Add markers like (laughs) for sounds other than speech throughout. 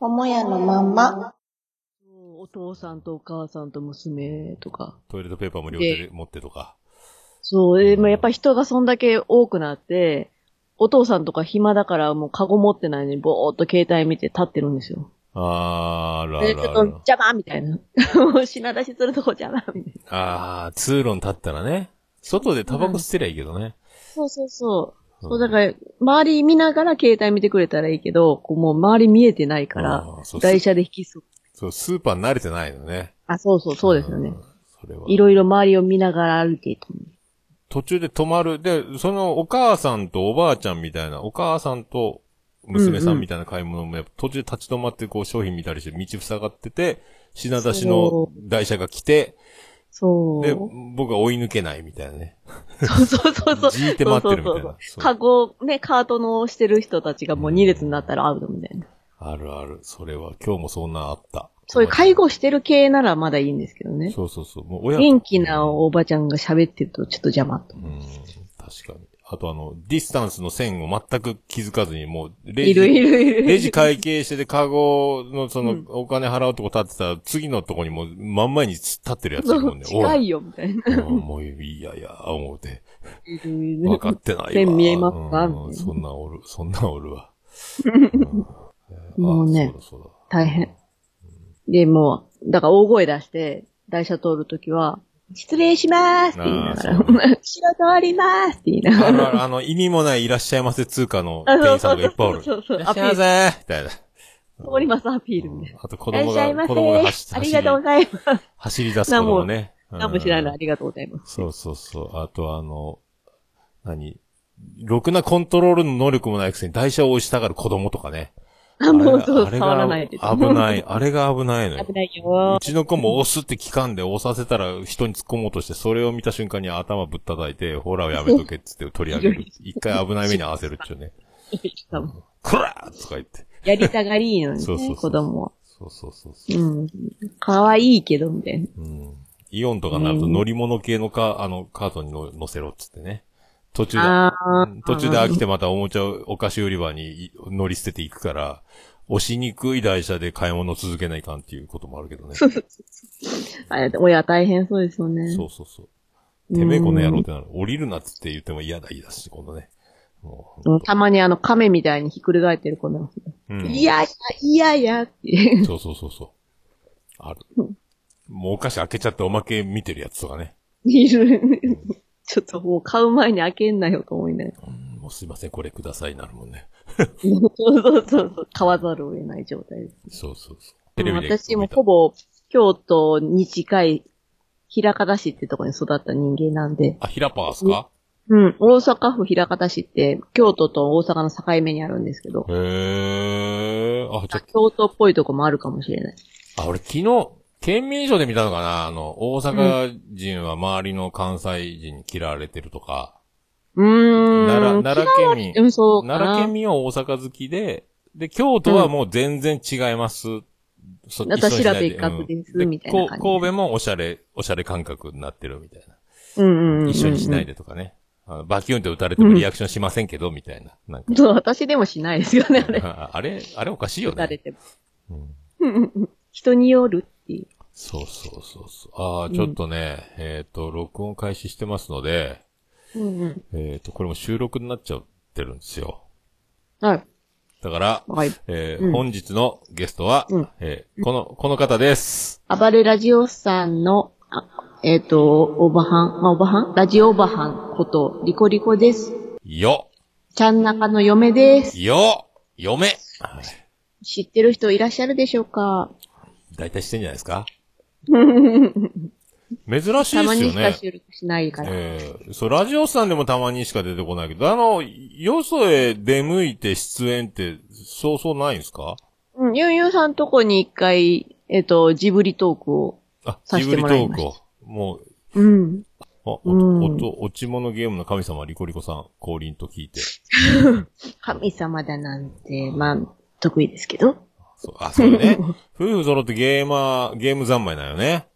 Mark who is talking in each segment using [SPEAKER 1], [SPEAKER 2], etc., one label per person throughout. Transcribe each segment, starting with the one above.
[SPEAKER 1] 母屋のまんま。
[SPEAKER 2] お父さんとお母さんと娘とか。
[SPEAKER 3] トイレットペーパーも両手で持ってとか。
[SPEAKER 2] そう、で、まあ、やっぱ人がそんだけ多くなって、お父さんとか暇だからもうカゴ持ってないのにぼーっと携帯見て立ってるんですよ。
[SPEAKER 3] あーら
[SPEAKER 2] で、ちょっと
[SPEAKER 3] らら。
[SPEAKER 2] 邪魔みたいな。 (laughs) 品出しするとこ邪魔みたいな。
[SPEAKER 3] あー、通路に立ったらね。外でタバコ吸ってりゃいいけどね。
[SPEAKER 2] そうそうそう。そう、だ
[SPEAKER 3] ら、
[SPEAKER 2] から、周り見ながら携帯見てくれたらいいけど、こうもう周り見えてないから、
[SPEAKER 3] あーそう
[SPEAKER 2] 台車で引きそう。
[SPEAKER 3] そう、スーパー慣れてないのね。
[SPEAKER 2] あ、そうそう、そうですよね。
[SPEAKER 3] ん。。それはい
[SPEAKER 2] ろいろ周りを見ながら歩いていく。
[SPEAKER 3] 途中で止まる。で、そのお母さんとおばあちゃんみたいな、お母さんと娘さんみたいな買い物もやっぱ途中で立ち止まってこう商品見たりして道塞がってて、品出しの台車が来て、
[SPEAKER 2] そう。
[SPEAKER 3] で、僕が追い抜けないみたいなね。
[SPEAKER 2] (laughs) そうそうそうそう。
[SPEAKER 3] じーって待って
[SPEAKER 2] そう
[SPEAKER 3] るみたいな
[SPEAKER 2] そうそう
[SPEAKER 3] そう
[SPEAKER 2] カゴ、ね、カートのしてる人たちがもう2列になったらアウトみたいな。
[SPEAKER 3] あるある。それは今日もそんなあった。
[SPEAKER 2] そういう介護してる系ならまだいいんですけどね。
[SPEAKER 3] そうそうそう。もう親
[SPEAKER 2] 元気なおばちゃんが喋ってるとちょっと邪魔と。
[SPEAKER 3] うん、確かに。あとあの、ディスタンスの線を全く気づかずに、もう、レジ、
[SPEAKER 2] いるいるいる。
[SPEAKER 3] レジ会計してて、カゴのその
[SPEAKER 2] うん、
[SPEAKER 3] お金払うとこ立ってたら、次のとこにもう、真ん前に立ってるやつい
[SPEAKER 2] そ
[SPEAKER 3] るもん
[SPEAKER 2] う
[SPEAKER 3] ね。
[SPEAKER 2] 近いよ、みたいな。
[SPEAKER 3] おいうんもう、いやいや、思う
[SPEAKER 2] (laughs)
[SPEAKER 3] て。
[SPEAKER 2] いるいる
[SPEAKER 3] 分かってないわ。
[SPEAKER 2] 線見えますか
[SPEAKER 3] うん
[SPEAKER 2] みたいな
[SPEAKER 3] そんなおる、そんなおるわ。
[SPEAKER 2] (laughs) もうね
[SPEAKER 3] あそうだそう
[SPEAKER 2] 大変。で、もう、だから大声出して、台車通るときは、失礼しまーすって言いなが
[SPEAKER 3] あ
[SPEAKER 2] ら、
[SPEAKER 3] ーそ
[SPEAKER 2] 後
[SPEAKER 3] う
[SPEAKER 2] ろ通りまーすって言いなが
[SPEAKER 3] だ
[SPEAKER 2] ら。
[SPEAKER 3] あるある、あの、意味もないいらっしゃいませ通貨の店員さんがいっぱいおる。い
[SPEAKER 2] そうそうそうそう
[SPEAKER 3] らっしゃいませみたいな。
[SPEAKER 2] 通ります、アピールみたいな。
[SPEAKER 3] あと子
[SPEAKER 2] いらっ
[SPEAKER 3] 供
[SPEAKER 2] しゃい
[SPEAKER 3] が、
[SPEAKER 2] ま
[SPEAKER 3] 子供が走
[SPEAKER 2] せ。ありがとうございます。
[SPEAKER 3] 走り出す子供ね。
[SPEAKER 2] 何も知らない、
[SPEAKER 3] い。
[SPEAKER 2] ありがとうございます。
[SPEAKER 3] そうそうそう。あとあの、何ろくなコントロールの能力もないくせに台車を押したがる子供とかね。
[SPEAKER 2] あ、もう
[SPEAKER 3] あれ
[SPEAKER 2] そう、
[SPEAKER 3] あれ
[SPEAKER 2] 触らないで。
[SPEAKER 3] が危ない。あれが危ないのよ
[SPEAKER 2] 危。ないよ
[SPEAKER 3] う。ちの子も押すって聞かんで押させたら人に突っ込もうとして、それを見た瞬間に頭ぶったたいて、ほらやめとけっつって取り上げる。一回危ない目に合わせるっちゅうね。
[SPEAKER 2] (laughs)
[SPEAKER 3] こらーとか言って。
[SPEAKER 2] やりたがりいいのに
[SPEAKER 3] そうそうそ
[SPEAKER 2] ね、
[SPEAKER 3] う
[SPEAKER 2] 子供は。
[SPEAKER 3] そうそうそうそう。
[SPEAKER 2] うん。可愛いけど、みたいな。
[SPEAKER 3] うん。イオンとかになると乗り物系のカー、あの、カートにの乗せろっつってね。途中で、
[SPEAKER 2] あ
[SPEAKER 3] うん途中で飽きてまたおもちゃ、お菓子売り場にい乗り捨てていくから、押しにくい台車で買い物を続けないかんっていうこともあるけどね。そう
[SPEAKER 2] あれ親大変そうですよね。
[SPEAKER 3] そうそう。てめえこの野郎ってなる。降りるなっつって言っても嫌だ、言い出して、今度ね。も
[SPEAKER 2] うんたまにあの、亀みたいにひっくり返ってる子なんですよ
[SPEAKER 3] う。うん。
[SPEAKER 2] いやいや、いやいやって。
[SPEAKER 3] そうそうそうそう。ある。もうお菓子開けちゃっておまけ見てるやつとかね。
[SPEAKER 2] いる。 (laughs) ちょっともう買う前に開けんなよと思いながら。 (laughs)
[SPEAKER 3] うんもうすいません、これくださいなるもんね。
[SPEAKER 2] そうそうそうそう。買わざるを得ない状態です。
[SPEAKER 3] そうそうそう。
[SPEAKER 2] 私もほぼ京都に近い平方市ってとこに育った人間なんで、
[SPEAKER 3] あ、ヒラパーっすか
[SPEAKER 2] うん、大阪府平方市って京都と大阪の境目にあるんですけど
[SPEAKER 3] へ、え。あ、ちょっ
[SPEAKER 2] 京都っぽいとこもあるかもしれない。
[SPEAKER 3] と、あ、俺昨日、県民賞で見たのかなあの、大阪人は周りの関西人に嫌われてるとか、
[SPEAKER 2] うーん。
[SPEAKER 3] 奈良、奈良県
[SPEAKER 2] う
[SPEAKER 3] 民、
[SPEAKER 2] ん、そうか
[SPEAKER 3] 奈良
[SPEAKER 2] な
[SPEAKER 3] 県。民は大阪好きで、で、京都はもう全然違います。そ
[SPEAKER 2] 私
[SPEAKER 3] 一緒にしない
[SPEAKER 2] ら別格ですみたい
[SPEAKER 3] こ
[SPEAKER 2] な
[SPEAKER 3] う
[SPEAKER 2] 感じ
[SPEAKER 3] 神戸もおしゃれ、おしゃれ感覚になってるみたいな。
[SPEAKER 2] うんうんうんうん。
[SPEAKER 3] 一緒にしないでとかね。あのバキュンって打たれてもリアクションしませんけど、みたいな。なんか。
[SPEAKER 2] そう、私でもしないですよね、あれ。
[SPEAKER 3] ああれ、あれおかしいよね。
[SPEAKER 2] 打たれても。
[SPEAKER 3] うん
[SPEAKER 2] 人によるっていう。
[SPEAKER 3] そうそうそうそう。ああ、ちょっとね、えっ、と、録音開始してますので、
[SPEAKER 2] うんうん。
[SPEAKER 3] えっ、と、これも収録になっちゃってるんですよ。
[SPEAKER 2] はい。
[SPEAKER 3] だから、
[SPEAKER 2] はい。
[SPEAKER 3] えー
[SPEAKER 2] うん
[SPEAKER 3] 本日のゲストは、
[SPEAKER 2] うん
[SPEAKER 3] えーこの、この方です。
[SPEAKER 2] 暴れラジオさんの、あえっ、と、オバハン、まあ、オバハンラジオオバハンこと、リコリコです。
[SPEAKER 3] よ、
[SPEAKER 2] ちゃんなかの嫁です。
[SPEAKER 3] よ、嫁。はい
[SPEAKER 2] 知ってる人いらっしゃるでしょうか
[SPEAKER 3] 大体してんじゃないですか珍しいです
[SPEAKER 2] た
[SPEAKER 3] よ
[SPEAKER 2] まにしか
[SPEAKER 3] ね。
[SPEAKER 2] 収録しないから。
[SPEAKER 3] えーそう、ラジオさんでもたまにしか出てこないけど、あの、よそへ出向いて出演って、そうそうないんですか
[SPEAKER 2] うん、ユンユンさんとこに一回、えっ、と、ジブリトークを。
[SPEAKER 3] あ、
[SPEAKER 2] さ
[SPEAKER 3] ジ
[SPEAKER 2] せて
[SPEAKER 3] ブリ
[SPEAKER 2] も
[SPEAKER 3] ト
[SPEAKER 2] らい
[SPEAKER 3] ー
[SPEAKER 2] まし
[SPEAKER 3] ク
[SPEAKER 2] た
[SPEAKER 3] を。もう、
[SPEAKER 2] うん。
[SPEAKER 3] あ、お、
[SPEAKER 2] うん
[SPEAKER 3] おと、落ち物ゲームの神様、リコリコさん、降臨と聞いて。
[SPEAKER 2] 神様だなんて、まあ、得意ですけど。
[SPEAKER 3] そう、あ、そう
[SPEAKER 2] (laughs)
[SPEAKER 3] ね。夫婦揃ってゲーマー、ゲーム三昧なんよね。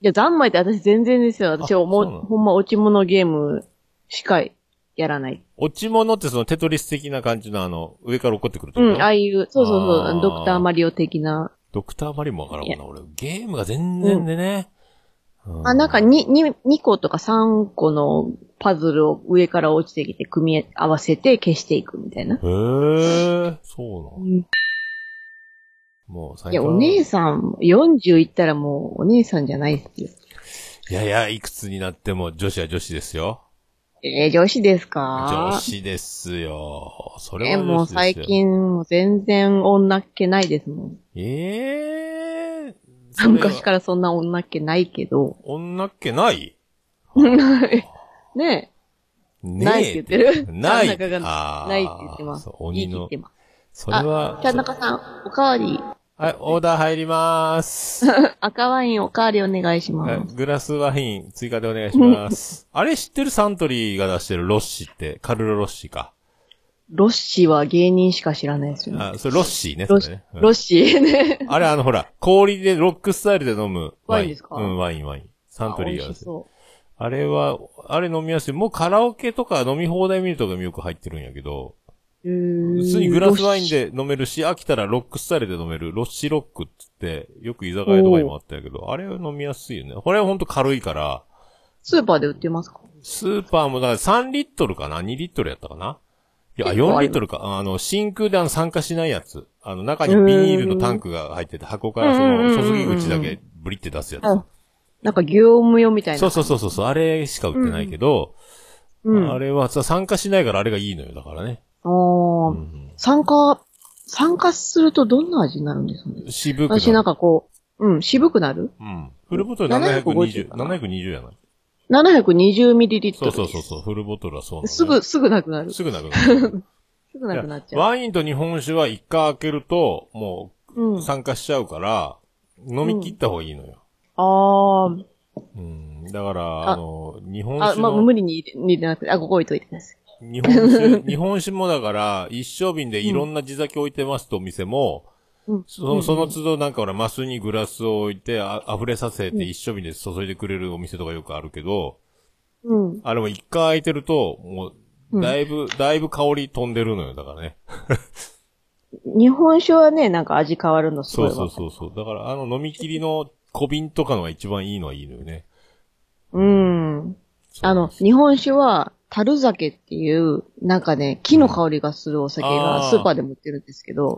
[SPEAKER 2] いや、三昧って私全然ですよ。私はも
[SPEAKER 3] そうなの
[SPEAKER 2] う、ほんま落ち物ゲームしかやらない。
[SPEAKER 3] 落ち物ってそのテトリス的な感じのあの、上から落っこってくるとこ
[SPEAKER 2] う
[SPEAKER 3] ろ、
[SPEAKER 2] ん、ああいう、そうそう
[SPEAKER 3] あ
[SPEAKER 2] そ
[SPEAKER 3] ー
[SPEAKER 2] う、ドクターマリオ的な。
[SPEAKER 3] ドクターマリオもわからんもんな、俺。ゲームが全然でね。う
[SPEAKER 2] あ、なんかにに2個とか3個のパズルを上から落ちてきて組み合わせて消していくみたいな。
[SPEAKER 3] へえ、そうなの。
[SPEAKER 2] い
[SPEAKER 3] もう最
[SPEAKER 2] や、
[SPEAKER 3] 近
[SPEAKER 2] お姉さん、40いったらもうお姉さんじゃないですよ。
[SPEAKER 3] いやいや、いくつになっても女子は女子ですよ。
[SPEAKER 2] えー女子です
[SPEAKER 3] 女
[SPEAKER 2] か
[SPEAKER 3] 子ですよ。それ
[SPEAKER 2] え
[SPEAKER 3] は
[SPEAKER 2] ーも
[SPEAKER 3] 女
[SPEAKER 2] う
[SPEAKER 3] 子ですよ。
[SPEAKER 2] 最。近、もう全然女っ気ないですもん。
[SPEAKER 3] ええー。それは
[SPEAKER 2] 昔からそんな女っ気ないけど。
[SPEAKER 3] 女っ気ない
[SPEAKER 2] ね
[SPEAKER 3] ねえ
[SPEAKER 2] ないって言ってる
[SPEAKER 3] (laughs) ない。
[SPEAKER 2] 真ん中がないって言ってます
[SPEAKER 3] あーそう
[SPEAKER 2] え。
[SPEAKER 3] 鬼
[SPEAKER 2] 言い
[SPEAKER 3] の
[SPEAKER 2] 切って。ます。
[SPEAKER 3] それは、
[SPEAKER 2] 田中さん、おかわり。
[SPEAKER 3] はい、オーダー入りまーす。
[SPEAKER 2] 赤ワインおかわりお願いし
[SPEAKER 3] は
[SPEAKER 2] ま
[SPEAKER 3] い
[SPEAKER 2] す。
[SPEAKER 3] グラスワイン追加でお願いします。あれ知ってるサントリーが出してるロッシって、カルロロッシか。
[SPEAKER 2] ロッシーは芸人しか知らないですよね。
[SPEAKER 3] あ、それロッシーね、そ
[SPEAKER 2] ロッ
[SPEAKER 3] れ
[SPEAKER 2] シ
[SPEAKER 3] ね。、
[SPEAKER 2] ロッシーね。
[SPEAKER 3] あれあのほら、氷でロックスタイルで飲む
[SPEAKER 2] ワインですか
[SPEAKER 3] うん、ワインワイン。サントリー
[SPEAKER 2] あ
[SPEAKER 3] が
[SPEAKER 2] 美
[SPEAKER 3] 出
[SPEAKER 2] 味し
[SPEAKER 3] してる。
[SPEAKER 2] そ
[SPEAKER 3] あれは、あれ飲みやすい。もうカラオケとか飲み放題見るとかによく入ってるんやけど、
[SPEAKER 2] う。普
[SPEAKER 3] 普通にグラスワイン。で飲めるし、飽きたらロックスタイルで飲める、ロッシロックっつって、よく居酒屋とかにもあったんやけど、あれは飲みやすいよね。これはほんと軽いから、
[SPEAKER 2] スーパーで売ってますか
[SPEAKER 3] スーパーも、だから3リットルかな ?2 リットルやったかないや、
[SPEAKER 2] 結構
[SPEAKER 3] 4
[SPEAKER 2] あ
[SPEAKER 3] リ
[SPEAKER 2] る
[SPEAKER 3] ットルか。あの、真空であの酸化しないやつ。あの、中にビニールのタンクが入ってて、箱からその、注ぎ口だけブリって出すや
[SPEAKER 2] うん
[SPEAKER 3] つ。
[SPEAKER 2] なんか業務用みたいな。
[SPEAKER 3] そうそうそうそうそう、あれしか売ってないけど、
[SPEAKER 2] うん。
[SPEAKER 3] あれはさ、酸化しないからあれがいいのよ、だからね。
[SPEAKER 2] お
[SPEAKER 3] う
[SPEAKER 2] ー
[SPEAKER 3] ん
[SPEAKER 2] 酸化、酸化するとどんな味になるんですかね
[SPEAKER 3] 渋くなる。
[SPEAKER 2] 私なんかこう、うん、渋くなる
[SPEAKER 3] うん。フルボトル
[SPEAKER 2] 750
[SPEAKER 3] 720、
[SPEAKER 2] かな
[SPEAKER 3] 720やない。
[SPEAKER 2] ?720ml。
[SPEAKER 3] そうそうそう、そうフルボトルはそうなのね
[SPEAKER 2] す、ぐ、すぐなくなる。す
[SPEAKER 3] すぐなくな
[SPEAKER 2] (laughs)
[SPEAKER 3] る。
[SPEAKER 2] ぐなくなっちゃう。
[SPEAKER 3] ワインと日本酒は一回開けると、もう、
[SPEAKER 2] うん。
[SPEAKER 3] 参加しちゃうから、飲み切った方がいいのよ。
[SPEAKER 2] あー。
[SPEAKER 3] うん。だから、あ
[SPEAKER 2] あ
[SPEAKER 3] の、日本
[SPEAKER 2] あ、
[SPEAKER 3] 酒
[SPEAKER 2] まあ、
[SPEAKER 3] の、
[SPEAKER 2] 無理に入れ入れなくて、あ、ここ置いといてください。
[SPEAKER 3] 日本酒、 (laughs) 日本酒もだから、一升瓶でいろんな地酒置いてますとお店も、
[SPEAKER 2] うん
[SPEAKER 3] そのその都度なんかほら、マスにグラスを置いて、あ溢れさせて一升瓶で注いでくれるお店とかよくあるけど、
[SPEAKER 2] うん。
[SPEAKER 3] あれも一回開いてると、も
[SPEAKER 2] う
[SPEAKER 3] う、
[SPEAKER 2] ん
[SPEAKER 3] だいぶ、だいぶ香り飛んでるのよ、だからね。
[SPEAKER 2] 日本酒はね、なんか味変わるのす
[SPEAKER 3] そ
[SPEAKER 2] ごいうわ
[SPEAKER 3] そうそうそう。だから、あの、飲み切りの小瓶とかのが一番いいのはいいのよね。
[SPEAKER 2] うん。
[SPEAKER 3] そう
[SPEAKER 2] あの、、日本酒は、樽酒っていう、なんかね、木の香りがするお酒
[SPEAKER 3] あー
[SPEAKER 2] がスーパーでも売ってるんですけ
[SPEAKER 3] あ
[SPEAKER 2] ど、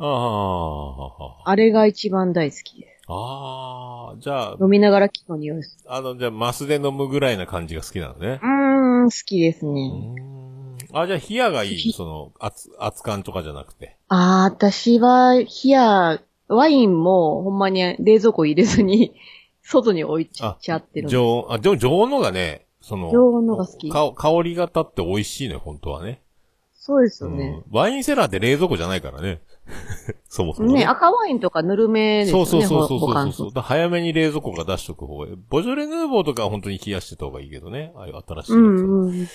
[SPEAKER 3] あ、
[SPEAKER 2] あれが一番大好きです。
[SPEAKER 3] ああ、じゃあ、
[SPEAKER 2] 飲みながら木の匂いす
[SPEAKER 3] あの、じゃあ、マスで飲むぐらいな感じが好きなのね
[SPEAKER 2] る。。うーん、好きです
[SPEAKER 3] うー
[SPEAKER 2] ね。
[SPEAKER 3] ん。あ、じゃあ、冷やがいい。
[SPEAKER 2] ひ
[SPEAKER 3] その、熱、熱感とかじゃなくて。
[SPEAKER 2] ああ、私は、冷や、ワインも、ほんまに冷蔵庫入れずに、 (laughs) 外に置いち
[SPEAKER 3] あ
[SPEAKER 2] ゃってるんで。
[SPEAKER 3] 常温、あ、でも常温のがね、その、
[SPEAKER 2] 常温のが好き
[SPEAKER 3] か香りが立って美味しいね、本当はね。
[SPEAKER 2] そうですよ
[SPEAKER 3] う
[SPEAKER 2] ね。
[SPEAKER 3] んワインセラーって冷蔵庫じゃないからね。 (laughs) そもそも
[SPEAKER 2] ね、赤ワインとかぬるめですよ
[SPEAKER 3] そ
[SPEAKER 2] ね。
[SPEAKER 3] うそうそう
[SPEAKER 2] ほ保
[SPEAKER 3] そうそう
[SPEAKER 2] 管
[SPEAKER 3] そう。
[SPEAKER 2] と
[SPEAKER 3] だから早めに冷蔵庫が出しとく方がいい。ボジョレ・ヌーボーとかは本当に冷やしてた方がいいけどね。ああいう新しいや
[SPEAKER 2] う
[SPEAKER 3] つ。
[SPEAKER 2] んうん。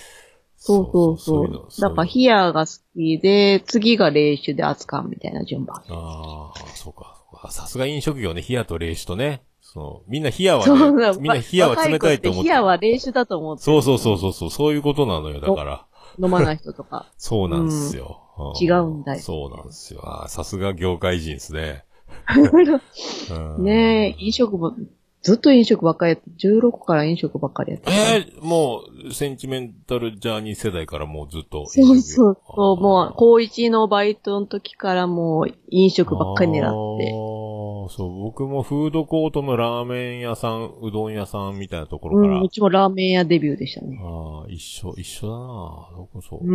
[SPEAKER 2] そうそうそう。だから、ヒアが好きで、次が冷酒で扱うみたいな順番。
[SPEAKER 3] ああ、そうか。そうかさすが飲食業ね、冷やと冷酒とね。そのみんな冷やは
[SPEAKER 2] そうな
[SPEAKER 3] ね
[SPEAKER 2] の、
[SPEAKER 3] みんな冷やは冷たいと思って。
[SPEAKER 2] 冷やは冷酒だと思って
[SPEAKER 3] そうそうそうそうそう、そういうことなのよ、だから。
[SPEAKER 2] 飲まない人とか。
[SPEAKER 3] そうなんですよ。
[SPEAKER 2] 違うんだよ
[SPEAKER 3] そうなんですよ。あーさすが業界人です
[SPEAKER 2] (laughs)
[SPEAKER 3] ね。うん
[SPEAKER 2] ねえ、飲食も、ずっと飲食ばっかりやって、16から飲食ばっかりやって。
[SPEAKER 3] えーもう、センチメンタルジャーニー世代からもうずっと。
[SPEAKER 2] そうそうそ
[SPEAKER 3] あー
[SPEAKER 2] う、もう、高一のバイトの時からもう、飲食ばっかり狙
[SPEAKER 3] あ
[SPEAKER 2] って。
[SPEAKER 3] ーそう、僕もフードコートのラーメン屋さん、うどん屋さんみたいなところ
[SPEAKER 2] う
[SPEAKER 3] から。
[SPEAKER 2] ん、うちもラーメン屋デビューでしたね。
[SPEAKER 3] ああ、一緒、一緒だなどこそう。
[SPEAKER 2] う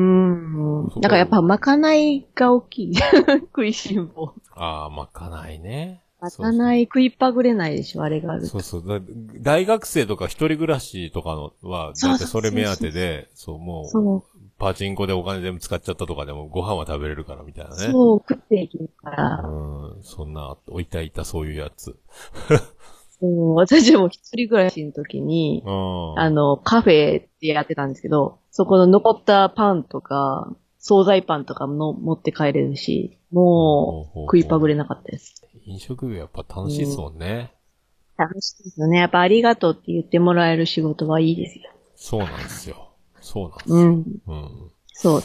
[SPEAKER 2] ん。
[SPEAKER 3] そう
[SPEAKER 2] だからやっぱ、まかないが大きい。 (laughs) 食いしん坊。
[SPEAKER 3] ああ、まかないね。
[SPEAKER 2] まかない食いっぱぐれないでしょ、あれがあると
[SPEAKER 3] そうそう。そうそう。だ大学生とか一人暮らしとかのは、
[SPEAKER 2] そうそ
[SPEAKER 3] だっ
[SPEAKER 2] う
[SPEAKER 3] てそれ目当てで、そう、もう、
[SPEAKER 2] そう、
[SPEAKER 3] パチンコでお金全部使っちゃったとかでもご飯は食べれるからみたいなね。う。
[SPEAKER 2] そう、食っていけるから、
[SPEAKER 3] ん、そんな、おいたいたそういうやつ。
[SPEAKER 2] そう私も一人暮らしの時に、
[SPEAKER 3] うん。
[SPEAKER 2] あの、カフェでやってたんですけど、そこの残ったパンとか、惣菜パンとかも持って帰れるし、もう
[SPEAKER 3] ほうほうほう
[SPEAKER 2] 食いっぱぐれなかったです。
[SPEAKER 3] 飲食業やっぱ楽しいっすもんね。
[SPEAKER 2] 楽しいですよね。やっぱありがとうって言ってもらえる仕事はいいですよ。
[SPEAKER 3] そうなんですよ。そうなんですよ。
[SPEAKER 2] うん。
[SPEAKER 3] うん。
[SPEAKER 2] そう。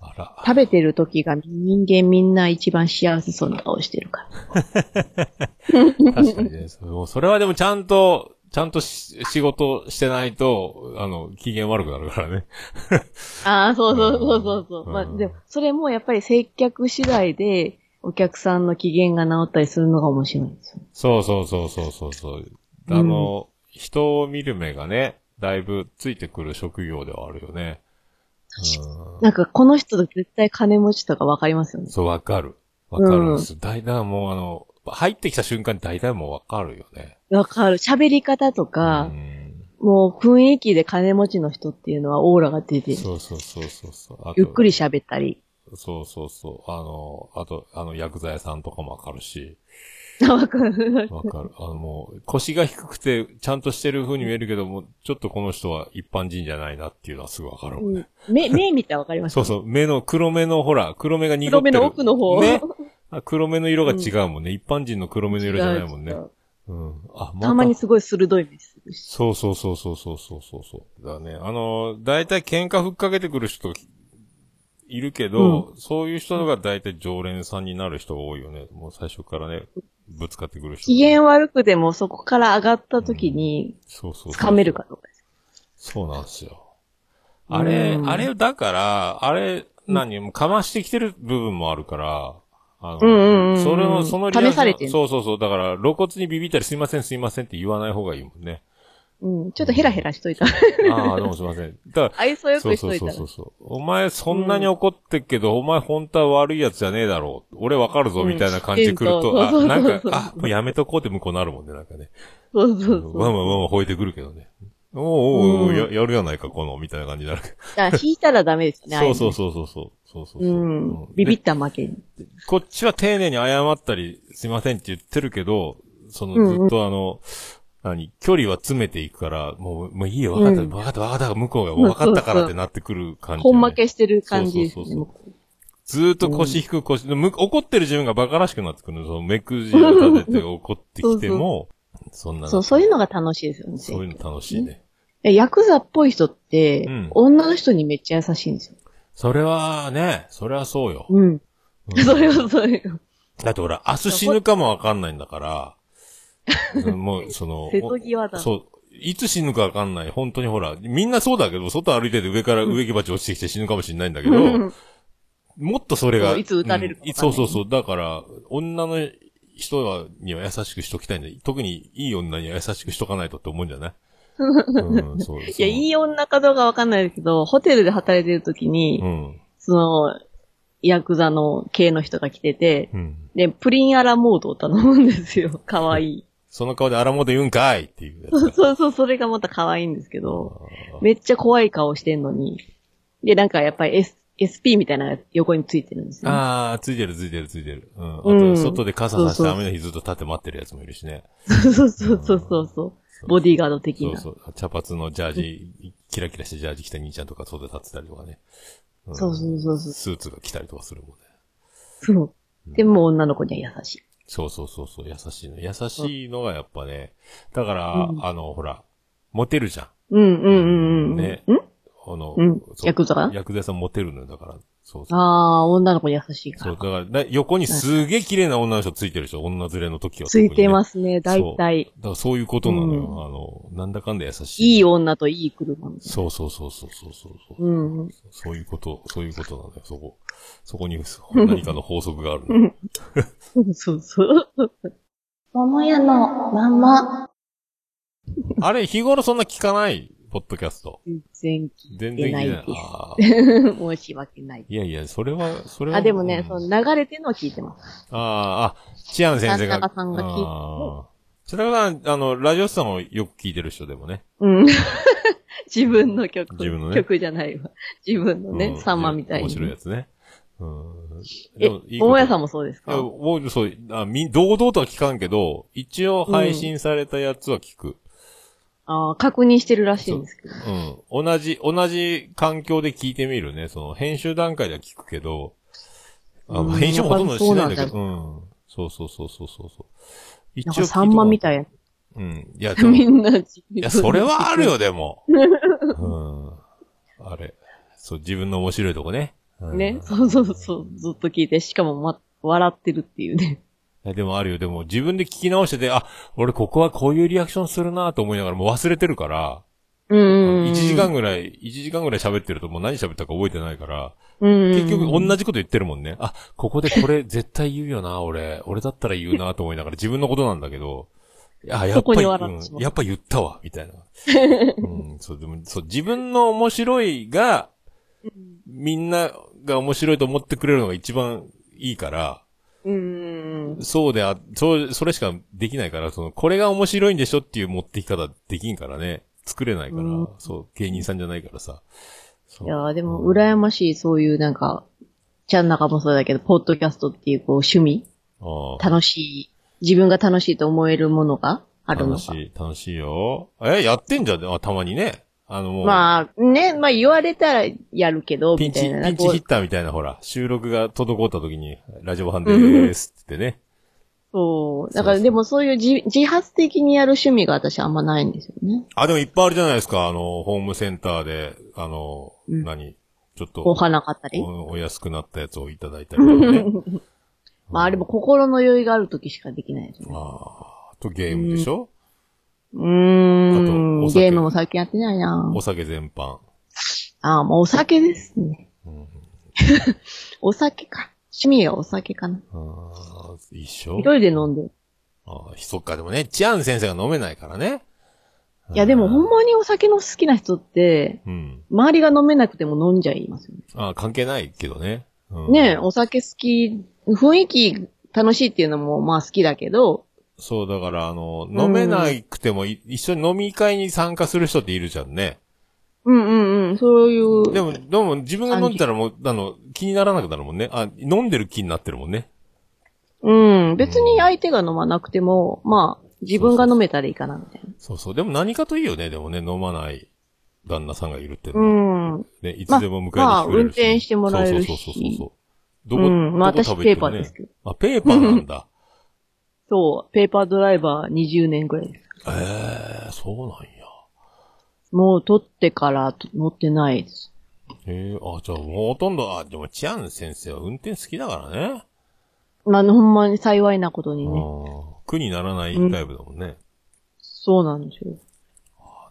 [SPEAKER 3] あら。
[SPEAKER 2] 食べてる時が人間みんな一番幸せそうな顔してるから。
[SPEAKER 3] 確かにね。 (laughs) そうそれはでもちゃんと、ちゃんとし仕事してないと、あの、機嫌悪くなるからね。 (laughs)
[SPEAKER 2] ああ、そうそうそうそうそう。
[SPEAKER 3] うん
[SPEAKER 2] まあ、でも、それもやっぱり接客次第で、お客さんの機嫌が治ったりするのが面白いんですよ。
[SPEAKER 3] そうそうそうそうそうそう。あの、人を見る目がね、だいぶついてくる職業ではあるよね。うん
[SPEAKER 2] なんか、この人絶対金持ちとかわかりますよね。
[SPEAKER 3] そう、わかる。わかるんです。大体もうあの、入ってきた瞬間に大体もうわかるよね。
[SPEAKER 2] わかる。喋り方とか
[SPEAKER 3] う、ん
[SPEAKER 2] もう雰囲気で金持ちの人っていうのはオーラが出てる。
[SPEAKER 3] そうそうそうそうそう。あと
[SPEAKER 2] ゆっくり喋ったり。 (laughs)
[SPEAKER 3] そうそうそう。あの、あと、あの、薬剤さんとかもわかるし。
[SPEAKER 2] わかる。
[SPEAKER 3] わかる。あの、もう、腰が低くて、ちゃんとしてる風に見えるけども、ちょっとこの人は一般人じゃないなっていうのはすぐわかるもんね。
[SPEAKER 2] 目、目見たらわかります
[SPEAKER 3] そうそう、目の、黒目のほら、黒目が濁ってる。
[SPEAKER 2] 黒目の奥の方。
[SPEAKER 3] ね。あ黒目の色が違うもんね。一般人の黒目の色じゃないもんね
[SPEAKER 2] 違う違。う
[SPEAKER 3] うん。あ、ま
[SPEAKER 2] たまにすごい鋭い目するし。
[SPEAKER 3] そうそうそうそうそうそうそうそう。だね。あの、大体喧嘩ふっかけてくる人、いるけど、そういう人が大体常連さんになる人が多いよね。もう最初からね、ぶつかってくる人。
[SPEAKER 2] 機嫌悪くてもそこから上がった時に、
[SPEAKER 3] そうそうそう
[SPEAKER 2] 掴めるかどうかです。
[SPEAKER 3] そうなんですよ。あれ
[SPEAKER 2] う、ん
[SPEAKER 3] あれ、だから、あれ、何、もうかましてきてる部分もあるから、あの、
[SPEAKER 2] うんうんうんうん
[SPEAKER 3] それを、そのリアクション
[SPEAKER 2] 試されてんの
[SPEAKER 3] そうそうそう。だから、露骨にビビったりすいませんすいませんって言わない方がいいも
[SPEAKER 2] (laughs)
[SPEAKER 3] んね。
[SPEAKER 2] うん。ちょっとヘラヘラしといた。
[SPEAKER 3] (laughs) ああ、どうもすいません。だから、
[SPEAKER 2] 愛想よ
[SPEAKER 3] そ
[SPEAKER 2] く
[SPEAKER 3] う
[SPEAKER 2] し
[SPEAKER 3] そ
[SPEAKER 2] と
[SPEAKER 3] う
[SPEAKER 2] いた
[SPEAKER 3] そう
[SPEAKER 2] ら。
[SPEAKER 3] そうそう。お前そんなに怒ってっけど、お前本当は悪いやつじゃねえだろう。俺わかるぞ、
[SPEAKER 2] うん
[SPEAKER 3] みたいな感じで来ると、
[SPEAKER 2] そう
[SPEAKER 3] あ、
[SPEAKER 2] そうそう
[SPEAKER 3] なん
[SPEAKER 2] そう
[SPEAKER 3] か、あ、もうやめとこうって向こうなるもんね、なんかね。
[SPEAKER 2] そうそうそう。
[SPEAKER 3] わんわんわんわん吠えてくるけどね。おうおうおう
[SPEAKER 2] うん
[SPEAKER 3] や、やるやないか、この、みたいな感じになるけど
[SPEAKER 2] だから引いたらダメですよね、
[SPEAKER 3] そうそう
[SPEAKER 2] そ
[SPEAKER 3] そうそうそう。そうそうそう
[SPEAKER 2] う。
[SPEAKER 3] うんん
[SPEAKER 2] ビビっ
[SPEAKER 3] で
[SPEAKER 2] た負けに。
[SPEAKER 3] こっちは丁寧に謝ったり、すいませんって言ってるけど、そ
[SPEAKER 2] うんうん
[SPEAKER 3] のずっとあの、何、距離は詰めていくから、もう、もういいよ、わかった、
[SPEAKER 2] うん
[SPEAKER 3] わかった、わかった、向こうがもうわか
[SPEAKER 2] そう
[SPEAKER 3] ったか
[SPEAKER 2] そうそ
[SPEAKER 3] ら
[SPEAKER 2] う
[SPEAKER 3] ってなってくる感じだよね、
[SPEAKER 2] 本負けしてる感じです
[SPEAKER 3] そう
[SPEAKER 2] ね。
[SPEAKER 3] そう
[SPEAKER 2] もう
[SPEAKER 3] ずーっと腰低く腰、む怒ってる自分が馬鹿らしくなってくるの。その目くじを立てて怒ってきても、そんな、
[SPEAKER 2] そう、そういうのが楽しいですよね。
[SPEAKER 3] そういうの楽しいね。
[SPEAKER 2] えヤクザっぽい人って、
[SPEAKER 3] うん
[SPEAKER 2] 女の人にめっちゃ優しいんですよ。
[SPEAKER 3] それはね、それはそうよ。
[SPEAKER 2] うん。
[SPEAKER 3] うん
[SPEAKER 2] それはそういう。
[SPEAKER 3] だってほら、明日死ぬかもわかんないんだから、うん (laughs) もう、そ
[SPEAKER 2] (laughs)
[SPEAKER 3] の、
[SPEAKER 2] 瀬戸際だ。
[SPEAKER 3] そう、いつ死ぬかわかんない。本当にほら、みんなそうだけど、外歩いてて上から植木鉢落ちてきて死ぬかもしれないんだけど、
[SPEAKER 2] うん
[SPEAKER 3] もっとそれが、
[SPEAKER 2] そういつ撃たれるか
[SPEAKER 3] うんい
[SPEAKER 2] わかん
[SPEAKER 3] そ
[SPEAKER 2] な
[SPEAKER 3] う
[SPEAKER 2] い
[SPEAKER 3] そうそう。だから、女の人はには優しくしときたいんだ。特にいい女には優しくしとかないとって思うんじゃないうん、そ
[SPEAKER 2] (laughs)
[SPEAKER 3] う
[SPEAKER 2] いや、い
[SPEAKER 3] い。
[SPEAKER 2] い女かどうかわかんないですけど、ホテルで働いてる時に、
[SPEAKER 3] うん。
[SPEAKER 2] その、ヤクザの系の人が来てて、
[SPEAKER 3] うん。
[SPEAKER 2] で、プリンアラモードを頼むんですよ。かわいい。
[SPEAKER 3] その顔で荒本言うんかいっていうやつ
[SPEAKER 2] (laughs) そうそうそう、それがまたかわいいんですけど、めっちゃ怖い顔してんのに。で、なんかやっぱり、S、SP みたいなのが横についてるんですよ、ね。
[SPEAKER 3] ああ、ついてるついてるついてる。うん。あ
[SPEAKER 2] う
[SPEAKER 3] と、
[SPEAKER 2] ん
[SPEAKER 3] 外で傘さし
[SPEAKER 2] そう
[SPEAKER 3] て
[SPEAKER 2] そう
[SPEAKER 3] 雨の日ずっと立って待ってるやつもいるしね。
[SPEAKER 2] そうそうそうそうそう。ボディーガード的な。
[SPEAKER 3] そうそう。茶髪のジャージ、キラキラしたジャージ着た兄ちゃんとか外で立ってたりとかね。ん
[SPEAKER 2] そうそうそうそう
[SPEAKER 3] スーツが着たりとかするもんね。
[SPEAKER 2] そう。でも女の子には優しい。
[SPEAKER 3] そうそうそうそう、優しいの。優しいのがやっぱね、だから、
[SPEAKER 2] うん
[SPEAKER 3] あの、ほら、モテるじゃ
[SPEAKER 2] うんうんうんうん。
[SPEAKER 3] ね
[SPEAKER 2] ん
[SPEAKER 3] ん。あの、
[SPEAKER 2] うん
[SPEAKER 3] そう
[SPEAKER 2] ヤクザが
[SPEAKER 3] ヤクザさんモテるのよ、だから。そうそう。
[SPEAKER 2] ああ、女の子に優しいか
[SPEAKER 3] そう、だ
[SPEAKER 2] ら。
[SPEAKER 3] から、な横にすげえ綺麗な女の人ついてるでしょ、女連れの時は、。
[SPEAKER 2] ついてますすね、大体。
[SPEAKER 3] だからそういうことなのよ、
[SPEAKER 2] う
[SPEAKER 3] あの、なんだかんだ優しい。
[SPEAKER 2] いい女といい車みたい
[SPEAKER 3] そうそうそうそうそうそうそ
[SPEAKER 2] な。
[SPEAKER 3] う。
[SPEAKER 2] うんうん。
[SPEAKER 3] そういうこと、そういうことなのよ、そこ。そこに何かの法則があるの。
[SPEAKER 2] そうそうそう。桃屋のまんま。
[SPEAKER 3] (laughs) あれ、日頃そんな聞かない、ポッドキャスト。
[SPEAKER 2] 全然
[SPEAKER 3] 全然聞いてない。
[SPEAKER 2] 出ないです
[SPEAKER 3] あー
[SPEAKER 2] 聞い申し訳ない。
[SPEAKER 3] いやいや、それは、それは。
[SPEAKER 2] あ、でもね、
[SPEAKER 3] うん
[SPEAKER 2] その流れてるのは聞いてます。
[SPEAKER 3] ああ、あ、チアン先生が。
[SPEAKER 2] 白坂さんが聞いてる
[SPEAKER 3] あー白坂さん、あの、ラジオスさんをよく聞いてる人でもね。
[SPEAKER 2] うん。 (laughs) 自分の曲。
[SPEAKER 3] 自分のね
[SPEAKER 2] 曲じゃないわ。自分のね
[SPEAKER 3] う、ん
[SPEAKER 2] サンマみたいに。
[SPEAKER 3] 面白いやつね。うん。
[SPEAKER 2] え、桃屋さん
[SPEAKER 3] も
[SPEAKER 2] もそうです
[SPEAKER 3] い
[SPEAKER 2] か
[SPEAKER 3] や、もう、そう、あ、み、堂々とは聞かんけど、一応配信されたやつは聞く。
[SPEAKER 2] ああ、確認してるらしいんですけど。
[SPEAKER 3] うん。同じ、同じ環境で聞いてみるね。その、編集段階では聞くけど、あ
[SPEAKER 2] うん
[SPEAKER 3] 編集もほとんどしないん
[SPEAKER 2] やっ
[SPEAKER 3] だ
[SPEAKER 2] ぱり
[SPEAKER 3] けど、うん。そうそうそうそうそうそう。一
[SPEAKER 2] なんか
[SPEAKER 3] 聞いとこ
[SPEAKER 2] サ
[SPEAKER 3] う
[SPEAKER 2] ンマみたい
[SPEAKER 3] うん。いや、
[SPEAKER 2] (laughs)
[SPEAKER 3] で
[SPEAKER 2] な。
[SPEAKER 3] も
[SPEAKER 2] みんな自分 (laughs)
[SPEAKER 3] いや、それはあるよ、でも。うん。あれ。そう、自分の面白いとこね。うん
[SPEAKER 2] ね。そうそうそう。ずっと聞いて、しかも、ま、笑ってるっていうね。
[SPEAKER 3] いやでもあるよ。でも自分で聞き直してて、あ、俺ここはこういうリアクションするなと思いながらもう忘れてるから、
[SPEAKER 2] うんうんうん。
[SPEAKER 3] 1時間ぐらい、1時間ぐらい喋ってるともう何喋ったか覚えてないから、
[SPEAKER 2] うんうんうん。
[SPEAKER 3] 結局同じこと言ってるもんね。あ、ここでこれ絶対言うよな、俺。 (laughs) 俺だったら言うなと思いながら自分のことなんだけど、あ、やっ
[SPEAKER 2] そ
[SPEAKER 3] ぱ
[SPEAKER 2] こ
[SPEAKER 3] り、
[SPEAKER 2] に
[SPEAKER 3] う
[SPEAKER 2] 笑ってしま
[SPEAKER 3] ん、
[SPEAKER 2] う
[SPEAKER 3] やっぱ言ったわ、み
[SPEAKER 2] (laughs)
[SPEAKER 3] たいな。うん、そう、でも、そう、自分の面白いが、みんなが面白いと思ってくれるのが一番いいから、
[SPEAKER 2] うんうんうん。
[SPEAKER 3] そうであ、そう、それしかできないから、その、これが面白いんでしょっていう持ってき方できんからね。作れないから、
[SPEAKER 2] うん
[SPEAKER 3] そう、芸人さんじゃないからさ。そう
[SPEAKER 2] いやーでも、羨ましい、そういうなんか、ちゃん中もそうだけど、ポッドキャストっていうこう趣味、
[SPEAKER 3] ああ
[SPEAKER 2] 楽しい、自分が楽しいと思えるものがあるの
[SPEAKER 3] 楽
[SPEAKER 2] か。
[SPEAKER 3] しい、楽しいよ。え、やってんじゃん、あたまにね。あの、もう、
[SPEAKER 2] まあ、ね、まあ言われたらやるけど、
[SPEAKER 3] ピン
[SPEAKER 2] みた
[SPEAKER 3] チ、
[SPEAKER 2] いな。
[SPEAKER 3] ピンチ
[SPEAKER 2] こ
[SPEAKER 3] ヒ
[SPEAKER 2] う
[SPEAKER 3] ッターみたいな、ほら、収録が滞った時に、ラジオハンデーですってね。
[SPEAKER 2] そう。だ
[SPEAKER 3] そ
[SPEAKER 2] か
[SPEAKER 3] うそ
[SPEAKER 2] ら
[SPEAKER 3] う
[SPEAKER 2] でもそういう自自発的にやる趣味が私あんまないんですよね。
[SPEAKER 3] あ、でもいっぱいあるじゃないですか、あの、ホームセンターで、あの、
[SPEAKER 2] うん
[SPEAKER 3] 何ちょっと
[SPEAKER 2] お花買ったり。
[SPEAKER 3] お、お安くなったやつをいただいたりとか
[SPEAKER 2] (laughs)
[SPEAKER 3] ね。
[SPEAKER 2] まああれも心の余裕がある時しかできないですね。
[SPEAKER 3] あーあとゲームでしょ、
[SPEAKER 2] う
[SPEAKER 3] あ
[SPEAKER 2] ー
[SPEAKER 3] とお
[SPEAKER 2] ん。
[SPEAKER 3] 酒
[SPEAKER 2] ゲームも最近やってないな
[SPEAKER 3] お酒全般。
[SPEAKER 2] ああ、もうお酒ですね。お酒か。趣味はお酒かな。
[SPEAKER 3] あー一緒
[SPEAKER 2] 一人で飲んでる。
[SPEAKER 3] あーそっか、でもね、チアン先生が飲めないからね。
[SPEAKER 2] いやでもほんまにお酒の好きな人って、
[SPEAKER 3] うん。
[SPEAKER 2] 周りが飲めなくても飲んじゃいますよね。
[SPEAKER 3] あー関係ないけどね。うん、
[SPEAKER 2] ねえ、お酒好き、雰囲気楽しいっていうのもまあ好きだけど、
[SPEAKER 3] そう、だから、あの、飲めなくてもい、一緒に飲み会に参加する人っているじゃんね。
[SPEAKER 2] うんうんうん、そういう。
[SPEAKER 3] でも、でも、自分が飲んでたらもう、あの、気にならなくなるもんね。あ、飲んでる気になってるもんね。
[SPEAKER 2] うん、別に相手が飲まなくても、まあ、自分が飲めたらいいかな、みたいな。
[SPEAKER 3] そうそう。でも何かといいよね、でもね、飲まない旦那さんがいるっての
[SPEAKER 2] う
[SPEAKER 3] は
[SPEAKER 2] ん。
[SPEAKER 3] ね、いつでも迎えに来てくれるし、
[SPEAKER 2] まあ運転してもらえるし
[SPEAKER 3] そうそうそうそうそう。どこ、
[SPEAKER 2] うん。まあ
[SPEAKER 3] ど
[SPEAKER 2] 私
[SPEAKER 3] こ食
[SPEAKER 2] ペー
[SPEAKER 3] べて
[SPEAKER 2] パ
[SPEAKER 3] も
[SPEAKER 2] ー
[SPEAKER 3] ね
[SPEAKER 2] ですけど。
[SPEAKER 3] あ、ペーパーな
[SPEAKER 2] (laughs)
[SPEAKER 3] んだ。
[SPEAKER 2] そう、ペーパードライバー20年ぐらいです。
[SPEAKER 3] ええー、そうなんや。
[SPEAKER 2] もう取ってからと乗ってないです。
[SPEAKER 3] ええあ、じゃあもうほとんど、あ、でも、チアン先生は運転好きだからね。
[SPEAKER 2] まあ、ほんまに幸いなことに
[SPEAKER 3] う
[SPEAKER 2] ね。
[SPEAKER 3] ん。苦にならないタイプだもんね。
[SPEAKER 2] そうなんですよ。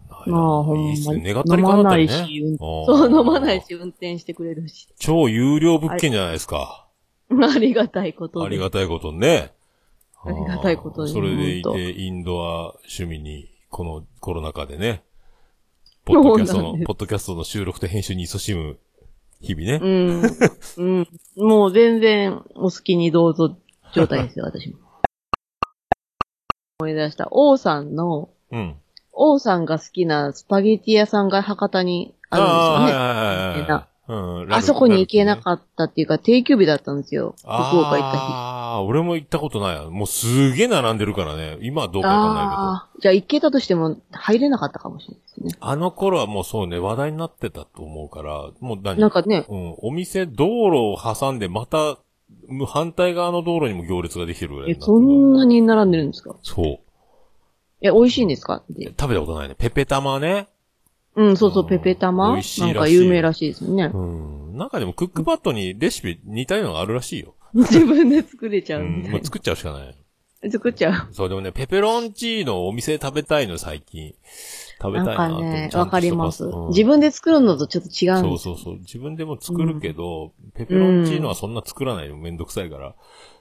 [SPEAKER 3] ない
[SPEAKER 2] まあ、ほんま
[SPEAKER 3] いい
[SPEAKER 2] に。
[SPEAKER 3] っすね。願った
[SPEAKER 2] 飲
[SPEAKER 3] り
[SPEAKER 2] ま
[SPEAKER 3] 叶った
[SPEAKER 2] な
[SPEAKER 3] り
[SPEAKER 2] い
[SPEAKER 3] ね。
[SPEAKER 2] し、運
[SPEAKER 3] あー
[SPEAKER 2] そう、飲まない。し、運転してくれるし。 (laughs)
[SPEAKER 3] 超有料物件じゃないですか。
[SPEAKER 2] ありがたいことで。
[SPEAKER 3] ありがたいことにね。
[SPEAKER 2] ありがたいことに
[SPEAKER 3] あーそれでい
[SPEAKER 2] ほんと
[SPEAKER 3] て、インドア趣味に、このコロナ禍でね、ポッドキャスト
[SPEAKER 2] そうなん
[SPEAKER 3] の、
[SPEAKER 2] です
[SPEAKER 3] ポッドキャストの収録と編集に勤しむ日々ね。
[SPEAKER 2] うん。うん。もう全然お好きにどうぞ状態ですよ、私も。思い出した。王さんの、
[SPEAKER 3] うん。
[SPEAKER 2] 王さんが好きなスパゲティ屋さんが博多にあるんですよね。
[SPEAKER 3] あーはいはいはいはいうんラ
[SPEAKER 2] あ
[SPEAKER 3] ルク
[SPEAKER 2] そこに行けな
[SPEAKER 3] ラルクね
[SPEAKER 2] かったっていうか、定休日だったんですよ。福岡行った日。
[SPEAKER 3] ああ、俺も行ったことない。もうすげえ並んでるからね。今はどうかわかんないけど。
[SPEAKER 2] あー、じゃあ行けたとしても入れなかったかもしれないですね。
[SPEAKER 3] あの頃はもうそうね、話題になってたと思うから、もう何
[SPEAKER 2] なんかね、
[SPEAKER 3] うん、お店、道路を挟んで、また、む反対側の道路にも行列ができてるぐらい
[SPEAKER 2] え
[SPEAKER 3] に、なって
[SPEAKER 2] そ
[SPEAKER 3] る
[SPEAKER 2] んなに並んでるんですか
[SPEAKER 3] そう。
[SPEAKER 2] え、美味しいんですかって
[SPEAKER 3] 食べたことないね。ペペ玉ね。
[SPEAKER 2] うん、そうそうう、
[SPEAKER 3] ん
[SPEAKER 2] ペペ
[SPEAKER 3] 美
[SPEAKER 2] 玉
[SPEAKER 3] 味しいら
[SPEAKER 2] な
[SPEAKER 3] し
[SPEAKER 2] ん
[SPEAKER 3] い
[SPEAKER 2] か有名らしいですよね
[SPEAKER 3] う。ん。なんかでもクックパッドにレシピ似たようなのがあるらしいよ。
[SPEAKER 2] (laughs) 自分で作れちゃ
[SPEAKER 3] う
[SPEAKER 2] うみ
[SPEAKER 3] ん。
[SPEAKER 2] たい
[SPEAKER 3] も
[SPEAKER 2] な
[SPEAKER 3] う。作っちゃうしかない。
[SPEAKER 2] 作っちゃう。
[SPEAKER 3] そう、でもね、ペペロンチーノをお店で食べたいの、最近。食べ
[SPEAKER 2] な
[SPEAKER 3] た
[SPEAKER 2] ん
[SPEAKER 3] いな
[SPEAKER 2] か
[SPEAKER 3] と。
[SPEAKER 2] ね、
[SPEAKER 3] ちゃん
[SPEAKER 2] わ
[SPEAKER 3] と
[SPEAKER 2] かり
[SPEAKER 3] したパ
[SPEAKER 2] ま
[SPEAKER 3] ス
[SPEAKER 2] す
[SPEAKER 3] うん。
[SPEAKER 2] 自分で作るのとちょっと違うん
[SPEAKER 3] そう
[SPEAKER 2] です
[SPEAKER 3] そうそう。自分でも作るけど、ペペロンチーノはそんな作らないのめんどくさいから。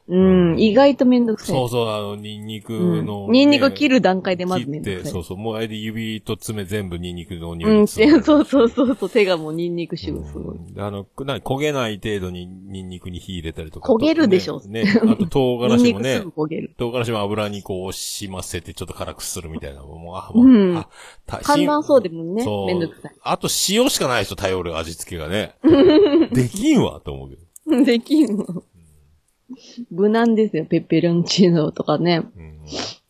[SPEAKER 2] うん、意外とめんどくさい。
[SPEAKER 3] そうそう、あの、ニンニク
[SPEAKER 2] うん
[SPEAKER 3] のね。
[SPEAKER 2] ニンニク切る段階でまずめ
[SPEAKER 3] 切っ
[SPEAKER 2] んどく
[SPEAKER 3] て、
[SPEAKER 2] さい。
[SPEAKER 3] そうそう。もうあれで指と爪全部ニンニクの匂い
[SPEAKER 2] うん、
[SPEAKER 3] に包ん
[SPEAKER 2] (laughs)
[SPEAKER 3] で
[SPEAKER 2] そうそうそうそう、手がもうニンニク臭すごい。
[SPEAKER 3] うんあの、な焦げない程度にニンニクに火入れたりとか。
[SPEAKER 2] 焦げるでしょ
[SPEAKER 3] ね、ねあと唐
[SPEAKER 2] ニ
[SPEAKER 3] 辛
[SPEAKER 2] ン
[SPEAKER 3] 子
[SPEAKER 2] (laughs) ニ
[SPEAKER 3] も
[SPEAKER 2] クす
[SPEAKER 3] ね
[SPEAKER 2] ぐ、焦げる。
[SPEAKER 3] 唐辛子も油にこう染ませてちょっと辛くするみたいな。もう、あ、もう、
[SPEAKER 2] うん
[SPEAKER 3] あ、た
[SPEAKER 2] 簡単そうでもね、
[SPEAKER 3] そう
[SPEAKER 2] めんどくさ
[SPEAKER 3] あと塩しかないでしょ、頼る味付けが
[SPEAKER 2] (laughs)
[SPEAKER 3] ね。できんわ、と思うけど。
[SPEAKER 2] い。 (laughs) できんの。無難ですよ、ペペロンチーノとかね。
[SPEAKER 3] うん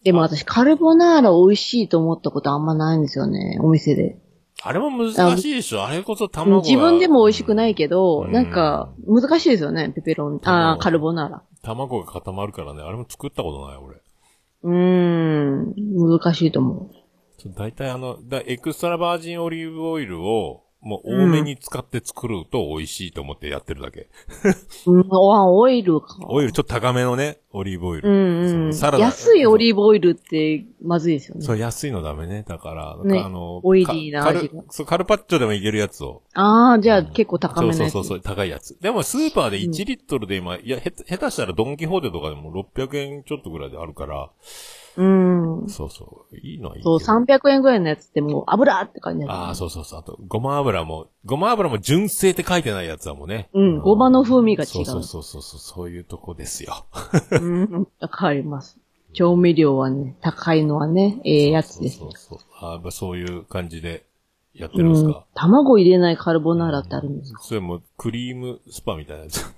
[SPEAKER 2] でも私、カルボナーラ美味しいと思ったことあんまないんですよね、お店で。
[SPEAKER 3] あれも難しいでしょ、あれこそ
[SPEAKER 2] うん
[SPEAKER 3] 卵が。。
[SPEAKER 2] 自分でも美味しくないいけど、
[SPEAKER 3] うん
[SPEAKER 2] なんか、難しいですよね、ペペロン、あ
[SPEAKER 3] 卵
[SPEAKER 2] ーカルボナーラ。
[SPEAKER 3] 卵が固まるからね、あれも作ったことない、俺。
[SPEAKER 2] うーん、難しいと思う。
[SPEAKER 3] そう大体あの、だエクストラバージンオリーブオイルを、もう多めに使って作ると美味しいと思ってやってるだけ。
[SPEAKER 2] うん、あ、オイルか。
[SPEAKER 3] オイル、ちょっと高めのね、オリーブオ
[SPEAKER 2] う
[SPEAKER 3] イル。
[SPEAKER 2] んうん。
[SPEAKER 3] サラダ
[SPEAKER 2] 安いオリーブオイルってまずいですよね。
[SPEAKER 3] そう、安いのダメね。だから、
[SPEAKER 2] ね
[SPEAKER 3] あの、
[SPEAKER 2] オイリーな
[SPEAKER 3] か
[SPEAKER 2] 味が
[SPEAKER 3] カルそうカルパッチョでもいけるやつを。
[SPEAKER 2] ああ、じゃ
[SPEAKER 3] う
[SPEAKER 2] あ
[SPEAKER 3] ん
[SPEAKER 2] 結構高め
[SPEAKER 3] そ
[SPEAKER 2] の
[SPEAKER 3] う
[SPEAKER 2] やつ。
[SPEAKER 3] そうそうそう、高いやつ。でもスーパーで
[SPEAKER 2] うん
[SPEAKER 3] 1リットルで今、いや、へた、下手したらドンキホーテとかでも600円ちょっとぐらいであるから、
[SPEAKER 2] うん。
[SPEAKER 3] そうそう、いいのはいいけ
[SPEAKER 2] そう、
[SPEAKER 3] ど。
[SPEAKER 2] 300円ぐらいのやつってもう油って感じだよね
[SPEAKER 3] ああ、そうそうそう。あと、ごま油も、ごま油も純正って書いてないやつはもうね。
[SPEAKER 2] うんごまの風味が違う
[SPEAKER 3] そうそうそうそう、そういうとこですよ。
[SPEAKER 2] うん、わかります。調味料はね、高いのはね、ええやつです
[SPEAKER 3] そ。うそうそう。あーやっぱそういう感じでやって
[SPEAKER 2] う
[SPEAKER 3] るんです
[SPEAKER 2] ん
[SPEAKER 3] か。。
[SPEAKER 2] 卵入れないカルボナーラってあるんですか
[SPEAKER 3] それもクリームスパみたいなやつ。
[SPEAKER 2] (laughs)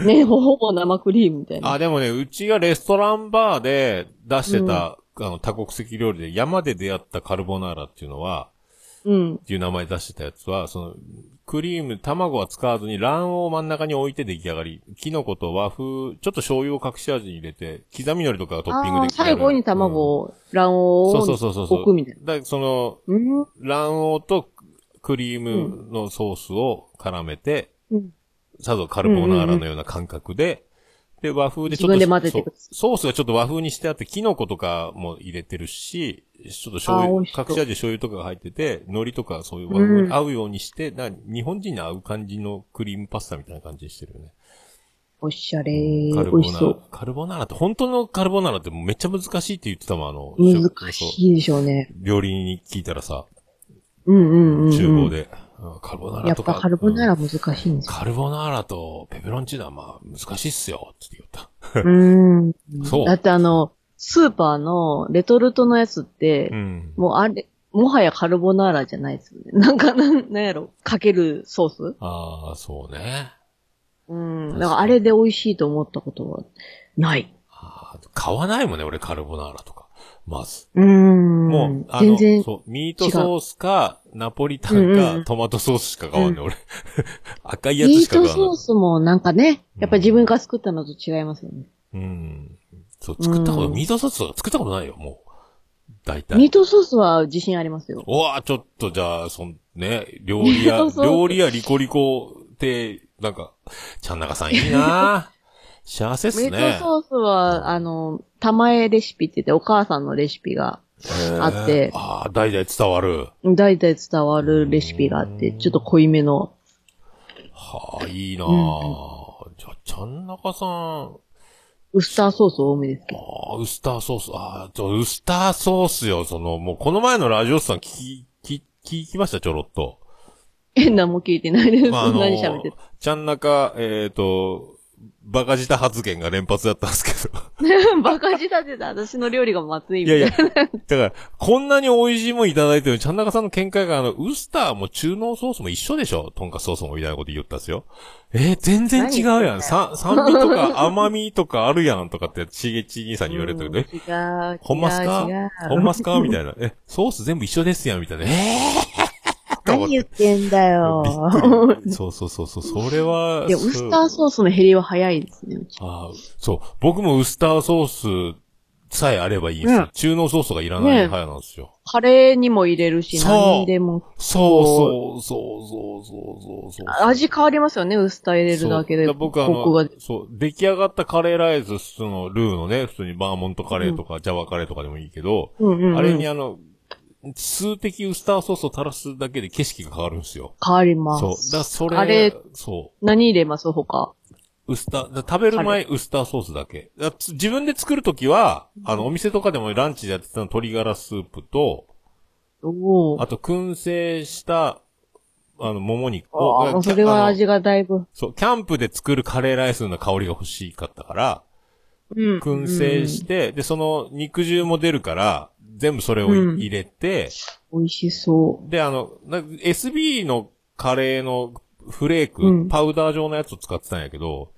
[SPEAKER 2] ね、ほほぼ生クリームみたいな。
[SPEAKER 3] あ、でもね、うちがレストランバーで出してた、あの、多国籍料理で山で出会ったカルボナーラっていうのは、
[SPEAKER 2] うん
[SPEAKER 3] っ。ていう名前出してたやつは、その、クリーム、卵は使わずに卵黄を真ん中に置いて出来上がり、キノコと和風、ちょっと醤油を隠し味に入れて、刻み海苔とかがトッピング
[SPEAKER 2] あ
[SPEAKER 3] で
[SPEAKER 2] あ、
[SPEAKER 3] きる
[SPEAKER 2] 最後に卵を、卵
[SPEAKER 3] そう
[SPEAKER 2] 黄
[SPEAKER 3] そ
[SPEAKER 2] を
[SPEAKER 3] うそうそうそう。
[SPEAKER 2] 置くみたいな。
[SPEAKER 3] だからその、
[SPEAKER 2] うん
[SPEAKER 3] 卵黄とクリームのソースを絡めて、
[SPEAKER 2] うん
[SPEAKER 3] さぞカルボナーラのような感覚で、で、和風でちょっと、
[SPEAKER 2] 自分で混ぜてく
[SPEAKER 3] そうソースがちょっと和風にしてあって、キノコとかも入れてるし、ちょっと醤
[SPEAKER 2] あー
[SPEAKER 3] 油、
[SPEAKER 2] 美
[SPEAKER 3] 隠
[SPEAKER 2] 味し
[SPEAKER 3] し
[SPEAKER 2] そう
[SPEAKER 3] 味醤油とかが入ってて、海苔とかそういう和風
[SPEAKER 2] うん
[SPEAKER 3] に合うようにして、な日本人に合う感じのクリームパスタみたいな感じにしてるよね。
[SPEAKER 2] おしゃれ
[SPEAKER 3] カ
[SPEAKER 2] ー。
[SPEAKER 3] ル
[SPEAKER 2] 美
[SPEAKER 3] ボ
[SPEAKER 2] 味し
[SPEAKER 3] ナー
[SPEAKER 2] そ
[SPEAKER 3] ラ
[SPEAKER 2] う。。
[SPEAKER 3] カルボナーラって、本当のカルボナーラってもうめっちゃ難しいって言ってたもん、あの、
[SPEAKER 2] 難
[SPEAKER 3] そう
[SPEAKER 2] しいでしょうね。
[SPEAKER 3] 料理人に聞いたらさ、
[SPEAKER 2] うんうんうんうん。
[SPEAKER 3] 厨房。で。うんカルボナー
[SPEAKER 2] や
[SPEAKER 3] ラ
[SPEAKER 2] っ
[SPEAKER 3] とか。
[SPEAKER 2] ぱカルボナー
[SPEAKER 3] うん
[SPEAKER 2] ラ難しいんですよ。
[SPEAKER 3] カルボナーラとペペロンチーノはまあ難しいっすよ、って言った。
[SPEAKER 2] うん。
[SPEAKER 3] そう
[SPEAKER 2] だってあの、スーパーのレトルトのやつって、
[SPEAKER 3] うん。
[SPEAKER 2] もうあれ、もはやカルボナーラじゃないですよね。なんか、なんなんやろ、かけるソース
[SPEAKER 3] ああ、そうね。
[SPEAKER 2] うん。
[SPEAKER 3] 確か
[SPEAKER 2] な
[SPEAKER 3] に
[SPEAKER 2] んかあれで美味しいと思ったことはない。
[SPEAKER 3] あー買わないもんね、俺カルボナーラとか。まず。
[SPEAKER 2] うん。
[SPEAKER 3] もう、あ
[SPEAKER 2] 全
[SPEAKER 3] の、
[SPEAKER 2] 然、
[SPEAKER 3] そう、ミートソースか、ナポリタン
[SPEAKER 2] うんうん
[SPEAKER 3] か、トマトソースしか買わんね、俺。 (laughs) 赤いやつ
[SPEAKER 2] ミ
[SPEAKER 3] し
[SPEAKER 2] ー
[SPEAKER 3] か
[SPEAKER 2] ト
[SPEAKER 3] 買わない
[SPEAKER 2] ソー。スもなんかね、やっぱ自分が作ったのと違いますよね。
[SPEAKER 3] うん。そう、作ったこと、
[SPEAKER 2] うん
[SPEAKER 3] ミートソースは作ったことないよ、もう。大体。
[SPEAKER 2] ミートソースは自信ありますよ。
[SPEAKER 3] うわちょっとじゃあ、そん、ね、料理
[SPEAKER 2] い
[SPEAKER 3] 屋
[SPEAKER 2] (laughs) や、そう
[SPEAKER 3] 料理屋リコリコって、なんか、ちゃんなかさんいいな幸せっす
[SPEAKER 2] ミ
[SPEAKER 3] ね。
[SPEAKER 2] ートソースは、あの、玉江レシピって言って、お母さんのレシピが、
[SPEAKER 3] へー
[SPEAKER 2] あって
[SPEAKER 3] ああ、代々伝わる。
[SPEAKER 2] だいたい伝わるレシピがあって、ちょっと濃いめの。
[SPEAKER 3] はあ、いいなあ、じゃあ、ちゃんなかさん、
[SPEAKER 2] ウスターソース多めですけど。 (laughs)
[SPEAKER 3] ああ、ウスターソース、ああ、ちょウスターソースよ、その、もうこの前のラジオスさん聞き、聞、聞きました、ちょろっと。
[SPEAKER 2] え、何も聞いてないです。
[SPEAKER 3] まあ、あの
[SPEAKER 2] 何喋ってた (laughs)
[SPEAKER 3] ちゃんなか、えっ、と、バカ舌発言が連発だったんですけど。
[SPEAKER 2] バカ仕立てた私の料理がまずいみ
[SPEAKER 3] い
[SPEAKER 2] た
[SPEAKER 3] や
[SPEAKER 2] い
[SPEAKER 3] い
[SPEAKER 2] な。
[SPEAKER 3] や、だから、こんなに美味しいもんいただいてるのに、ちゃんなかさんの見解が、あの、ウスターも中濃ソースも一緒でしょとんかつソースもみたいなこと言ったんですよ。えー全然違うやん。さ、酸味とか甘みとかあるやんとかって、ちげちぎさんに言われたけど、え、
[SPEAKER 2] 違う。
[SPEAKER 3] ほんますか
[SPEAKER 2] 違う違う
[SPEAKER 3] ほんますかみたいな。え、ソース全部一緒ですやんみたいな。えーと思っ
[SPEAKER 2] 何
[SPEAKER 3] て
[SPEAKER 2] 言ってんだよ。
[SPEAKER 3] びっくりそうそうそうそう。それは、
[SPEAKER 2] で、ウ
[SPEAKER 3] そう
[SPEAKER 2] スターソースの減りは早いですね。うち
[SPEAKER 3] あーそう。僕もウスターソースさえあればいいんですよ。
[SPEAKER 2] ね
[SPEAKER 3] 中濃ソースがいらない
[SPEAKER 2] ね
[SPEAKER 3] 派なんですよ。
[SPEAKER 2] カレーにも入れるし、
[SPEAKER 3] そう
[SPEAKER 2] 何にでも。
[SPEAKER 3] そうそうそうそうそうそうそう。
[SPEAKER 2] 味変わりますよね、ウスター入れるだけで。
[SPEAKER 3] そう僕あ
[SPEAKER 2] コクが
[SPEAKER 3] の、そう、出来上がったカレーライス、その、ルーのね、普通にバーモントカレーとか、ジャワカレーとかでもいいけど、
[SPEAKER 2] うんうんうん
[SPEAKER 3] あれにあの、数滴ウスターソースを垂らすだけで景色が変わるんですよ。
[SPEAKER 2] 変わります。
[SPEAKER 3] そう。だからそれ、
[SPEAKER 2] あれ
[SPEAKER 3] そ
[SPEAKER 2] 何入れます他。
[SPEAKER 3] う。ウスター、だから食べる前ウスターソースだけ。だからつ自分で作るときは、あの、お店とかでもランチでやってたの鶏ガラスープと、
[SPEAKER 2] おー
[SPEAKER 3] あと燻製した、あの、もも肉を。
[SPEAKER 2] あーそれは味がだいぶ。
[SPEAKER 3] そう、キャンプで作るカレーライスの香りが欲しかったから、
[SPEAKER 2] うん。
[SPEAKER 3] 燻製して、で、その肉汁も出るから、全部それをい、
[SPEAKER 2] うん
[SPEAKER 3] 入れて、
[SPEAKER 2] うん美味しそ
[SPEAKER 3] で、あの、な SB のカレーのフレーク、
[SPEAKER 2] うん
[SPEAKER 3] パウダー状のやつを使ってたんやけど、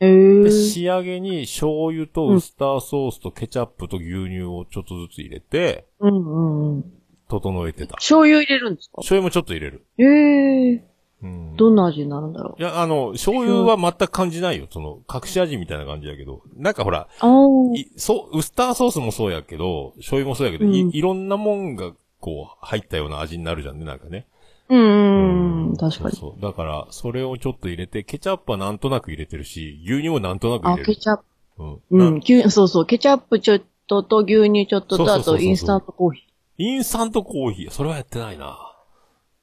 [SPEAKER 2] う。え
[SPEAKER 3] で
[SPEAKER 2] ー。
[SPEAKER 3] 仕上げに醤油とウスターソースとケチャップと牛乳をちょっとずつ入れて、
[SPEAKER 2] うんうんうん。
[SPEAKER 3] 整えてた。
[SPEAKER 2] 醤油入れるんですか
[SPEAKER 3] 醤油もちょっと入れる。
[SPEAKER 2] えー。
[SPEAKER 3] うん。
[SPEAKER 2] どんな味になるんだろう。
[SPEAKER 3] いや、あの、醤油は全く感じないよ。その、隠し味みたいな感じだけど。なんかほら、
[SPEAKER 2] あー
[SPEAKER 3] いそう、ウスターソースもそうやけど、醤油もそうやけど、
[SPEAKER 2] うん
[SPEAKER 3] いいろんなもんが、こう、入ったような味になるじゃんね、なんかね。
[SPEAKER 2] うんうんうん、確かに。
[SPEAKER 3] そうそう。だから、それをちょっと入れて、ケチャップはなんとなく入れてるし、牛乳もなんとなく
[SPEAKER 2] あ、
[SPEAKER 3] 入れ
[SPEAKER 2] ケ
[SPEAKER 3] る。
[SPEAKER 2] チャップ。
[SPEAKER 3] うん。
[SPEAKER 2] う、
[SPEAKER 3] なん
[SPEAKER 2] きゅそうそう、ケチャップちょっとと牛乳ちょっと
[SPEAKER 3] そう
[SPEAKER 2] と、
[SPEAKER 3] そ
[SPEAKER 2] あ
[SPEAKER 3] うそうそう
[SPEAKER 2] とインスタントコーヒー。
[SPEAKER 3] インスタントコーヒー。それはやってないな。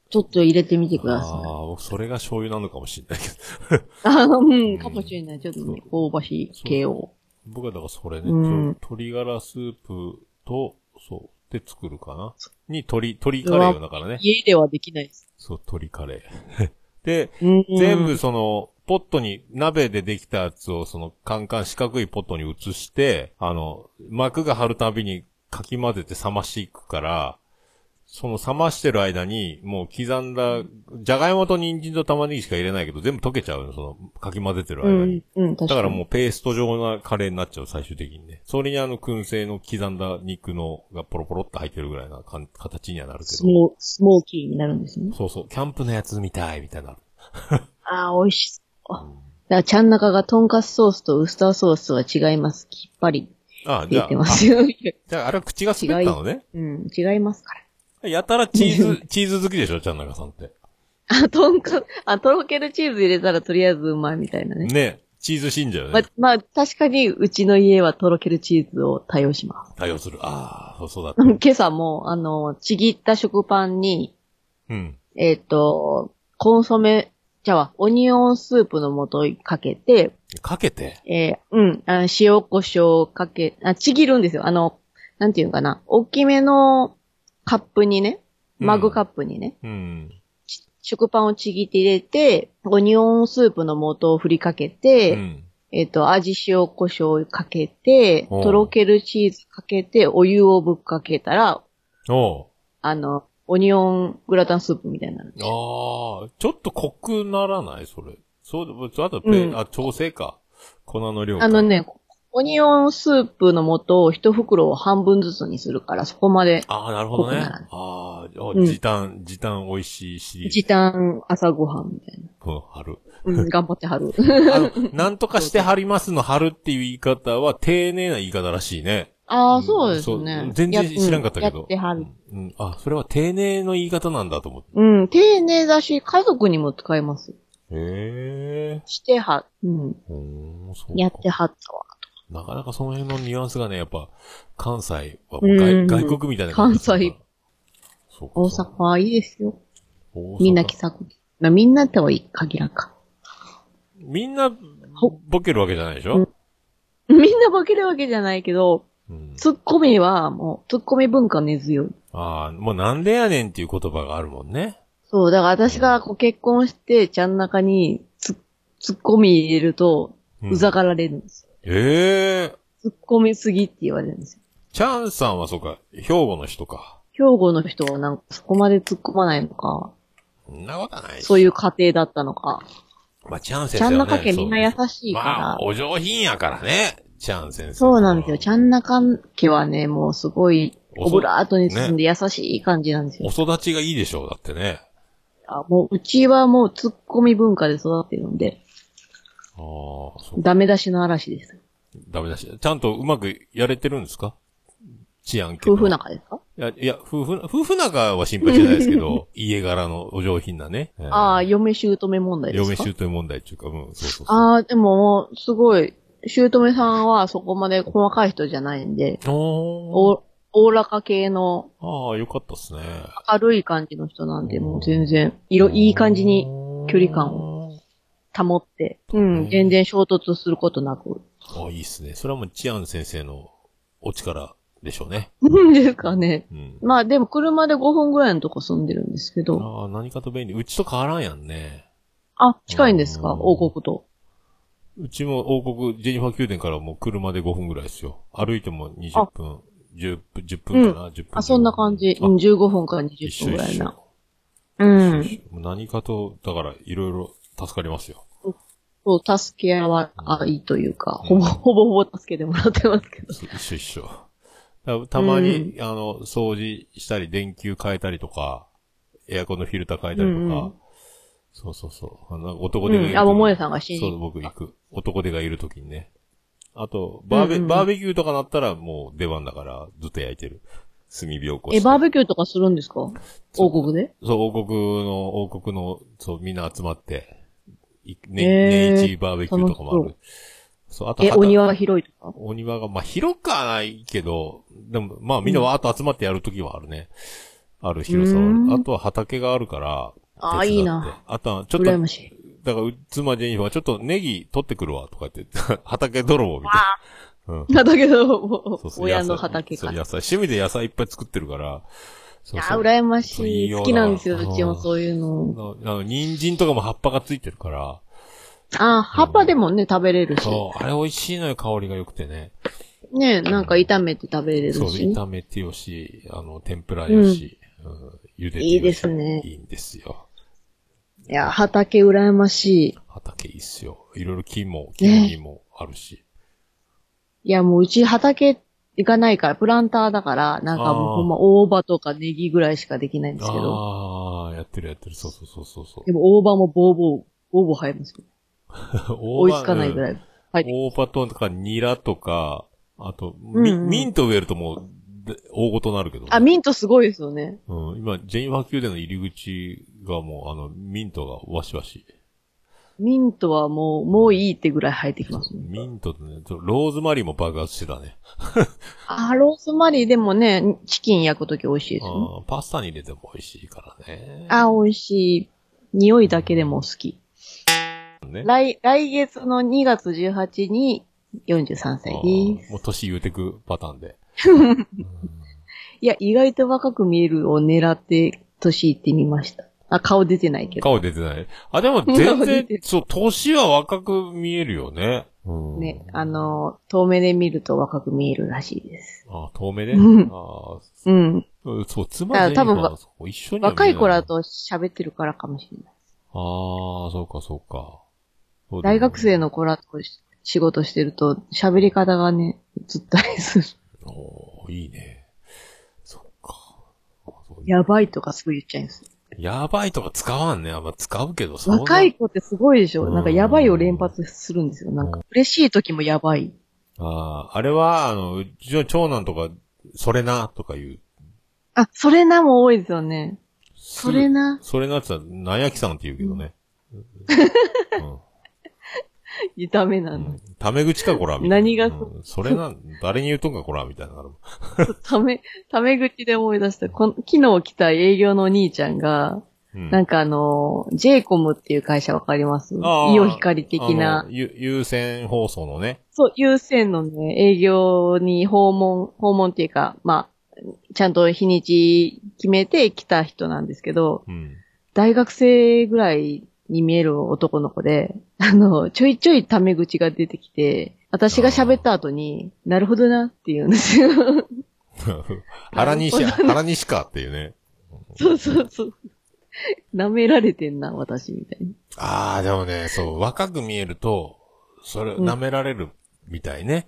[SPEAKER 2] ちょっと入れてみてくだ
[SPEAKER 3] あ
[SPEAKER 2] さい。
[SPEAKER 3] あ、僕それが醤油なのかもしれないけど。 (laughs)
[SPEAKER 2] あの、うん、かもしれない。ちょっとね、香ばしい系を。
[SPEAKER 3] 僕はだからそれね、
[SPEAKER 2] うん
[SPEAKER 3] そう鶏ガラスープと、そう、で作るかな。に鶏、鶏カレーよだからね。
[SPEAKER 2] 家ではできないです。
[SPEAKER 3] そう、鶏カレー。 (laughs) で、
[SPEAKER 2] うん、
[SPEAKER 3] 全部その、ポットに、鍋でできたやつをその、カンカン四角いポットに移して、あの、膜が張るたびにかき混ぜて冷ましていくから、その冷ましてる間に、もう刻んだ、じゃがいもと人参と玉ねぎしか入れないけど、全部溶けちゃうの、その、かき混ぜてる
[SPEAKER 2] う
[SPEAKER 3] 間に。
[SPEAKER 2] ん、うん、確かに。
[SPEAKER 3] だからもうペースト状なカレーになっちゃう、最終的にね。それにあの燻製の刻んだ肉のがポロポロっと入ってるぐらいなかん形にはなるけ
[SPEAKER 2] ス
[SPEAKER 3] ど。
[SPEAKER 2] モー、スモーキーになるんですね。
[SPEAKER 3] そうそう、キャンプのやつみたい、みたいな。
[SPEAKER 2] ああ、美味しそう。だから、ちゃん中がトンカツソースとウスターソースは違います。きっぱり。
[SPEAKER 3] あ、じ
[SPEAKER 2] 言
[SPEAKER 3] ゃ
[SPEAKER 2] っ
[SPEAKER 3] あ、
[SPEAKER 2] てま
[SPEAKER 3] あ
[SPEAKER 2] すよ。
[SPEAKER 3] じゃああれは口が滑ったのね。
[SPEAKER 2] うん、違いますから。
[SPEAKER 3] やたらチーズ、 (laughs) チーズ好きでしょ、ちゃんなかさんって。
[SPEAKER 2] あ、トンカ、あ、とろけるチーズ入れたらとりあえずうまいみたいなね。
[SPEAKER 3] ね、チーズ信者よ
[SPEAKER 2] ま
[SPEAKER 3] ね
[SPEAKER 2] あ。、まあ、確かに、うちの家はとろけるチーズを多用します。 (laughs)
[SPEAKER 3] 対応する。ああ、そうそうだった。
[SPEAKER 2] 今朝も、あの、ちぎった食パンに、
[SPEAKER 3] うん。
[SPEAKER 2] えっ、と、コンソメ、じゃあ、オニオンスープの素をかけて、
[SPEAKER 3] かけて。
[SPEAKER 2] えーうん、あ塩胡椒をかけ、あ、ちぎるんですよ。あの、なんていうのかな、大きめのカップにね、マグカップにね、
[SPEAKER 3] うん。
[SPEAKER 2] ち食パンをちぎって入れて、オニオンスープの素を振りかけて、
[SPEAKER 3] うん。
[SPEAKER 2] えっ、と、味塩胡椒かけて、
[SPEAKER 3] おう
[SPEAKER 2] とろけるチーズかけて、お湯をぶっかけたら、
[SPEAKER 3] おう
[SPEAKER 2] あの、オニオングラタンスープみたいになる。
[SPEAKER 3] ああ、ちょっと濃くならないそれ。そう、あとペ、
[SPEAKER 2] うん
[SPEAKER 3] あ、調整か。粉の量か。
[SPEAKER 2] あのね、オニオンスープの素を一袋を半分ずつにするから、そこまで、
[SPEAKER 3] ああ、なるほどね。
[SPEAKER 2] 濃くならない
[SPEAKER 3] あーあ、
[SPEAKER 2] うん
[SPEAKER 3] 時短、時短美味しいシリーズ。
[SPEAKER 2] 時短朝ごはんみたいな。
[SPEAKER 3] うん、貼る。
[SPEAKER 2] うん、頑張ってはる。
[SPEAKER 3] あの、なんとかして貼りますの貼るっていう言い方は丁寧な言い方らしいね。
[SPEAKER 2] (laughs) ああ、そうです
[SPEAKER 3] そ
[SPEAKER 2] ね
[SPEAKER 3] う。全然知らんかったけど。
[SPEAKER 2] やうんやってはる。
[SPEAKER 3] うん。あ、それは丁寧の言い方なんだと思って。
[SPEAKER 2] うん、丁寧だし、家族にも使えます。
[SPEAKER 3] へえ。
[SPEAKER 2] しては、うん、
[SPEAKER 3] おーそうか
[SPEAKER 2] やってはったわ。
[SPEAKER 3] なかなかその辺のニュアンスがね、やっぱ、関西はもう外,、
[SPEAKER 2] うん
[SPEAKER 3] 外国みたいな感じ。
[SPEAKER 2] 関西。
[SPEAKER 3] そうか。
[SPEAKER 2] 大
[SPEAKER 3] そうか
[SPEAKER 2] 阪はいいですよ。
[SPEAKER 3] 大阪
[SPEAKER 2] みんな気さく。まあ、みんなとはいい限らんか。 (laughs)
[SPEAKER 3] みんな
[SPEAKER 2] ほ、
[SPEAKER 3] ボケるわけじゃないでし
[SPEAKER 2] う
[SPEAKER 3] ょ
[SPEAKER 2] んみんな化けるわけじゃないけど、
[SPEAKER 3] うん。
[SPEAKER 2] ツッコミはもう、ツッコミ文化根強い。
[SPEAKER 3] ああ、もうなんでやねんっていう言葉があるもんね。
[SPEAKER 2] そう、だから私がこう結婚して、ちゃん中にツッ、ツッコミ入れると、
[SPEAKER 3] うん
[SPEAKER 2] うざがられるんですよ。
[SPEAKER 3] ええ
[SPEAKER 2] ツッコミすぎって言われるんですよ。
[SPEAKER 3] チャンさんはそうか、兵庫の人か。
[SPEAKER 2] 兵庫の人はなんかそこまで突っ込まないのか、
[SPEAKER 3] そんなことはない
[SPEAKER 2] そういう家庭だったのか。
[SPEAKER 3] まあ、チャン
[SPEAKER 2] ち
[SPEAKER 3] 先生
[SPEAKER 2] ゃ
[SPEAKER 3] は、
[SPEAKER 2] ん
[SPEAKER 3] ね。
[SPEAKER 2] 中家みんな優しいか
[SPEAKER 3] まあ
[SPEAKER 2] ら、。
[SPEAKER 3] お上品やからね。チャン先生。
[SPEAKER 2] そうなんですよ。ちゃん中家はね、もうすごい、
[SPEAKER 3] お
[SPEAKER 2] オブラートに包んで優しい感じなんですよ
[SPEAKER 3] お。育ちがいいでしょう、だってね。
[SPEAKER 2] あもう、うちはもうツッコミ文化で育ってるんで、
[SPEAKER 3] ああ、そう。
[SPEAKER 2] ダメ出しの嵐です。
[SPEAKER 3] ダメだし。ちゃんとうまくやれてるんですか治安系の
[SPEAKER 2] 夫婦。仲ですか
[SPEAKER 3] いや、いや、夫婦、夫婦仲は心配してないですけど、 (laughs) 家柄のお上品なね。えー
[SPEAKER 2] ああ、嫁姑問題ですか
[SPEAKER 3] 嫁姑問題っていうか、うん、そうそうそう。
[SPEAKER 2] ああ、でももう、すごい、姑さんはそこまで細かい人じゃないんで、
[SPEAKER 3] おー
[SPEAKER 2] お、おおらか系の
[SPEAKER 3] ああ、よかったっすね。
[SPEAKER 2] 軽い感じの人なんで、もう全然、色、いい感じに距離感
[SPEAKER 3] を。
[SPEAKER 2] 保って、うん、全然衝突することなく。
[SPEAKER 3] ああ、いいっすね。それはもう治安先生のお力でしょうね。
[SPEAKER 2] うんですかね。
[SPEAKER 3] うん。
[SPEAKER 2] まあでも車で5分ぐらいのとこ住んでるんですけど、
[SPEAKER 3] ああ、何かと便利。うちと変わらんやんね。
[SPEAKER 2] あ、近いんですか
[SPEAKER 3] うん
[SPEAKER 2] 王国と。
[SPEAKER 3] うちも王国、ジェニファー宮殿からもう車で5分ぐらいですよ。歩いても20分、10分、10分かな、10分。
[SPEAKER 2] あ、そんな感じ。
[SPEAKER 3] あ
[SPEAKER 2] うん、15分から20
[SPEAKER 3] 一
[SPEAKER 2] 分ぐ
[SPEAKER 3] 緒
[SPEAKER 2] らい
[SPEAKER 3] 一緒。
[SPEAKER 2] な。うん。
[SPEAKER 3] もう何かと、だから、いろいろ助かりますよ。
[SPEAKER 2] そう、助け合いは、あ、いいというか、ほぼ、ほぼほぼ助けてもらってますけど。
[SPEAKER 3] 一緒一緒。だたまに、あの、掃除したり、電球変えたりとか、エアコンのフィルター変えたりとか、
[SPEAKER 2] うんうん
[SPEAKER 3] そうそうそう。あの、男手がい
[SPEAKER 2] う
[SPEAKER 3] る時に、
[SPEAKER 2] んあ桃江さんがしに
[SPEAKER 3] そう、僕行く。男手がいる時にね。あと、バーベ、
[SPEAKER 2] うんうん
[SPEAKER 3] バーベキューとかなったらもう出番だから、ずっと焼いてる。炭火起こし。
[SPEAKER 2] え、バーベキューとかするんですか王国で
[SPEAKER 3] そう、王国の、王国の、そう、みんな集まって、い
[SPEAKER 2] へ
[SPEAKER 3] ね、
[SPEAKER 2] ー
[SPEAKER 3] 年一バーベキューとかもある
[SPEAKER 2] 楽。
[SPEAKER 3] そう、あと
[SPEAKER 2] え、
[SPEAKER 3] 旗
[SPEAKER 2] お庭が広いとか
[SPEAKER 3] お庭が、まあ、広くはないけど、でも、まあ、みんなわーっと集まってやるときはあるね。ある広さはある
[SPEAKER 2] うん
[SPEAKER 3] あとは畑があるから、
[SPEAKER 2] あー
[SPEAKER 3] 手伝って
[SPEAKER 2] いいな。
[SPEAKER 3] あとは、ちょっと、
[SPEAKER 2] 羨まし (laughs) い。
[SPEAKER 3] だから、う妻ジェニファー、ちょっとネギ取ってくるわ、とか言って、畑泥棒みたいな。うん。
[SPEAKER 2] だけど、もう
[SPEAKER 3] そうそう
[SPEAKER 2] 親
[SPEAKER 3] 野
[SPEAKER 2] の
[SPEAKER 3] 菜
[SPEAKER 2] 畑か
[SPEAKER 3] そう、
[SPEAKER 2] ら。
[SPEAKER 3] 野菜。趣味で野菜いっぱい作ってるから。そ
[SPEAKER 2] あー、羨まし
[SPEAKER 3] いい
[SPEAKER 2] い。
[SPEAKER 3] よな
[SPEAKER 2] 好きなんですよ、うち
[SPEAKER 3] う
[SPEAKER 2] も
[SPEAKER 3] ん
[SPEAKER 2] そういうの。
[SPEAKER 3] あの、人参とかも葉っぱがついてるから。
[SPEAKER 2] あー、葉っぱでもね、食べれるし。
[SPEAKER 3] そう、あれ美味しいのよ、香りが良くてね。
[SPEAKER 2] ね、なんか炒めて食べれる
[SPEAKER 3] そう、
[SPEAKER 2] しね。
[SPEAKER 3] 炒めてよし、あの、天ぷらよし、うん茹でてよし
[SPEAKER 2] いいですね
[SPEAKER 3] いいんですよ。
[SPEAKER 2] いや、畑羨ましい。
[SPEAKER 3] 畑いいっすよ。いろいろ木も、木の実もあるし。
[SPEAKER 2] いや、もううち畑がないから、プランターだから、なんかもうほんま大葉とかネギぐらいしかできないんですけど。
[SPEAKER 3] ああ、やってるやってる。そうそうそうそうそう
[SPEAKER 2] で。も大葉もボーボー、ボーボー生えますよ。
[SPEAKER 3] (laughs) 追
[SPEAKER 2] 追いつかないぐらい。はい。
[SPEAKER 3] 大葉とかニラとか、あと、
[SPEAKER 2] ん
[SPEAKER 3] ミ
[SPEAKER 2] うん
[SPEAKER 3] ミント植えるともう、で大ごとなるけどね、
[SPEAKER 2] あ、ミントすごいですよね。
[SPEAKER 3] うん、今、ジェニファー宮殿の入り口がもう、あの、ミントがわしわし。
[SPEAKER 2] ミントはもう、もういいってぐらい生えてきますね。
[SPEAKER 3] ミントとね、ちょローズマリーも爆発してたね。
[SPEAKER 2] あ、ロースマリーでもね、チキン焼くとき美味しいですよね。
[SPEAKER 3] あーパスタに入れても美味しいからね。
[SPEAKER 2] あ、美味しい。匂いだけでも好き。
[SPEAKER 3] ね
[SPEAKER 2] 来、来月の2月18に43歳で
[SPEAKER 3] うんもう年言うてくパターンで。
[SPEAKER 2] す。いや、意外と若く見えるを狙って年いってみました。あ、顔出てないけど。
[SPEAKER 3] 顔出てない。あ、でも全
[SPEAKER 2] 顔出
[SPEAKER 3] 然
[SPEAKER 2] て、る
[SPEAKER 3] そう、年は若く見えるよね。うん。
[SPEAKER 2] ね、あの、遠目で見ると若く見えるらしいです。
[SPEAKER 3] あ、遠目で。あ
[SPEAKER 2] うん
[SPEAKER 3] ー
[SPEAKER 2] うん。
[SPEAKER 3] そう、妻
[SPEAKER 2] だから
[SPEAKER 3] ジェニ
[SPEAKER 2] 多
[SPEAKER 3] ファー
[SPEAKER 2] 分わ
[SPEAKER 3] そう一緒には見えな
[SPEAKER 2] 若
[SPEAKER 3] い
[SPEAKER 2] い子らと喋ってるからかもしれない。
[SPEAKER 3] ああ、そうか、そうか。そうだね
[SPEAKER 2] 大学生の子らと仕事してると喋り方がね、ずっとあれする。
[SPEAKER 3] おーいいね。そっか。あそう
[SPEAKER 2] やばいとかすごい言っちゃうんです。
[SPEAKER 3] やばいとか使わんね。あんま使うけど、そんな
[SPEAKER 2] 若い子ってすごいでし
[SPEAKER 3] う
[SPEAKER 2] ょ
[SPEAKER 3] ん
[SPEAKER 2] なんかやばいを連発するんですよ。なんか嬉しい時もやばい。
[SPEAKER 3] ああ、あれは、あの、うちの長男とか、それな、とか言う。
[SPEAKER 2] あ、それなも多いですよね。
[SPEAKER 3] す
[SPEAKER 2] そ
[SPEAKER 3] ぐ
[SPEAKER 2] れ。な、
[SPEAKER 3] それなって言ったら、なんやきさんって言うけどね。うん
[SPEAKER 2] ダメな
[SPEAKER 3] う
[SPEAKER 2] の。
[SPEAKER 3] ん。タメ口か、こら、みたいな。
[SPEAKER 2] 何が
[SPEAKER 3] うんそれな、誰に言うとんか、こら、みたいなのあるもん。
[SPEAKER 2] ため、ため口で思い出した。この昨日来た営業のお兄ちゃんが、
[SPEAKER 3] うん
[SPEAKER 2] なんかあの、ジェイコムっていう会社わかりますイ
[SPEAKER 3] あー
[SPEAKER 2] オ光的
[SPEAKER 3] あ
[SPEAKER 2] な
[SPEAKER 3] の。ゆ優先放送のね。
[SPEAKER 2] そう、優先のね、営業に訪問、訪問っていうか、まあ、ちゃんと日にち決めて来た人なんですけど、 (laughs)
[SPEAKER 3] うん。
[SPEAKER 2] 大学生ぐらいに見える男の子で、あの、ちょいちょいタメ口が出てきて、私が喋った後に、なるほどなって言うんですよ。
[SPEAKER 3] (laughs) 原西、原西かっていうね。
[SPEAKER 2] そうそうそう。舐められてんな、私、みたいな。
[SPEAKER 3] ああ、でもね、そう、若く見えると、それ、
[SPEAKER 2] うん
[SPEAKER 3] 舐められるみたいね。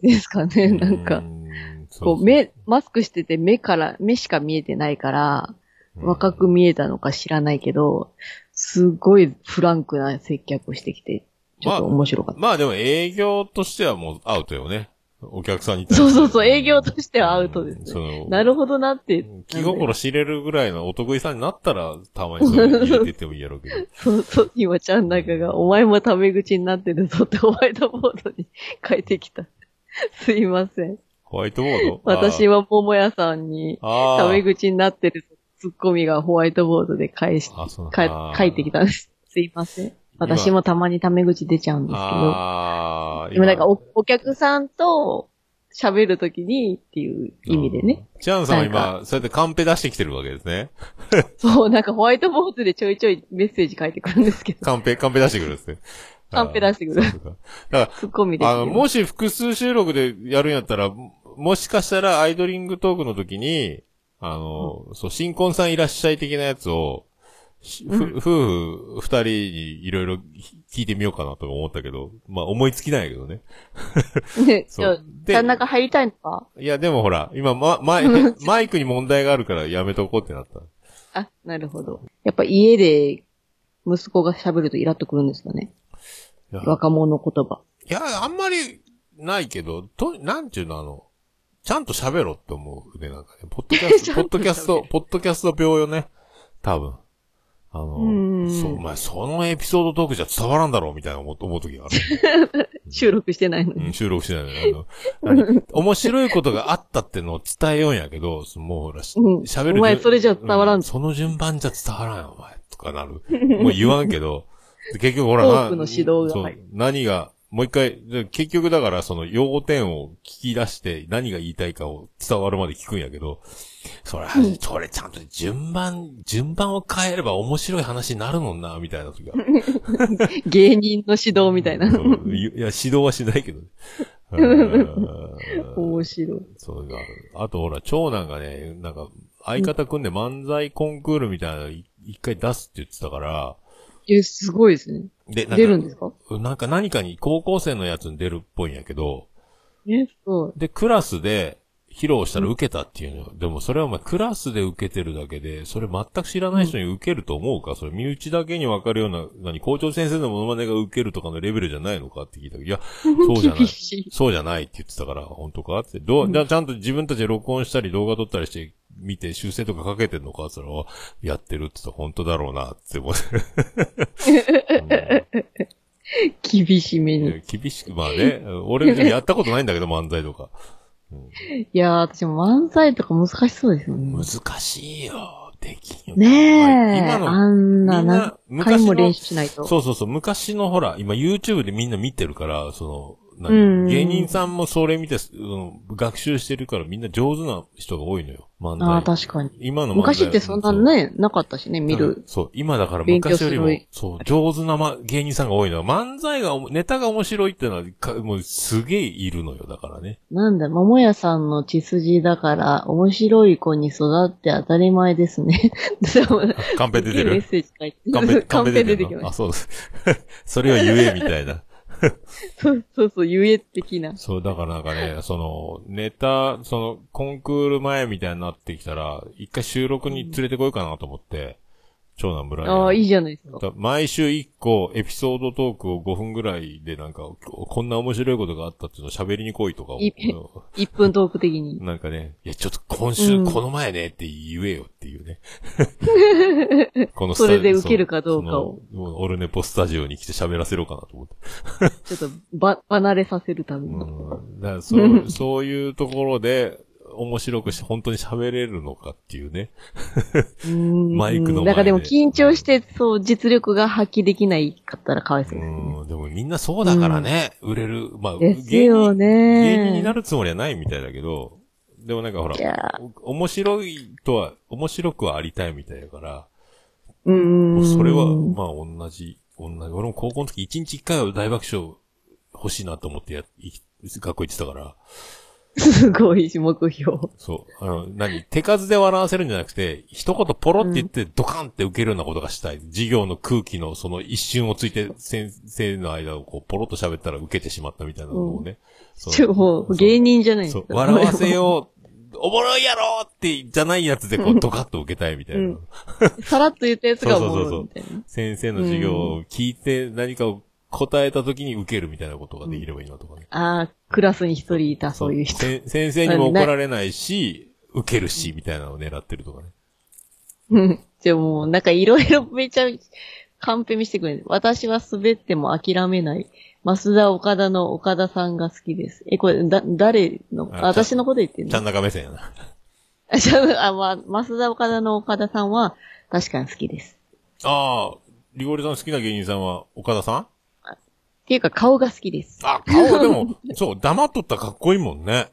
[SPEAKER 2] ですかね、なん
[SPEAKER 3] う
[SPEAKER 2] か
[SPEAKER 3] ー。ん、そ
[SPEAKER 2] こ
[SPEAKER 3] う
[SPEAKER 2] う、目、マスクしてて目から、目しか見えてないから、若く
[SPEAKER 3] 見
[SPEAKER 2] 見えたのか知らないけど、すごいフランクな接客をしてきて、ちょっと面白かった。
[SPEAKER 3] まあでも営業としてはもうアウトよね。お客さんに対して
[SPEAKER 2] そうそうそう、営業としてはアウトです、ね。
[SPEAKER 3] ね
[SPEAKER 2] なるほどなって。
[SPEAKER 3] 気心知れるぐらいのお得意さんになったら、たまにそういうの入れてってもいいやろうけど。
[SPEAKER 2] そうそう、今ちゃん中が、お前もタメ口になってるぞってホワイトボードに書いてきた。すいません。
[SPEAKER 3] ホワイトボード
[SPEAKER 2] (laughs) 私は桃屋さんに、
[SPEAKER 3] あー
[SPEAKER 2] タメ口になってるツッコミがホワイトボードで返し、
[SPEAKER 3] あそうあ
[SPEAKER 2] か
[SPEAKER 3] ー
[SPEAKER 2] 書いてきたんです。すいません。私もたまにタメ口出ちゃうんですけど。
[SPEAKER 3] ああー
[SPEAKER 2] でもなんかお、お客さんと喋るときにっていう意味でね。。
[SPEAKER 3] うんチャンさんは
[SPEAKER 2] な
[SPEAKER 3] 今、そうやってカンペ出してきてるわけですね。
[SPEAKER 2] そう、なんかホワイトボードでちょいちょいメッセージ書いてくるんですけど、
[SPEAKER 3] カンペ、カンペ出してくるんですね。
[SPEAKER 2] カンペ出してくる
[SPEAKER 3] あーそうそうだか
[SPEAKER 2] ツッコミで
[SPEAKER 3] ら、
[SPEAKER 2] す
[SPEAKER 3] あ
[SPEAKER 2] けど
[SPEAKER 3] の、もし複数収録でやるんやったら、ももしかしたらアイドリングトークの時に、あの、そう、新婚さんいらっしゃい的なやつを、しふ夫婦二人にいろいろ聞いてみようかなと思ったけど、まあ思いつきなんやけどね。
[SPEAKER 2] ね、
[SPEAKER 3] そ
[SPEAKER 2] そうう。
[SPEAKER 3] で
[SPEAKER 2] ちゃん中入りたいのか
[SPEAKER 3] いや、でもほら、今、ま、マイマイクに問題があるからやめとこうってなった。
[SPEAKER 2] あ、なるほど。やっぱ家で息子が喋るとイラっとくるんですかね。
[SPEAKER 3] いや
[SPEAKER 2] 若者言葉。
[SPEAKER 3] いや、あんまりないけど、と、なんちゅうの、あの、ちゃんと喋ろって思うね、な
[SPEAKER 2] (laughs)
[SPEAKER 3] んかね。ポッドキャス
[SPEAKER 2] ち
[SPEAKER 3] ト、
[SPEAKER 2] ゃ
[SPEAKER 3] ポ
[SPEAKER 2] ん
[SPEAKER 3] ッ
[SPEAKER 2] と喋
[SPEAKER 3] ド
[SPEAKER 2] る
[SPEAKER 3] キャスト、ポッドキャスト病よね。多分。あの、
[SPEAKER 2] うん
[SPEAKER 3] そう、お前そのエピソードトークじゃ伝わらんだろうみたいな思う思う時がある。
[SPEAKER 2] 収録してないの
[SPEAKER 3] う
[SPEAKER 2] に。
[SPEAKER 3] ん、収録してないのよあ
[SPEAKER 2] (laughs)
[SPEAKER 3] の何面白いことがあったってのを伝えようんやけど、もうほら、し
[SPEAKER 2] うん
[SPEAKER 3] 喋、る順。
[SPEAKER 2] お前それじゃ伝わらん
[SPEAKER 3] うその順番じゃ伝わらんよ、お前。とかなる。もう言わんけど。で結局ほら
[SPEAKER 2] ト
[SPEAKER 3] な、
[SPEAKER 2] ークの指導が
[SPEAKER 3] そう何が、もう一回、で結局だからその用語点を聞き出して何が言いたいかを伝わるまで聞くんやけど、それ、それちゃんと順番、順番を変えれば面白い話になるもんな、みたいな時がある。
[SPEAKER 2] 芸人の指導みたいな。
[SPEAKER 3] うんいや、指導はしないけ
[SPEAKER 2] (laughs)
[SPEAKER 3] どね。うん
[SPEAKER 2] 面白い。
[SPEAKER 3] そういうのがある。あと、ほら、長男がね、なんか、相方組んで漫才コンクールみたいなのい一回出すって言ってたから、
[SPEAKER 2] え、すごいですね。
[SPEAKER 3] で、なん
[SPEAKER 2] 出るん
[SPEAKER 3] か、
[SPEAKER 2] ですか
[SPEAKER 3] なんか何かに高校生のやつに出るっぽいんやけど、
[SPEAKER 2] え、そう。
[SPEAKER 3] で、クラスで披露したら受けたっていうのよ。でもそれはお前クラスで受けてるだけで、それ全く知らない人に受けると思うか、それ身内だけにわかるような、何、校長先生のモノマネが受けるとかのレベルじゃないのかって聞いたけど、いや、そうじゃない
[SPEAKER 2] (laughs) 厳。しい。
[SPEAKER 3] そうじゃないって言ってたから、本当かって。どう、じゃあちゃんと自分たちで録音したり動画撮ったりして、見て修正とかかけてんのかって言ったら、あやってるって言ったら本当だろうなって思
[SPEAKER 2] (laughs)
[SPEAKER 3] って。
[SPEAKER 2] 厳しめ
[SPEAKER 3] う
[SPEAKER 2] に。
[SPEAKER 3] ん厳しく、まあね、俺やったことないんだけど漫才とか。
[SPEAKER 2] いやー、私も漫才とか難しそうですよね
[SPEAKER 3] 難。しいよ。できんよ。
[SPEAKER 2] ねえ。
[SPEAKER 3] 今の
[SPEAKER 2] あんな
[SPEAKER 3] みんな
[SPEAKER 2] 何回も
[SPEAKER 3] 昔の
[SPEAKER 2] 練習しないと。
[SPEAKER 3] そうそうそう、昔のほら、今 YouTube でみんな見てるから、その、
[SPEAKER 2] うん
[SPEAKER 3] 何芸人さんもそれ見て、うん学習してるからみんな上手な人が多いのよ。漫才。
[SPEAKER 2] ああ、確かに。
[SPEAKER 3] 今の漫才
[SPEAKER 2] 昔ってそんな
[SPEAKER 3] う
[SPEAKER 2] ね、なかったしね、見
[SPEAKER 3] だから
[SPEAKER 2] る。
[SPEAKER 3] そう、今だから
[SPEAKER 2] 勉強
[SPEAKER 3] 昔
[SPEAKER 2] す
[SPEAKER 3] よ
[SPEAKER 2] る
[SPEAKER 3] りも、そう、上手な、ま、芸人さんが多いのは、漫才が、ネタが面白いってのは、かもうすげえいるのよ、だからね。
[SPEAKER 2] なんだ、桃屋さんの血筋だから、面白い子に育って当たり前ですね。 (laughs) でも
[SPEAKER 3] カンペ出て
[SPEAKER 2] いいメッ
[SPEAKER 3] る
[SPEAKER 2] セージ書いて
[SPEAKER 3] カンペ、
[SPEAKER 2] (laughs) カンペ出てき
[SPEAKER 3] る
[SPEAKER 2] ま
[SPEAKER 3] のあ、
[SPEAKER 2] し
[SPEAKER 3] そうです。 (laughs) それは言え、みたいな。
[SPEAKER 2] た。そうそうそう、ゆえ的な。
[SPEAKER 3] そう、だからなんかね、その、ネタ、その、コンクール前みたいになってきたら、一回収録に連れてこようかなと思って、長男村に。
[SPEAKER 2] ああ、いいじゃないですか。
[SPEAKER 3] だ毎週1個エピソードトークを5分ぐらいでなんか、こんな面白いことがあったっていうのを喋りに来いとかを
[SPEAKER 2] い一分トーク的に。
[SPEAKER 3] なんかね、いや、ちょっと今週、
[SPEAKER 2] うん
[SPEAKER 3] この前ねって言えよってい
[SPEAKER 2] (laughs)
[SPEAKER 3] うね。この
[SPEAKER 2] それで受けるかどうかを。
[SPEAKER 3] そうそのオルネポスタジオに来て喋らせろうかなと思って。
[SPEAKER 2] ちょっと、ば、離れさせるために。
[SPEAKER 3] うん、だからそうそういうところで、面白くして本当に喋れるのかっていうね。マイクの前で
[SPEAKER 2] なんかでも緊張して、そう、実力が発揮できないかったらかわいそううですね。
[SPEAKER 3] ん、でもみんなそうだからね、売れる。まあ、
[SPEAKER 2] ですよね
[SPEAKER 3] 芸人芸人になるつもりはないみたいだけど、でもなんかほら
[SPEAKER 2] いや、
[SPEAKER 3] お面白いとは、面白くはありたいみたいだから、
[SPEAKER 2] うーん。
[SPEAKER 3] それは、まあ同じ、同じ。俺も高校の時1日1回は大爆笑欲しいなと思ってや、い学校行ってたから、
[SPEAKER 2] (laughs) すごい目標。
[SPEAKER 3] そう。あの、何手数で笑わせるんじゃなくて、一言ポロって言ってドカンって受けるようなことがしたい。授業の空気のその一瞬をついて先生の間をこうポロッと喋ったら受けてしまったみたいなのをね。そう
[SPEAKER 2] ちょ、もう、芸人じゃないです
[SPEAKER 3] そう、
[SPEAKER 2] か。
[SPEAKER 3] (laughs) 笑わせよう、おもろいやろって、じゃないやつでこうドカッと受けたいみたいな。
[SPEAKER 2] うんさらっと言ったやつがおもろいみたいな。
[SPEAKER 3] 先生の授業を聞いて何かを答えた時に受けるみたいなことができればいいなとかね。
[SPEAKER 2] ああ、クラスに一人いた、そういう人。
[SPEAKER 3] せ先生にも怒られないし、受けるし、みたいなのを狙ってるとかね。
[SPEAKER 2] (laughs) うん。じゃあもう、なんかいろいろめちゃ、カンペ見せてくれる。私は滑っても諦めない。増田岡田の岡田さんが好きです。え、これ、だ、誰の、
[SPEAKER 3] あ
[SPEAKER 2] 私のこと言ってん
[SPEAKER 3] ちゃ
[SPEAKER 2] の
[SPEAKER 3] ん中目線やな。
[SPEAKER 2] あ、 (laughs) じゃあ、あまあ、増田岡田の岡田さんは、確かに好きです。
[SPEAKER 3] ああ、リゴリさん好きな芸人さんは岡田さん
[SPEAKER 2] っていうか、顔が好きです。
[SPEAKER 3] あ、顔
[SPEAKER 2] (laughs)
[SPEAKER 3] でも、そう、黙っとったらかっこいいもんね。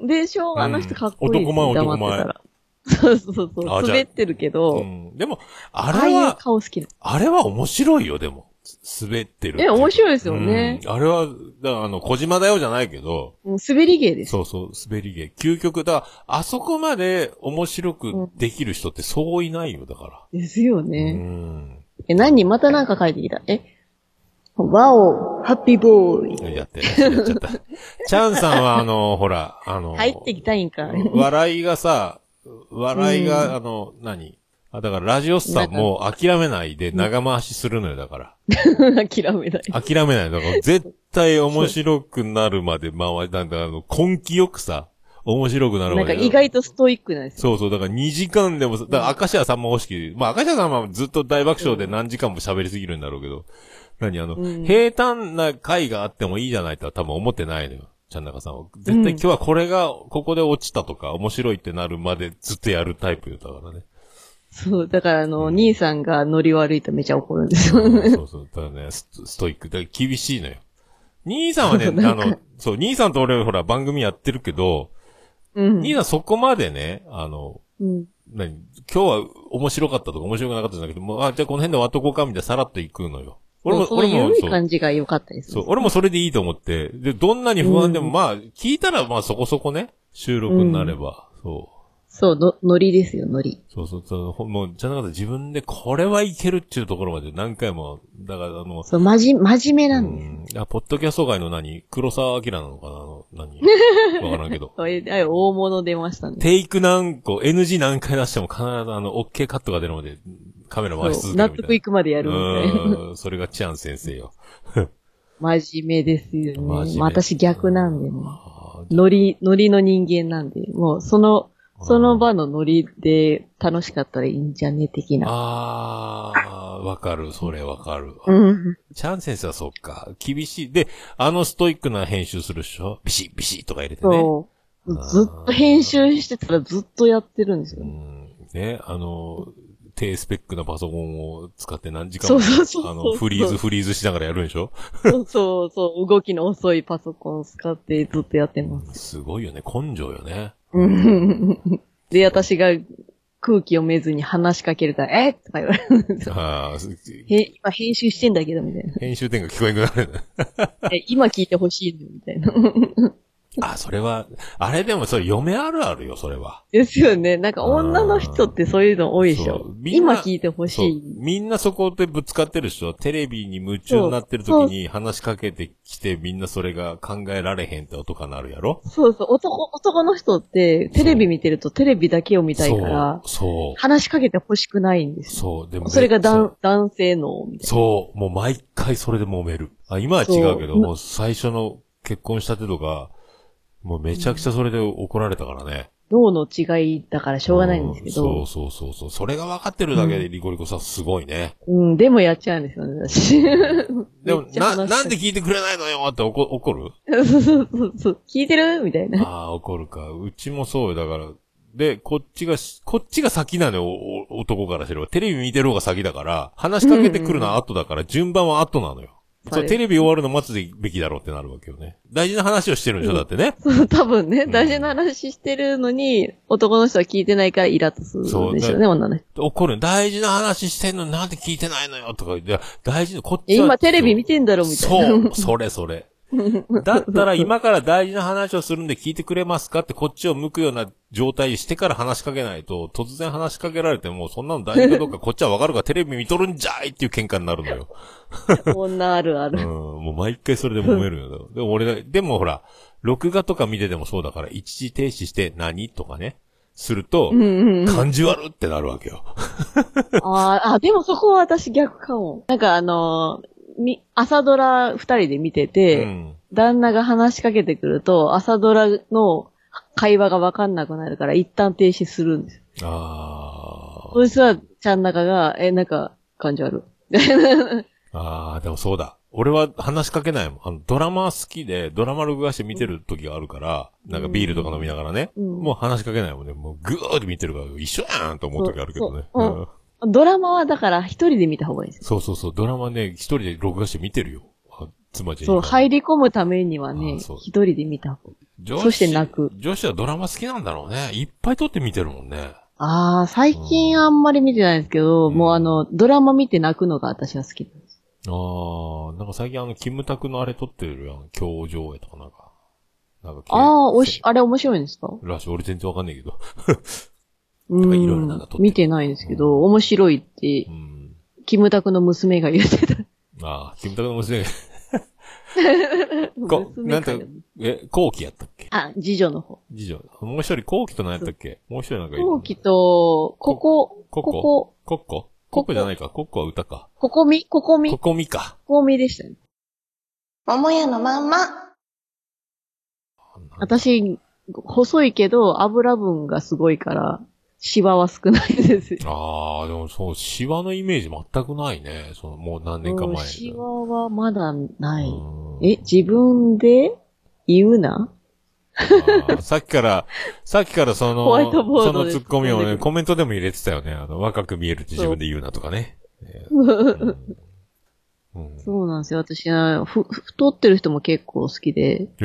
[SPEAKER 2] で、昭和の人かっこいいです、
[SPEAKER 3] うん男前
[SPEAKER 2] 黙ってたら。そうそうそう。
[SPEAKER 3] あじゃあ
[SPEAKER 2] 滑ってるけど、
[SPEAKER 3] うん。でも、あ
[SPEAKER 2] ああ
[SPEAKER 3] れ
[SPEAKER 2] いう
[SPEAKER 3] は、
[SPEAKER 2] 顔好きな
[SPEAKER 3] あれは面白いよ、でも。す滑ってるって
[SPEAKER 2] え、面
[SPEAKER 3] い
[SPEAKER 2] 白いで
[SPEAKER 3] です
[SPEAKER 2] よね。
[SPEAKER 3] あれは、だからあの、小島だよじゃないけど、
[SPEAKER 2] もう滑り芸です。
[SPEAKER 3] そうそう、滑り芸。究極。だから、あそこまで面白くできる人ってそういないよ、だか
[SPEAKER 2] ですよ
[SPEAKER 3] ら。う
[SPEAKER 2] ね。
[SPEAKER 3] ん。
[SPEAKER 2] え、何またなんか書いてきた。え、ワオ、ハッピーボーイ。
[SPEAKER 3] やって、やっちゃった。チャンさんは、あの、ほら、あの、
[SPEAKER 2] 入ってきたいんか。
[SPEAKER 3] 笑いがさ、笑いが、あの、何あ、だからラジオスさんも諦めないで長回しするのよ、だから。
[SPEAKER 2] 諦めない。
[SPEAKER 3] 諦めない。だから絶対面白くなるまで回り、なんだ、あの、根気よくさ、面白くなる
[SPEAKER 2] な
[SPEAKER 3] わ
[SPEAKER 2] ん
[SPEAKER 3] け
[SPEAKER 2] か
[SPEAKER 3] よ
[SPEAKER 2] 意外とストイックなんですよ。
[SPEAKER 3] そうそう、だから2時間でも、だから明石家さんま方式、まあ明石家さんまはずっと大爆笑で何時間も喋りすぎるんだろうけど、何あの、
[SPEAKER 2] うん
[SPEAKER 3] 平坦な回があってもいいじゃないとは多分思ってないのよ。ちゃんなかさんは。絶対今日はこれが、ここで落ちたとか、面白いってなるまでずっとやるタイプだからね。
[SPEAKER 2] そう、だからあの、兄さんがノリ悪いとめちゃ怒るんですよ。
[SPEAKER 3] そうそう。だからね、スストイック。だから厳しいのよ。兄さん
[SPEAKER 2] (laughs)
[SPEAKER 3] はね、あの、そう、兄さんと俺、ほら、番組やってるけど、
[SPEAKER 2] (laughs) うん。
[SPEAKER 3] 兄さんそこまでね、あの、
[SPEAKER 2] うん。
[SPEAKER 3] 何今日は面白かったとか面白くなかったじゃなくて、もう、あ、じゃあこの辺で割っとこうかみたいなさらっと行くのよ。俺も、
[SPEAKER 2] そう
[SPEAKER 3] 俺
[SPEAKER 2] そう
[SPEAKER 3] も
[SPEAKER 2] 緩、い
[SPEAKER 3] そう。
[SPEAKER 2] 感じが良かったです。
[SPEAKER 3] そう、俺もそれでいいと思って。で、どんなに不安でも、まあ、聞いたらまあそこそこね、収録になれば。そう。
[SPEAKER 2] そう、の、ノリですよ、ノリ。
[SPEAKER 3] そうそうそうほん。もう、じゃなかった自分でこれはいけるっていうところまで何回も、だからあの、
[SPEAKER 2] そう、まじ、真面目なんです。
[SPEAKER 3] うん、あ、ポッドキャスト界の何黒沢明なのかなあの、何わからんけど。 (laughs)
[SPEAKER 2] そうえあ大物出ましたね。
[SPEAKER 3] テイク何個、NG 何回出しても必ずあの、OK カットが出るまでカメラ回し
[SPEAKER 2] そう
[SPEAKER 3] 続けるみたいな
[SPEAKER 2] 納。得いくまでやるみたいな。
[SPEAKER 3] うん、それがチアン先生よ。
[SPEAKER 2] 真面目ですよね。
[SPEAKER 3] 真面目
[SPEAKER 2] まあ私逆なんでね。
[SPEAKER 3] あ
[SPEAKER 2] ノリ、ノリの人間なんで、もうその、その場のノリで楽しかったらいいんじゃね的な。
[SPEAKER 3] あー、わかる、それわかる。
[SPEAKER 2] うん。
[SPEAKER 3] チャン先生はそっか、厳しい。で、あのストイックな編集するでしょビシッビシッとか入れてね。
[SPEAKER 2] そう。ずっと編集してたらずっとやってるんですよ
[SPEAKER 3] う
[SPEAKER 2] ね。
[SPEAKER 3] ん、ね、あの、低スペックなパソコンを使って何時間
[SPEAKER 2] そ
[SPEAKER 3] も
[SPEAKER 2] う、そうそうそう。
[SPEAKER 3] あの、フリーズ、フリーズしながらやるんでしょ
[SPEAKER 2] そうそうそう。動きの遅いパソコン使ってずっとやってます。
[SPEAKER 3] すごいよね、根性よね。
[SPEAKER 2] うんで、私が空気読めずに話しかけるから、えとか言われるんですよ。
[SPEAKER 3] あー
[SPEAKER 2] へ今編集してんだけど、みたい
[SPEAKER 3] 編集点が聞こえなくなるね。 (laughs)
[SPEAKER 2] な。え今聞いてほしいの、みたいな。
[SPEAKER 3] あ、それは、あれでもそれ嫁あるあるよ、それは。
[SPEAKER 2] ですよね。なんか女の人ってそういうの多いでし
[SPEAKER 3] そ
[SPEAKER 2] ょ
[SPEAKER 3] う。みんな
[SPEAKER 2] 今聞いてほし
[SPEAKER 3] そう
[SPEAKER 2] い。
[SPEAKER 3] みんなそこでぶつかってるでしょテレビに夢中になってる時に話しかけてきてみんなそれが考えられへんって音かなるやろ
[SPEAKER 2] そうそう。男、男の人ってテレビ見てるとテレビだけを見たいから、
[SPEAKER 3] そう。そう。
[SPEAKER 2] 話しかけてほしくないんですよ。
[SPEAKER 3] そう。でも
[SPEAKER 2] それが
[SPEAKER 3] そ
[SPEAKER 2] 男
[SPEAKER 3] う、
[SPEAKER 2] 男性の、みたい
[SPEAKER 3] そう。もう毎回それで揉める。あ、今は違うけ
[SPEAKER 2] そ
[SPEAKER 3] ど、
[SPEAKER 2] う
[SPEAKER 3] もう最初の結婚したてとか、もうめちゃくちゃそれで怒られたからね。
[SPEAKER 2] な。脳の違いだからしょうがないんですけ
[SPEAKER 3] うん
[SPEAKER 2] ど、
[SPEAKER 3] そうそうそうそう。それが分かってるだけでリコリコさんすごいね。
[SPEAKER 2] うん、でもやっちゃうんですよね、私。 (laughs)
[SPEAKER 3] でも
[SPEAKER 2] め、っちゃ話
[SPEAKER 3] な、
[SPEAKER 2] しかけ
[SPEAKER 3] なんで聞いてくれないのよって怒怒る
[SPEAKER 2] そうそうそうそう、聞いてるみたい (laughs) な。
[SPEAKER 3] ああ、怒るか。うちもそうよ、だから。で、こっちがし、こっちが先なのよ、おお男からすれば。テレビ見てる方が先だから、話しかけてくるのは後だから、順番は後なのよ。
[SPEAKER 2] はい
[SPEAKER 3] それテレビ終わるの待つべきだろうってなるわけよね。大事な話をしてるんでしょ、だってね。
[SPEAKER 2] そう、多分ね、
[SPEAKER 3] ん
[SPEAKER 2] 大事な話してるのに、男の人は聞いてないからイラッとするんでしょうね、
[SPEAKER 3] そう
[SPEAKER 2] 女の人。
[SPEAKER 3] 怒る。大事な話してんのになんで聞いてないのよとか言って、大事な、こっ
[SPEAKER 2] え
[SPEAKER 3] ちは
[SPEAKER 2] 今テレビ見てんだろみたいな。
[SPEAKER 3] そう、それそ
[SPEAKER 2] (laughs)
[SPEAKER 3] れ。だったら今から大事な話をするんで聞いてくれますかってこっちを向くような状態にしてから話しかけないと、突然話しかけられても、そんなの大事かどうかこっちはわかるからテレビ見とるんじゃいっていう喧嘩になるの
[SPEAKER 2] (laughs)
[SPEAKER 3] よ。
[SPEAKER 2] 女あるあ
[SPEAKER 3] うん、
[SPEAKER 2] る。も
[SPEAKER 3] もう毎回それで揉めるよ。でも俺が、でもほら、録画とか見ててもそうだから、一時停止して何とかね、すると、感じ悪ってなるわけよ。
[SPEAKER 2] あーあ、でもそこは私逆かも。なんかあのーみ、朝ドラ二人で見て
[SPEAKER 3] う
[SPEAKER 2] て、
[SPEAKER 3] ん。
[SPEAKER 2] 旦那が話しかけてくると、朝ドラの会話がわかんなくなるから、一旦停止するんですよ。
[SPEAKER 3] あー
[SPEAKER 2] そしたら、ちゃん中が、え、なんか、感じある。
[SPEAKER 3] ああ、でもそうだ。俺は話しかけないもん。あの、ドラマ好きで、ドラマ録画して見てる時があるから、なんかビールとか飲みながらね、
[SPEAKER 2] うん
[SPEAKER 3] もう話しかけないもんね。もうグーって見てるから、一緒やんと思う時あるけどね。
[SPEAKER 2] そうそう
[SPEAKER 3] うん
[SPEAKER 2] ドラマはだから一人で見た方がいいです。
[SPEAKER 3] そうそうそう、ドラマね、一人で録画して見てるよ。あ妻ちゃんに。
[SPEAKER 2] そう、入り込むためにはね
[SPEAKER 3] あそう、
[SPEAKER 2] 一人で見た方がいい。
[SPEAKER 3] 女子
[SPEAKER 2] そして泣く
[SPEAKER 3] 女子はドラマ好きなんだろうね。いっぱい撮って見てるもんね。
[SPEAKER 2] ああ、最近あんまり見てないですけど、
[SPEAKER 3] うん
[SPEAKER 2] もうあの、ドラマ見て泣くのが私は好きです。
[SPEAKER 3] ああ、なんか最近あの、キムタクのあれ撮ってるやん。教上映とかなんか。なんか、
[SPEAKER 2] ああ、おいし、あれ面白いんですか
[SPEAKER 3] らしい。俺全然わかんないけど。
[SPEAKER 2] う
[SPEAKER 3] かいろいろな
[SPEAKER 2] ん
[SPEAKER 3] んか撮って。る
[SPEAKER 2] 見てないんですけど、面白いって
[SPEAKER 3] う、ん。
[SPEAKER 2] キムタクの娘が言ってた。
[SPEAKER 3] ああ、キムタクの娘が、 (laughs) こ
[SPEAKER 2] 娘
[SPEAKER 3] なん
[SPEAKER 2] か
[SPEAKER 3] て
[SPEAKER 2] よ、
[SPEAKER 3] え、後期やったっけ
[SPEAKER 2] あ、次女の方。
[SPEAKER 3] 次女。もう一人後期と何やったっけもう一人なんかいる。
[SPEAKER 2] 後期と、ここ、こ
[SPEAKER 3] ココ
[SPEAKER 2] こ、
[SPEAKER 3] コッココッコじゃないか。コッコは歌か。
[SPEAKER 2] ここみ、ここみ、
[SPEAKER 3] コ
[SPEAKER 2] こ
[SPEAKER 3] コミか。
[SPEAKER 2] こみでしたね。
[SPEAKER 1] 桃屋のまんま。
[SPEAKER 2] 私、細いけど油分がすごいから、シワは少ないです。
[SPEAKER 3] ああ、でもそう、シワのイメージ全くないね。その、もう何年か
[SPEAKER 2] うん
[SPEAKER 3] 前。
[SPEAKER 2] シワはまだない。
[SPEAKER 3] うん
[SPEAKER 2] え、自分で言うな (laughs)
[SPEAKER 3] あーさっきから、さっきからそ
[SPEAKER 2] (laughs)
[SPEAKER 3] の、
[SPEAKER 2] ホワイトボー
[SPEAKER 3] そ
[SPEAKER 2] ド
[SPEAKER 3] の
[SPEAKER 2] で
[SPEAKER 3] ツッコミを
[SPEAKER 2] 突っ込んで
[SPEAKER 3] ね、
[SPEAKER 2] くる
[SPEAKER 3] コメントでも入れてたよね。あの、若く見えるって自分で言うなとかね。うん
[SPEAKER 2] そうなんですよ。私は、ふ、太ってる人も結構好きで。
[SPEAKER 3] へ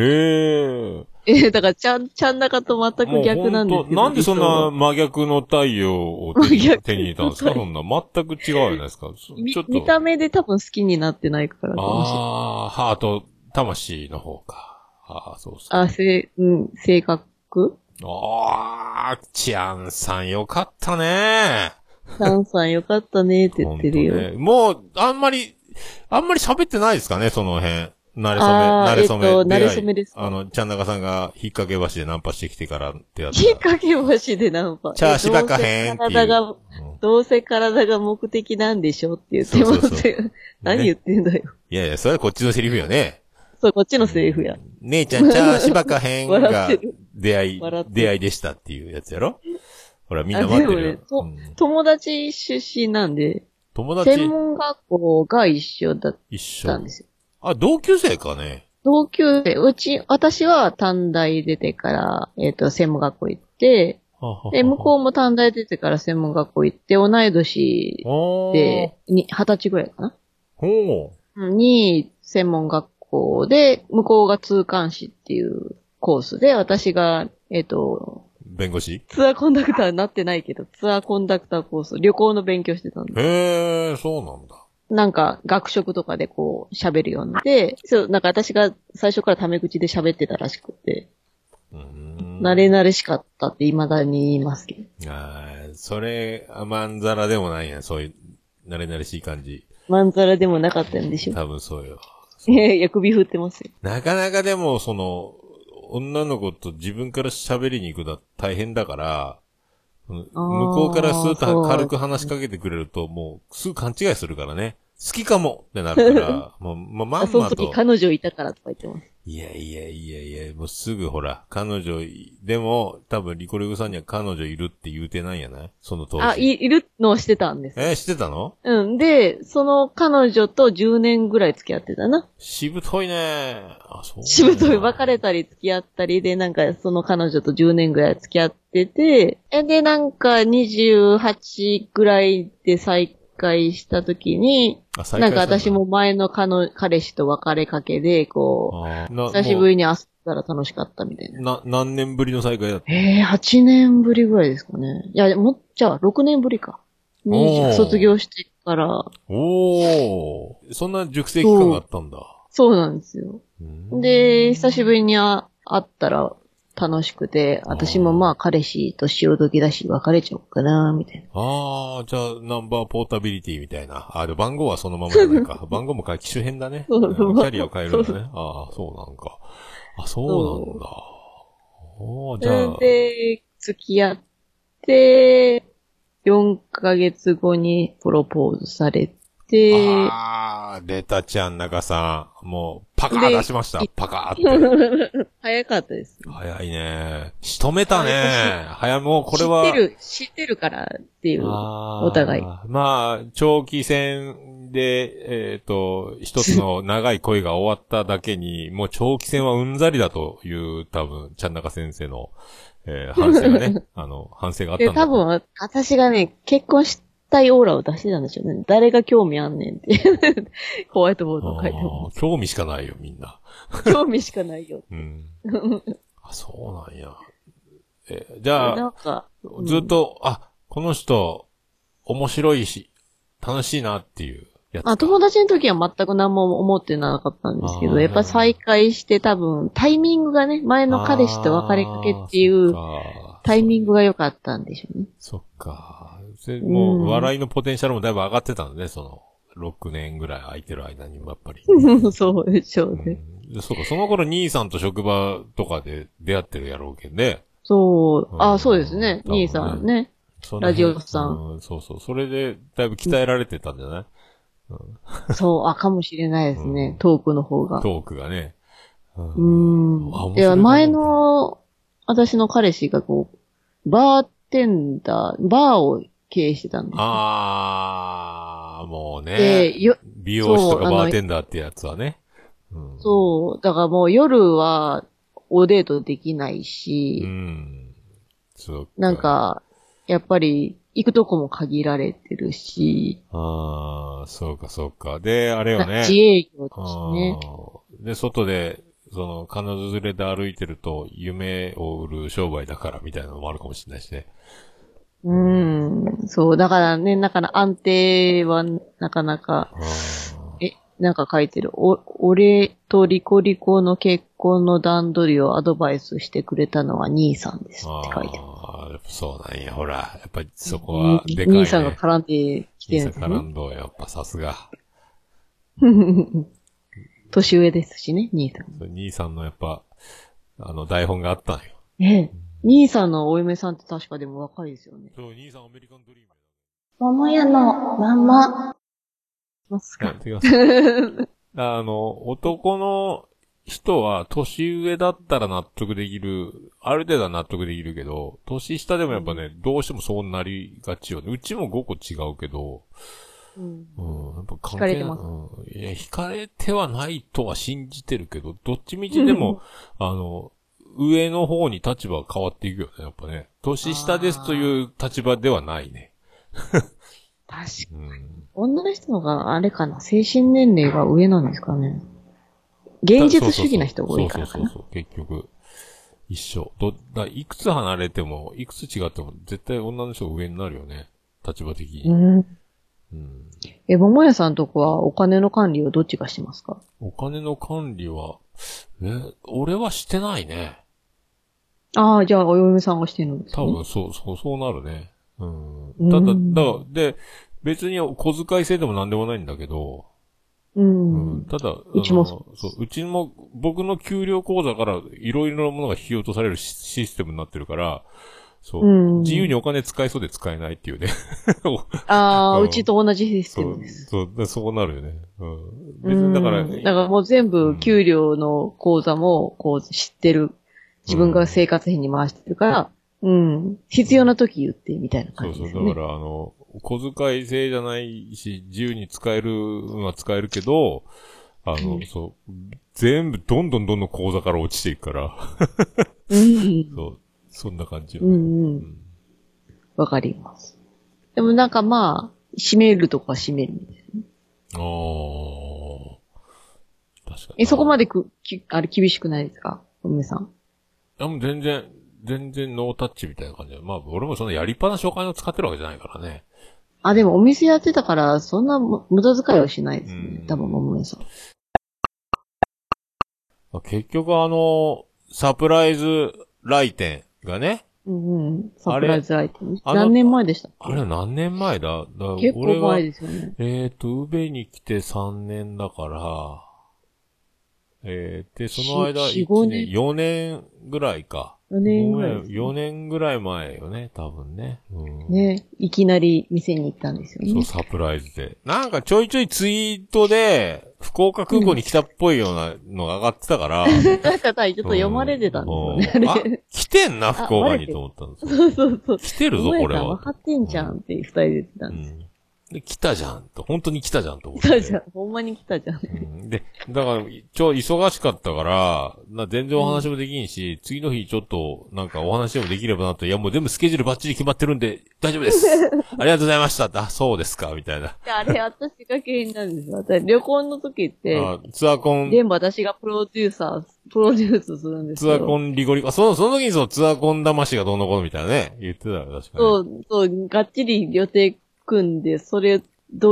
[SPEAKER 3] え。
[SPEAKER 2] え、だから、ちゃん、ちゃん中と全
[SPEAKER 3] も
[SPEAKER 2] く
[SPEAKER 3] う
[SPEAKER 2] 逆なんです
[SPEAKER 3] ほ
[SPEAKER 2] け
[SPEAKER 3] と
[SPEAKER 2] ど。
[SPEAKER 3] なんでそんな真逆の太陽を手に
[SPEAKER 2] 真逆
[SPEAKER 3] 手に入れたんですかそんな。全く違うじゃないですか。そ
[SPEAKER 2] 理
[SPEAKER 3] ち
[SPEAKER 2] 想
[SPEAKER 3] ょっ
[SPEAKER 2] は
[SPEAKER 3] と。
[SPEAKER 2] み見た目で多分好きになってないからかもしれない。
[SPEAKER 3] ああ、ハート、魂の方か。ああ、そうっすか。
[SPEAKER 2] あ、せ、うん、性格
[SPEAKER 3] ああ、チアンさんよかったね。
[SPEAKER 2] サンさんよかったねって言ってるよ。
[SPEAKER 3] ほんとねもう、あんまり、あんまり喋ってないですかね、その辺。慣れ初
[SPEAKER 2] あ
[SPEAKER 3] め、
[SPEAKER 2] ー
[SPEAKER 3] 慣れ初め。
[SPEAKER 2] えっと
[SPEAKER 3] 出会い
[SPEAKER 2] 馴れ初めです
[SPEAKER 3] あの、ちゃんなかさんが引っ掛け橋でナンパしてきてからってやつ。
[SPEAKER 2] きっかけばしでなんか。
[SPEAKER 3] チャーシバカへんってい
[SPEAKER 2] ど
[SPEAKER 3] う
[SPEAKER 2] うせ体が、どうせ体が目的なんでしょって言ってますよ。
[SPEAKER 3] そうそうそ
[SPEAKER 2] (laughs) 何言ってんだよ。
[SPEAKER 3] いやいや、それはこっちのセリフよね。
[SPEAKER 2] そう、こっちのセリフや。
[SPEAKER 3] 姉ちゃん、チャーシバカへんが
[SPEAKER 2] 笑ってる
[SPEAKER 3] 出会い
[SPEAKER 2] 笑っ、てる
[SPEAKER 3] 出会いでしたっていうやつやろほら、みんな待ってるよ。
[SPEAKER 2] あでも
[SPEAKER 3] うん
[SPEAKER 2] 友達出身なんで、
[SPEAKER 3] 友達
[SPEAKER 2] 専門学校が一緒だっ
[SPEAKER 3] 一
[SPEAKER 2] たん
[SPEAKER 3] 緒
[SPEAKER 2] で。すよ。
[SPEAKER 3] あ、同級生かね。
[SPEAKER 2] 同級生、うち、私は短大出てから、えっ、と、専門学校行って、で、向こうも短大出てから専門学校行って、同い年
[SPEAKER 3] う
[SPEAKER 2] で、に二十歳ぐらいかな
[SPEAKER 3] ほう。
[SPEAKER 2] に、専門学校で、向こうが通関士っていうコースで、私が、えっ、と、
[SPEAKER 3] 弁護士
[SPEAKER 2] ツアーコンダクターになってないけど、ツアーコンダクターコース、旅行の勉強してたんで、
[SPEAKER 3] へえ、そうなんだ。
[SPEAKER 2] なんか学食とかでこう喋るようになって、そう、なんか私が最初からタメ口で喋ってたらしくて、
[SPEAKER 3] うーん
[SPEAKER 2] 慣れ慣れしかったって未だに言いますけど。
[SPEAKER 3] あーそれ、あまんざらでもないやん、そういう、慣れ慣れしい感じ。
[SPEAKER 2] まんざらでもなかったんでしょ。
[SPEAKER 3] 多分そうよ。
[SPEAKER 2] いやいや、首振ってますよ。
[SPEAKER 3] なかなかでも、その、女の子と自分から喋りに行くのは大変だから、うん向こうからスー
[SPEAKER 2] そ
[SPEAKER 3] ッと
[SPEAKER 2] う
[SPEAKER 3] 軽く話しかけてくれると、もう、すぐ勘違いするからね。好きかもってなる
[SPEAKER 2] (laughs)
[SPEAKER 3] から、もう、ま、ま
[SPEAKER 2] あ、
[SPEAKER 3] ん
[SPEAKER 2] その
[SPEAKER 3] ま
[SPEAKER 2] 時
[SPEAKER 3] と。
[SPEAKER 2] 彼女いたからとか言ってます。
[SPEAKER 3] いやいやいやいや、もうすぐほら、彼女い、でも、多分リコリコさんには彼女いるって言うてないんやないその当時。
[SPEAKER 2] あ、い、いるのをしてたんです。
[SPEAKER 3] えー、知ってたの
[SPEAKER 2] うん。で、その彼女と10年ぐらい付き合ってたな。
[SPEAKER 3] しぶといねあ、そう。
[SPEAKER 2] しぶとい別れ
[SPEAKER 3] た。
[SPEAKER 2] たり付き合ったりで、なんかその彼女と10年ぐらい付き合ってて、えで、なんか28ぐらいで再会した時に、
[SPEAKER 3] あ、再
[SPEAKER 2] な
[SPEAKER 3] 会
[SPEAKER 2] んか
[SPEAKER 3] しただ
[SPEAKER 2] 私も。前の彼の彼氏と別れかけで、こ
[SPEAKER 3] あー
[SPEAKER 2] う、
[SPEAKER 3] な
[SPEAKER 2] 久しぶ
[SPEAKER 3] り。
[SPEAKER 2] りに遊んだら楽しかったみたいな。
[SPEAKER 3] な、何年ぶりの再会だった
[SPEAKER 2] えー、8年ぶりぐらいですかね。いや、もう、じゃあ6年ぶりか。
[SPEAKER 3] おー
[SPEAKER 2] 20卒業してから、
[SPEAKER 3] おー。そんな熟成期間があったんだ。
[SPEAKER 2] そうなんですよ。
[SPEAKER 3] うん
[SPEAKER 2] で、久しぶりにあ会ったら楽しくて、私もまあ彼氏と潮時だし別れちゃおうかな、みたいな。
[SPEAKER 3] ああ、じゃあ、ナンバーポータビリティみたいな。あ、で、番号はそのままじゃないか。番号も変え、機種変だね。
[SPEAKER 2] そう
[SPEAKER 3] うんキャリアを変えるんだね。ああ、そうなんか。あ、そうなんだ。おーじゃあ、
[SPEAKER 2] で、付き合って、4ヶ月後にプロポーズされて、
[SPEAKER 3] ああ、出たちゃん、中さん。もう、パカー出しました。パカーって。
[SPEAKER 2] (laughs) 早かったです。
[SPEAKER 3] 早いね。仕留め
[SPEAKER 2] (laughs)
[SPEAKER 3] たね。早い、もうこれは。
[SPEAKER 2] 知ってる、知ってるからっていう。
[SPEAKER 3] あー
[SPEAKER 2] お互い
[SPEAKER 3] まあ、長期戦で、えっ、と、一つの長い恋が終わっただけに、 (laughs) もう長期戦はうんざりだという、多分、ちゃんなか先生の、えー反省
[SPEAKER 2] (laughs)
[SPEAKER 3] がね、あの、反省があった
[SPEAKER 2] で、
[SPEAKER 3] んだと
[SPEAKER 2] 多分、私がね、結婚したいオーラを出してたんでしょうね。誰が興味あんねんって。 (laughs) ホワイトボードを書いても。
[SPEAKER 3] あー興味しかないよ、みんな。
[SPEAKER 2] 興味しかないよ。 (laughs)
[SPEAKER 3] うん。あ、そうなんや。えーじゃあ、
[SPEAKER 2] なんか、うん
[SPEAKER 3] ずっと、あ、この人、面白いし、楽しいなっていうやつか。
[SPEAKER 2] あ、友達の時は全く何も思ってなかったんですけ
[SPEAKER 3] あ
[SPEAKER 2] ど、
[SPEAKER 3] ー
[SPEAKER 2] やっぱ再会して多分、タイミングがね、前の彼氏と別れかけってい
[SPEAKER 3] あー
[SPEAKER 2] う
[SPEAKER 3] そっか
[SPEAKER 2] タイミングが良かったんでしょうね。
[SPEAKER 3] (laughs) そっか。でも
[SPEAKER 2] う
[SPEAKER 3] う、
[SPEAKER 2] ん
[SPEAKER 3] 笑いのポテンシャルもだいぶ上がってたんでね、その、6年ぐらい空いてる間にもやっぱり。
[SPEAKER 2] そうでしょ
[SPEAKER 3] う
[SPEAKER 2] うんね。
[SPEAKER 3] でそうか、その頃兄さんと職場とかで出会ってるやろうけんね。
[SPEAKER 2] そう、
[SPEAKER 3] う
[SPEAKER 2] あ、
[SPEAKER 3] ん
[SPEAKER 2] そうですね。
[SPEAKER 3] 多分ね
[SPEAKER 2] 兄さんね。
[SPEAKER 3] その辺
[SPEAKER 2] ラジオさん
[SPEAKER 3] うそうそう。それで、だいぶ鍛えられてたんじゃない
[SPEAKER 2] そう、あ、かもしれないです
[SPEAKER 3] う
[SPEAKER 2] ね
[SPEAKER 3] ん。
[SPEAKER 2] トークの方が。
[SPEAKER 3] トークがね。う
[SPEAKER 2] うーん
[SPEAKER 3] あ面白い。
[SPEAKER 2] いや、前の私の彼氏がこう、バーテンダー、バーを経営してたんですよ。
[SPEAKER 3] あー、もうね。
[SPEAKER 2] で、よ、
[SPEAKER 3] 美容師と
[SPEAKER 2] そ
[SPEAKER 3] か
[SPEAKER 2] うあの
[SPEAKER 3] バーテンダーってやつはね。うん
[SPEAKER 2] そう、だからもう夜はおデートできないうし、
[SPEAKER 3] ん。そう
[SPEAKER 2] なん、か、やっぱり行くとこも限られてるし、
[SPEAKER 3] あー、そうかそうか。で、あれよ
[SPEAKER 2] な
[SPEAKER 3] ね。
[SPEAKER 2] 自営業だしね。
[SPEAKER 3] うんで、外で、その、彼女連れで歩いてると、夢を売る商売だからみたいなのもあるかもしれないしね。
[SPEAKER 2] うん、そう、だからね、なかなか安定はなかなか、え、なんか書いてる。お、俺とリコリコの結婚の段取りをアドバイスしてくれたのは兄さんですって書いてある。
[SPEAKER 3] あーやっぱそうなんや、ほら。やっぱりそこは、
[SPEAKER 2] に
[SPEAKER 3] でかいね。
[SPEAKER 2] 兄さんが絡んできて
[SPEAKER 3] 兄
[SPEAKER 2] る
[SPEAKER 3] さ
[SPEAKER 2] ん
[SPEAKER 3] ん
[SPEAKER 2] です
[SPEAKER 3] 絡
[SPEAKER 2] ね。
[SPEAKER 3] んどんやっぱさすが。
[SPEAKER 2] 年上ですしね、兄さん。
[SPEAKER 3] 兄さんのやっぱ、あの、台本があったんよ。
[SPEAKER 2] ね兄さんのお嫁さんって確かでも若いですよね。
[SPEAKER 3] そう、兄さんアメリカンドリーム。
[SPEAKER 2] 桃屋のまんま。ますか。
[SPEAKER 3] あの、男の人は年上だったら納得できる、ある程度は納得できるけど、年下でもやっぱね、どうしてもそうなりがちよね。うちも5個違うけど、
[SPEAKER 2] うん
[SPEAKER 3] うん、やっぱ関
[SPEAKER 2] 惹かれ
[SPEAKER 3] 係
[SPEAKER 2] てま
[SPEAKER 3] な
[SPEAKER 2] す
[SPEAKER 3] い。うん、いや、惹かれてはないとは信じてるけど、どっちみちでも、あの、上の方に立場が変わっていくよね、やっぱね。年下ですという立場ではないね。
[SPEAKER 2] 確か
[SPEAKER 3] うん。
[SPEAKER 2] 女の人の方があれかな、精神年齢が上なんですかね。現実主義な人が多いからか
[SPEAKER 3] そう
[SPEAKER 2] な。
[SPEAKER 3] そうそうそうそうそう、結局。一緒。ど、だいくつ離れても、いくつ違っても、絶対女の人が上になるよね。立場的に。
[SPEAKER 2] うん。
[SPEAKER 3] うん。
[SPEAKER 2] え、桃屋さんとこはお金の管理をどっちがしてますか
[SPEAKER 3] お金の管理は、え、俺はしてないね。
[SPEAKER 2] ああ、じゃあお嫁さんがしてるんですね。
[SPEAKER 3] 多分、そう、そう、そうなるね。うん
[SPEAKER 2] う。ん
[SPEAKER 3] ただ、だから、で、別に小遣い制でも何でもないんだけど、
[SPEAKER 2] うん。
[SPEAKER 3] うんただ、
[SPEAKER 2] うちも
[SPEAKER 3] あのそう、うちも、僕の給料口座からいろいろなものが引き落とされるシシステムになってるから、そう、
[SPEAKER 2] うん
[SPEAKER 3] 自由にお金使えそうで使えないってい
[SPEAKER 2] (laughs)
[SPEAKER 3] うね。
[SPEAKER 2] ああ、
[SPEAKER 3] うん
[SPEAKER 2] うちと同じシス
[SPEAKER 3] そ
[SPEAKER 2] テ
[SPEAKER 3] う
[SPEAKER 2] ム、です。
[SPEAKER 3] そう、でそうなるよね。うん。別
[SPEAKER 2] うん
[SPEAKER 3] にだから、
[SPEAKER 2] だからもう全部給料の口座も、こう、知ってる。自分が生活費に回してるから、うん。必要な時言って、みたいな
[SPEAKER 3] そ
[SPEAKER 2] 感
[SPEAKER 3] う
[SPEAKER 2] じ
[SPEAKER 3] そ
[SPEAKER 2] です
[SPEAKER 3] う、だ
[SPEAKER 2] ね
[SPEAKER 3] か。ら、あの、小遣い制じゃないし、自由に使えるのは使えるけど、あの、そう、全部、どんどんどんどん口座から落ちていくから、
[SPEAKER 2] うん。
[SPEAKER 3] そう、そんな感じよ
[SPEAKER 2] う
[SPEAKER 3] ね。
[SPEAKER 2] んう。
[SPEAKER 3] うんん
[SPEAKER 2] わかります。でもなんかまあ、閉めるとこは閉めるみたいな。
[SPEAKER 3] ああ。確かに。
[SPEAKER 2] え、そこまでく、きあれ厳しくないですかお嫁さん。
[SPEAKER 3] あ、もう全然、全然ノータッチみたいな感じで。まあ、俺もそんなやりっぱなしお金を使ってるわけじゃないからね。
[SPEAKER 2] あ、でもお店やってたから、そんなむ無駄遣いはしないです
[SPEAKER 3] う
[SPEAKER 2] ね
[SPEAKER 3] ん。
[SPEAKER 2] 多分、桃屋さん。
[SPEAKER 3] まあ結局あの、サプライズ来店がね、
[SPEAKER 2] うんうん。サプライズアイテム。
[SPEAKER 3] あの
[SPEAKER 2] 何年前でしたっ
[SPEAKER 3] あれ何年前だだから
[SPEAKER 2] け結
[SPEAKER 3] 俺
[SPEAKER 2] 構
[SPEAKER 3] が
[SPEAKER 2] 前ですよね。
[SPEAKER 3] えっ、と、宇部に来て3年だから、えー、で、その間、
[SPEAKER 2] し
[SPEAKER 3] 一
[SPEAKER 2] 4
[SPEAKER 3] 年、
[SPEAKER 2] 年
[SPEAKER 3] 4年ぐらいか。
[SPEAKER 2] 4年ぐらいですね
[SPEAKER 3] 4年ぐらい前よね、多分ね。うん、
[SPEAKER 2] ね。いきなり店に行ったんですよ
[SPEAKER 3] そう、
[SPEAKER 2] ね。
[SPEAKER 3] サプライズで。なんかちょいちょいツイートで、福岡空港に来たっぽいようなのが上がってたから。ちょっ
[SPEAKER 2] だから (laughs) ちょっと読まれてたんですよね。あれ
[SPEAKER 3] ね。あ来てんな、福岡にと思ったんですよ。
[SPEAKER 2] そうそう。
[SPEAKER 3] 来てるぞ、
[SPEAKER 2] 桃
[SPEAKER 3] こ
[SPEAKER 2] 屋
[SPEAKER 3] れ
[SPEAKER 2] さん分か
[SPEAKER 3] は。
[SPEAKER 2] ってんじゃんって二人で言ってた
[SPEAKER 3] うん
[SPEAKER 2] です。
[SPEAKER 3] ん。で、来たじゃんと。本当に来たじゃんと思っ
[SPEAKER 2] 来
[SPEAKER 3] て。
[SPEAKER 2] たじゃん。ほんまに来たじゃん。
[SPEAKER 3] うんで、だから、超忙しかったから、な全然お話もできんし、次の日ちょっと、なんかお話でもできればなと、いやもう全部スケジュールバッチリ決まってるんで、大丈
[SPEAKER 2] (laughs)
[SPEAKER 3] 夫です。ありがとうございましたって。あ、そうですか、みたいな。
[SPEAKER 2] であれ、私が原因なんですよ。私旅行の時って、
[SPEAKER 3] あツアーコン
[SPEAKER 2] 全部私がプロデューサー、プロデュースするんです
[SPEAKER 3] ツア
[SPEAKER 2] よ。
[SPEAKER 3] ーコンリゴリゴ。あその、その時にそのツアーコン魂がどうのこうのみたいなね、言ってたよ、確かに。
[SPEAKER 2] そう、そう、がっちり予定組んで、それ通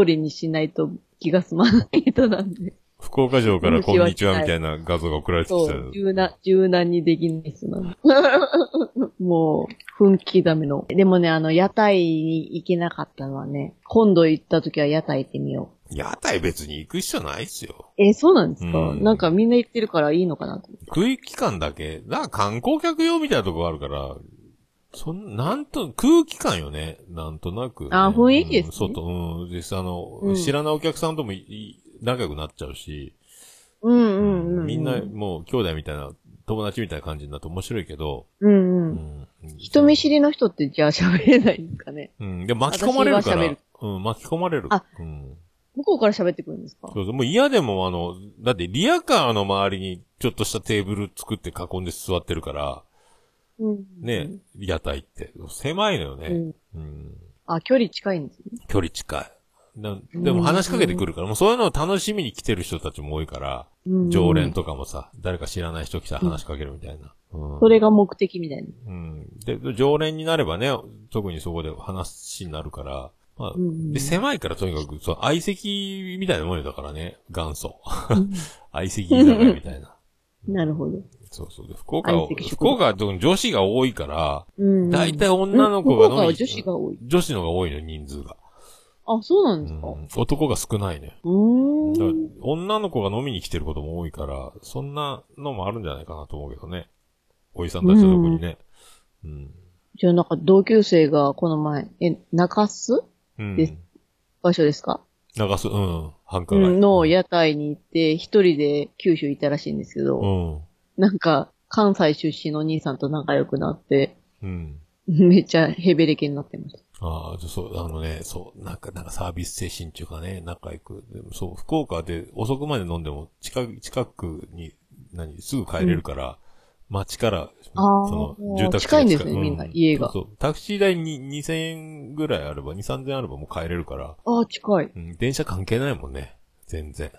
[SPEAKER 2] りにしないと気が済まない人なん
[SPEAKER 3] (laughs)
[SPEAKER 2] で。
[SPEAKER 3] 福岡城からこんにちは
[SPEAKER 2] はい
[SPEAKER 3] みたいな画像が送られてき
[SPEAKER 2] そ
[SPEAKER 3] たよ。
[SPEAKER 2] う、柔軟、柔軟にできない人なんで。 (laughs) もう、分刻みの。でもね、あの、屋台に行けなかったのはね、今度行った時は屋台行ってみよう。
[SPEAKER 3] 屋台別に行く必要ないっすよ。
[SPEAKER 2] え、そうなんですか、
[SPEAKER 3] うん
[SPEAKER 2] なんかみんな行ってるからいいのかなと思って。
[SPEAKER 3] 空域期間だけ。なんか観光客用みたいなとこあるから、そん、なんと、空気感よね。なんとなくね、
[SPEAKER 2] あ雰囲気ですね
[SPEAKER 3] うん外、うん。実あの、
[SPEAKER 2] うん
[SPEAKER 3] 知らないお客さんともいい仲良くなっちゃうし、
[SPEAKER 2] うんうんうん、うん。
[SPEAKER 3] みんなもう兄弟みたいな友達みたいな感じになって面白いけど、
[SPEAKER 2] うんう
[SPEAKER 3] う
[SPEAKER 2] ん。
[SPEAKER 3] ん。
[SPEAKER 2] 人見知りの人ってじゃあ喋れないんかね。
[SPEAKER 3] うん。で、巻き込まれるか
[SPEAKER 2] 私は
[SPEAKER 3] ら
[SPEAKER 2] 喋る。
[SPEAKER 3] うん、巻き込まれる。
[SPEAKER 2] あ
[SPEAKER 3] うん。
[SPEAKER 2] 向こうから喋ってくるんですか
[SPEAKER 3] そうそう。もう嫌でも、あの、だってリアカーの周りにちょっとしたテーブル作って囲んで座ってるから、
[SPEAKER 2] うん。
[SPEAKER 3] ね、屋台って。狭いのよね。うん。
[SPEAKER 2] あ、距離近いんですね。
[SPEAKER 3] 距離近い。なでも話しかけてくるから、もうそういうのを楽しみに来てる人たちも多いから、
[SPEAKER 2] うん
[SPEAKER 3] 常連とかもさ、誰か知らない人来たら話しかけるみたいな。うん
[SPEAKER 2] それが目的みたいな。
[SPEAKER 3] うん。で、常連になればね、特にそこで話になるから、まあ、
[SPEAKER 2] うんうん
[SPEAKER 3] で、狭いからとにかく、そう、相席みたいなもんよだからね、元祖。 (laughs) 相席居酒屋みたいな。 (laughs)
[SPEAKER 2] なるほど。
[SPEAKER 3] そうそう。で、福岡
[SPEAKER 2] 相
[SPEAKER 3] を
[SPEAKER 2] 席食堂
[SPEAKER 3] 福岡は特に女子が多いから、
[SPEAKER 2] うん。
[SPEAKER 3] 大体女の子が
[SPEAKER 2] うん福岡
[SPEAKER 3] 飲み
[SPEAKER 2] は女子が多い。
[SPEAKER 3] 女子の方が多いのよ、人数が。
[SPEAKER 2] あ、そうなん
[SPEAKER 3] う
[SPEAKER 2] ですか
[SPEAKER 3] ん、男が少ないね。
[SPEAKER 2] うー
[SPEAKER 3] だから
[SPEAKER 2] ん。
[SPEAKER 3] 女の子が飲みに来てることも多いから、そんなのもあるんじゃないかなと思うけどね。おじさんたちのとこにね。うん。
[SPEAKER 2] じゃあなんか同級生がこの前、え、中洲
[SPEAKER 3] うん。
[SPEAKER 2] で場所ですか
[SPEAKER 3] 流す、うん。繁華
[SPEAKER 2] う
[SPEAKER 3] 街。
[SPEAKER 2] ん、の屋台に行って、一人で九州行ったらしいんですけ
[SPEAKER 3] う
[SPEAKER 2] ど、
[SPEAKER 3] ん。
[SPEAKER 2] なんか、関西出身の兄さんと仲良くなって、 (laughs)
[SPEAKER 3] うん。
[SPEAKER 2] めっちゃヘベレケになってました。
[SPEAKER 3] ああ、そう、あのね、そう、なんか、なんかサービス精神っていうかね、仲良く。でもそう、福岡で遅くまで飲んでも、近く、近くに、何、すぐ帰れるから、街から、
[SPEAKER 2] あー近いんですね
[SPEAKER 3] う
[SPEAKER 2] みんな家が
[SPEAKER 3] そうそうタクシー代に2000円ぐらいあれば、2、3000円あればもう帰れるから、
[SPEAKER 2] ああ、近い。
[SPEAKER 3] うん、電車関係ないもんね。全然。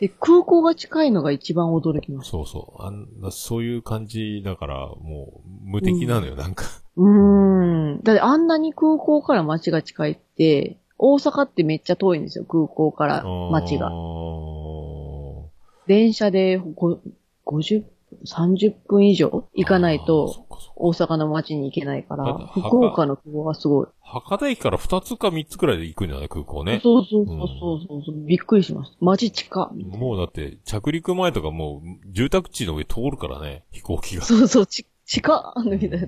[SPEAKER 2] で、空港が近いのが一番驚きました。
[SPEAKER 3] そうそう。あんな、そういう感じだから、もう、無敵なのよ、なんか。
[SPEAKER 2] うーん。だってあんなに空港から街が近いって、大阪ってめっちゃ遠いんですよ、空港から街
[SPEAKER 3] あ
[SPEAKER 2] が。
[SPEAKER 3] ー
[SPEAKER 2] 電車でご50、30分以上行かない
[SPEAKER 3] あーそ
[SPEAKER 2] と
[SPEAKER 3] っかそっか
[SPEAKER 2] 大阪の街に行けないか
[SPEAKER 3] だっ
[SPEAKER 2] ら、
[SPEAKER 3] て
[SPEAKER 2] 福岡の空港はすごい。
[SPEAKER 3] 博多駅から2つか3つくらいで行くんじゃない空港ね。
[SPEAKER 2] そうそうそうそうそう、びっくりしました。街近っ。
[SPEAKER 3] もうだって、着陸前とかもう、住宅地の上通るからね、飛行機が。
[SPEAKER 2] そうそう、ち近っみたいな。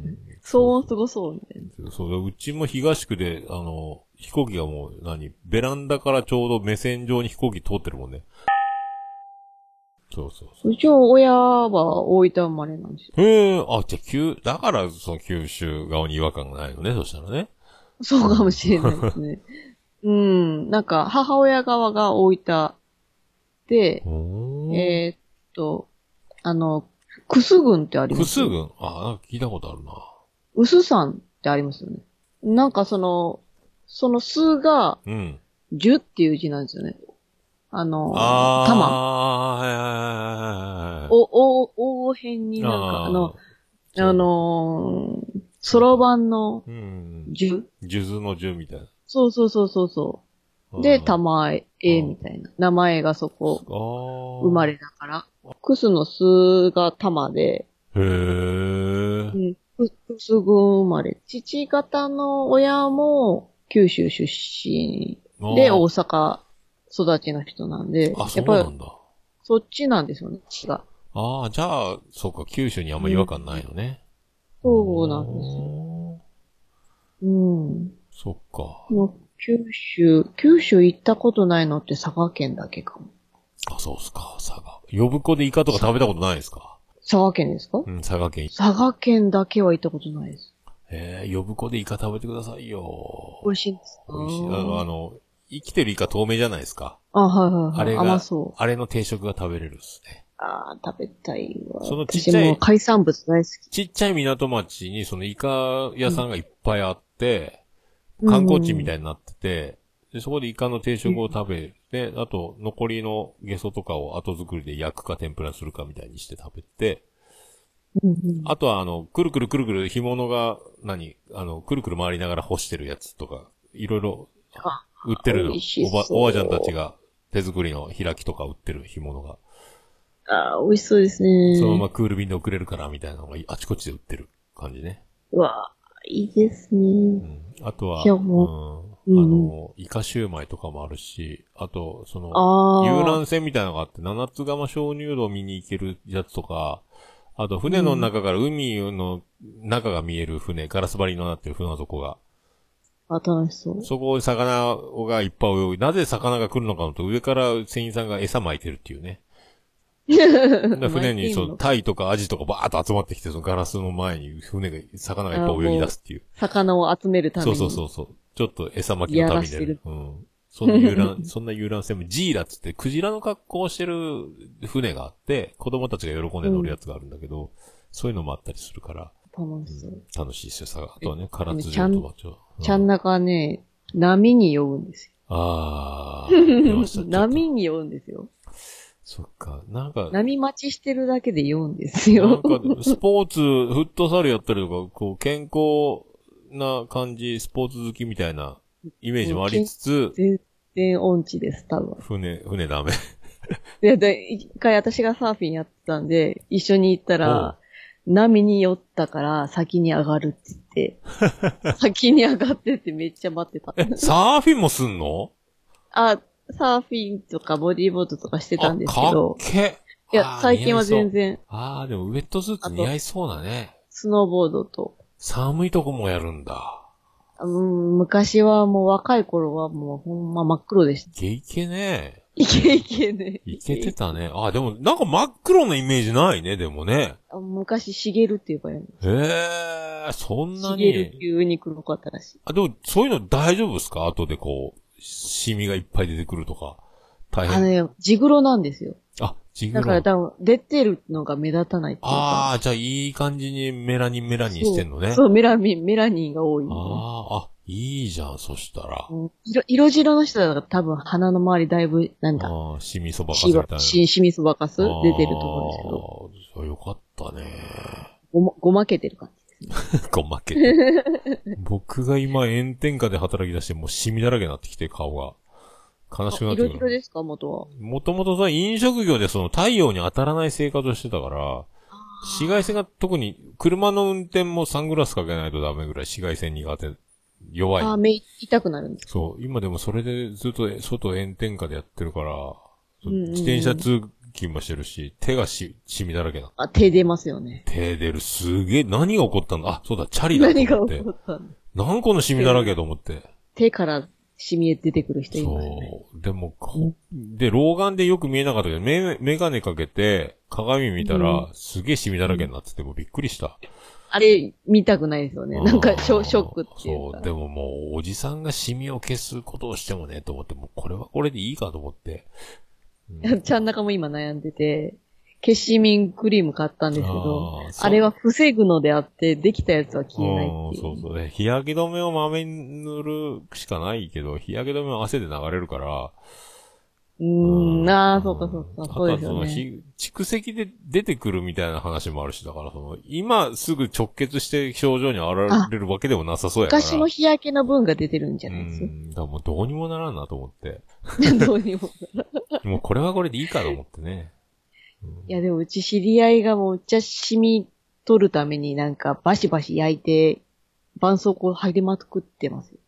[SPEAKER 2] 騒音す
[SPEAKER 3] ご
[SPEAKER 2] ごそうみたいな。
[SPEAKER 3] そう、うちも東区で、あの、飛行機がもう、何、ベランダからちょうど目線上に飛行機通ってるもんね。そうそうそう
[SPEAKER 2] ちの親は大分生まれなんですよ。
[SPEAKER 3] う。へえ、あ、じゃあ、九、だから、その九州側に違和感がないのね、そしたらね。
[SPEAKER 2] そうかもしれないですね。うん。なんか、母親側が大分で、
[SPEAKER 3] うーん。
[SPEAKER 2] えーっと、あの、クス郡ってあり
[SPEAKER 3] 複
[SPEAKER 2] ます
[SPEAKER 3] 数群あ、なんか聞いたことあるな。
[SPEAKER 2] うすさんってありますよね。なんかその、その数が、
[SPEAKER 3] うん。
[SPEAKER 2] 十っていう字なんですよね。あの、
[SPEAKER 3] あ
[SPEAKER 2] 玉。
[SPEAKER 3] ああ、はいはいはいはいはい。
[SPEAKER 2] お、お、応変になんか、あの、あ、のー、そろばんの
[SPEAKER 3] うん。
[SPEAKER 2] 十
[SPEAKER 3] 数珠の十みたい
[SPEAKER 2] そうそうそうそうそ
[SPEAKER 3] な。
[SPEAKER 2] う。で、
[SPEAKER 3] ま、
[SPEAKER 2] 玉え、えみたいな。名前がそこ、生
[SPEAKER 3] 生
[SPEAKER 2] まれ。だから。クスの数が玉で、
[SPEAKER 3] へえ
[SPEAKER 2] う。ん、ククス軍生まれ。父方の親も九州出身で
[SPEAKER 3] あー
[SPEAKER 2] 大阪育ちの人なんで
[SPEAKER 3] あ、、そ
[SPEAKER 2] や
[SPEAKER 3] う
[SPEAKER 2] っぱ
[SPEAKER 3] な
[SPEAKER 2] り
[SPEAKER 3] んだ。
[SPEAKER 2] そっちなんですよね、血が。
[SPEAKER 3] ああ、じゃあ、そうか、九州にあんま違和感ないのね。
[SPEAKER 2] そうなんですよ。
[SPEAKER 3] よ。
[SPEAKER 2] うん。
[SPEAKER 3] そっか。
[SPEAKER 2] もう九州、九州行ったことないのって佐賀県だけかも。
[SPEAKER 3] あ、そうっすか、佐賀。呼子でイカとか食べたことないですか
[SPEAKER 2] 佐賀県ですか、
[SPEAKER 3] うん、佐賀県。
[SPEAKER 2] 佐賀県だけは行ったことないです。
[SPEAKER 3] ええ、呼子でイカ食べてくださいよ。
[SPEAKER 2] 美味しいんですか
[SPEAKER 3] 美味しい。あの、あの生きてるイカ透明じゃないですか。
[SPEAKER 2] あ、はいはいはい。
[SPEAKER 3] あれが
[SPEAKER 2] 甘そう。
[SPEAKER 3] あれの定食が食べれるっすね。
[SPEAKER 2] ああ、食べたいわ。
[SPEAKER 3] そのちっちゃい
[SPEAKER 2] 私もう海産物大好き。
[SPEAKER 3] ちっちゃい港町にそのイカ屋さんがいっぱいあって、
[SPEAKER 2] うん
[SPEAKER 3] 観光地みたいになってて、で、そこでイカの定食を食べて、あと残りのゲソとかを後作りで焼くか天ぷらにするかみたいにして食べて、
[SPEAKER 2] うんうん
[SPEAKER 3] あとはあの、くるくるくるくる干物が、何あの、くるくる回りながら干してるやつとか、いろいろ
[SPEAKER 2] あ
[SPEAKER 3] 売ってるの。
[SPEAKER 2] 美味しそう
[SPEAKER 3] おば、おばあちゃんたちが手作りの開きとか売ってる干物が。
[SPEAKER 2] ああ、美味しそうですね。
[SPEAKER 3] そのままクール便で送れるからみたいなのがあちこちで売ってる感じね。
[SPEAKER 2] うわあ、いいです
[SPEAKER 3] う
[SPEAKER 2] ね。
[SPEAKER 3] んあとは、
[SPEAKER 2] いうや
[SPEAKER 3] ん、
[SPEAKER 2] う
[SPEAKER 3] あ
[SPEAKER 2] ん
[SPEAKER 3] の、イカシューマイとかもあるし、あと、その、
[SPEAKER 2] ああ。
[SPEAKER 3] 遊覧船みたいなのがあって、七つ釜鍾乳洞見に行けるやつとか、あと、船の中から海の中が見える船、ガラス張りのなってる船底が。
[SPEAKER 2] あ、楽しそう。
[SPEAKER 3] そこを魚がいっぱい泳ぐ。なぜ魚が来るのかと、上から船員さんが餌撒いてるっていうね。で船に、その、タイとかアジとかバーッと集まってきて、そのガラスの前に船が、魚がいっぱい泳ぎ出すっていう。
[SPEAKER 2] 魚を集めるため
[SPEAKER 3] そう
[SPEAKER 2] に。
[SPEAKER 3] そうそうそう。ちょっと餌巻きの旅
[SPEAKER 2] やらし
[SPEAKER 3] で
[SPEAKER 2] てる
[SPEAKER 3] うん。そんな遊覧、 (laughs) そんな遊覧船も、ジーラっつって、クジラの格好をしてる船があって、子供たちが喜んで乗るやつがあるんだけど、そういうのもあったりするから、
[SPEAKER 2] 楽し
[SPEAKER 3] う。
[SPEAKER 2] そうん
[SPEAKER 3] 楽しいですよ、さあとはね、唐津
[SPEAKER 2] ちゃ
[SPEAKER 3] 城
[SPEAKER 2] ん
[SPEAKER 3] とはちょ。
[SPEAKER 2] ちゃん
[SPEAKER 3] な。
[SPEAKER 2] 中はね、波に酔うんです
[SPEAKER 3] あー、出
[SPEAKER 2] (laughs)
[SPEAKER 3] まし
[SPEAKER 2] よ。
[SPEAKER 3] たちょっと
[SPEAKER 2] 波に酔うんですよ。
[SPEAKER 3] そっか、なんか、
[SPEAKER 2] 波待ちしてるだけで酔うんです
[SPEAKER 3] なん
[SPEAKER 2] よ。
[SPEAKER 3] か、スポーツ、フットサルやったりとか、こう、健康な感じ、スポーツ好きみたいなイメージもありつつ、
[SPEAKER 2] 全然音痴です、多分。
[SPEAKER 3] 船、船ダメ。
[SPEAKER 2] いや、で、一回私がサーフィンやってたんで、一緒に行ったら、波に酔ったから先に上がるって言
[SPEAKER 3] (laughs)
[SPEAKER 2] って、先に上がってってめっちゃ待ってた。
[SPEAKER 3] え、サーフィンもすんの
[SPEAKER 2] あ、サーフィンとかボディーボードとかしてたんですけど
[SPEAKER 3] あ、かっけ
[SPEAKER 2] いや、最近は全。
[SPEAKER 3] あー似合いそう
[SPEAKER 2] 然、
[SPEAKER 3] あー、でもウェットスーツ似合いそうだね。
[SPEAKER 2] スノーボードと、
[SPEAKER 3] 寒いとこもやるんだ。
[SPEAKER 2] うん、昔はもう若い頃はもうほんま真っ黒でした。 (laughs)
[SPEAKER 3] いけいけね。
[SPEAKER 2] いけいけね。
[SPEAKER 3] いけてたね。あー、でも、なんか真っ黒なイメージないね、でもね。
[SPEAKER 2] あ昔、しげるって言えばいいの。
[SPEAKER 3] へえ、そんな
[SPEAKER 2] しげるって
[SPEAKER 3] に。
[SPEAKER 2] いうユニクロかったらしい。
[SPEAKER 3] あ、でも、そういうの大丈夫ですか後でこう、シミがいっぱい出てくるとか。大
[SPEAKER 2] あの
[SPEAKER 3] 変。
[SPEAKER 2] ね、ジグロなんですよ。
[SPEAKER 3] あ、ジグ
[SPEAKER 2] だから
[SPEAKER 3] ロ。
[SPEAKER 2] 多分、出てるのが目立たないっていうか。
[SPEAKER 3] ああ、じゃあいい感じにメラニンメラニンしてんのね。
[SPEAKER 2] そう、メラミン、メラニンが多い。
[SPEAKER 3] ああ、あ、いいじゃん、そしたら。
[SPEAKER 2] うん色、色白の人だから多分鼻の周りだいぶ、なんだ、
[SPEAKER 3] ああ、シミそばかすみ
[SPEAKER 2] シ
[SPEAKER 3] たい
[SPEAKER 2] ワ
[SPEAKER 3] な。
[SPEAKER 2] シシミスばかす出てると思うんですけど、
[SPEAKER 3] ですけど。よかったね。 (laughs)
[SPEAKER 2] ごま、ごまけてる感じ。
[SPEAKER 3] ごま
[SPEAKER 2] (laughs)
[SPEAKER 3] けて。僕が今炎天下で働き出して、もうシミだらけになってきて、顔が。悲しくなって
[SPEAKER 2] 色
[SPEAKER 3] く
[SPEAKER 2] 白
[SPEAKER 3] る。
[SPEAKER 2] ですか元は。
[SPEAKER 3] もともとさ、飲食業でその太陽に当たらない生活をしてたから、紫外線が特に、車の運転もサングラスかけないとダメぐらい紫外線苦手、弱い。
[SPEAKER 2] ああ、目痛くなるんです。
[SPEAKER 3] そう、今でもそれでずっと外炎天下でやってるから、
[SPEAKER 2] うんうんうん
[SPEAKER 3] 自転車通勤もしてるし、手がし、シミだらけな。
[SPEAKER 2] あ、手出ますよね。
[SPEAKER 3] 手出る、すげえ、何が起こったんだあ、そうだ、チャリだ
[SPEAKER 2] 何
[SPEAKER 3] と
[SPEAKER 2] が
[SPEAKER 3] 思っ
[SPEAKER 2] 起
[SPEAKER 3] て
[SPEAKER 2] こ。ったの
[SPEAKER 3] 何個のシミだらけと思って。
[SPEAKER 2] 手からシミ出てくる人いますよね。
[SPEAKER 3] そう。でも、こで、老眼でよく見えなかったけど、メメガネかけて、鏡見たら、すげえシミだらけになってて、もうびっくりした。
[SPEAKER 2] あれ、見たくないですよね。なん
[SPEAKER 3] あ
[SPEAKER 2] か
[SPEAKER 3] ー
[SPEAKER 2] ショ、ショックっていう
[SPEAKER 3] そ
[SPEAKER 2] か
[SPEAKER 3] う。。でももう、おじさんがシミを消すことをしてもね、と思って、もうこれはこれでいいかと思って。
[SPEAKER 2] (laughs) ちゃん中も今悩んでて、消しミンクリーム買ったんですけど、
[SPEAKER 3] あーそう
[SPEAKER 2] あれは防ぐのであって、できたやつは消えないっていう。
[SPEAKER 3] うん、そうそうね。日焼け止めをまめに塗るしかないけど、日焼け止めは汗で流れるから。
[SPEAKER 2] うーん、ああ、そうかそう
[SPEAKER 3] あ
[SPEAKER 2] か、
[SPEAKER 3] と
[SPEAKER 2] そう
[SPEAKER 3] は
[SPEAKER 2] です
[SPEAKER 3] そ
[SPEAKER 2] よ
[SPEAKER 3] の
[SPEAKER 2] ね。
[SPEAKER 3] 日、蓄積で出てくるみたいな話もあるし、だからその、今すぐ直結して症状に現れるわけでもなさそうやから。
[SPEAKER 2] 昔の日焼けの分が出てるんじ
[SPEAKER 3] う
[SPEAKER 2] ゃないです
[SPEAKER 3] ん、だからもうどうにもならんなと思って。
[SPEAKER 2] か。 (laughs) どうにも。
[SPEAKER 3] もうこれはこれでいいかと思ってね。
[SPEAKER 2] いや、でもうち知り合いがもう、じゃ染み取るためになんかバシバシ焼いて、絆創膏入れまくってますよ。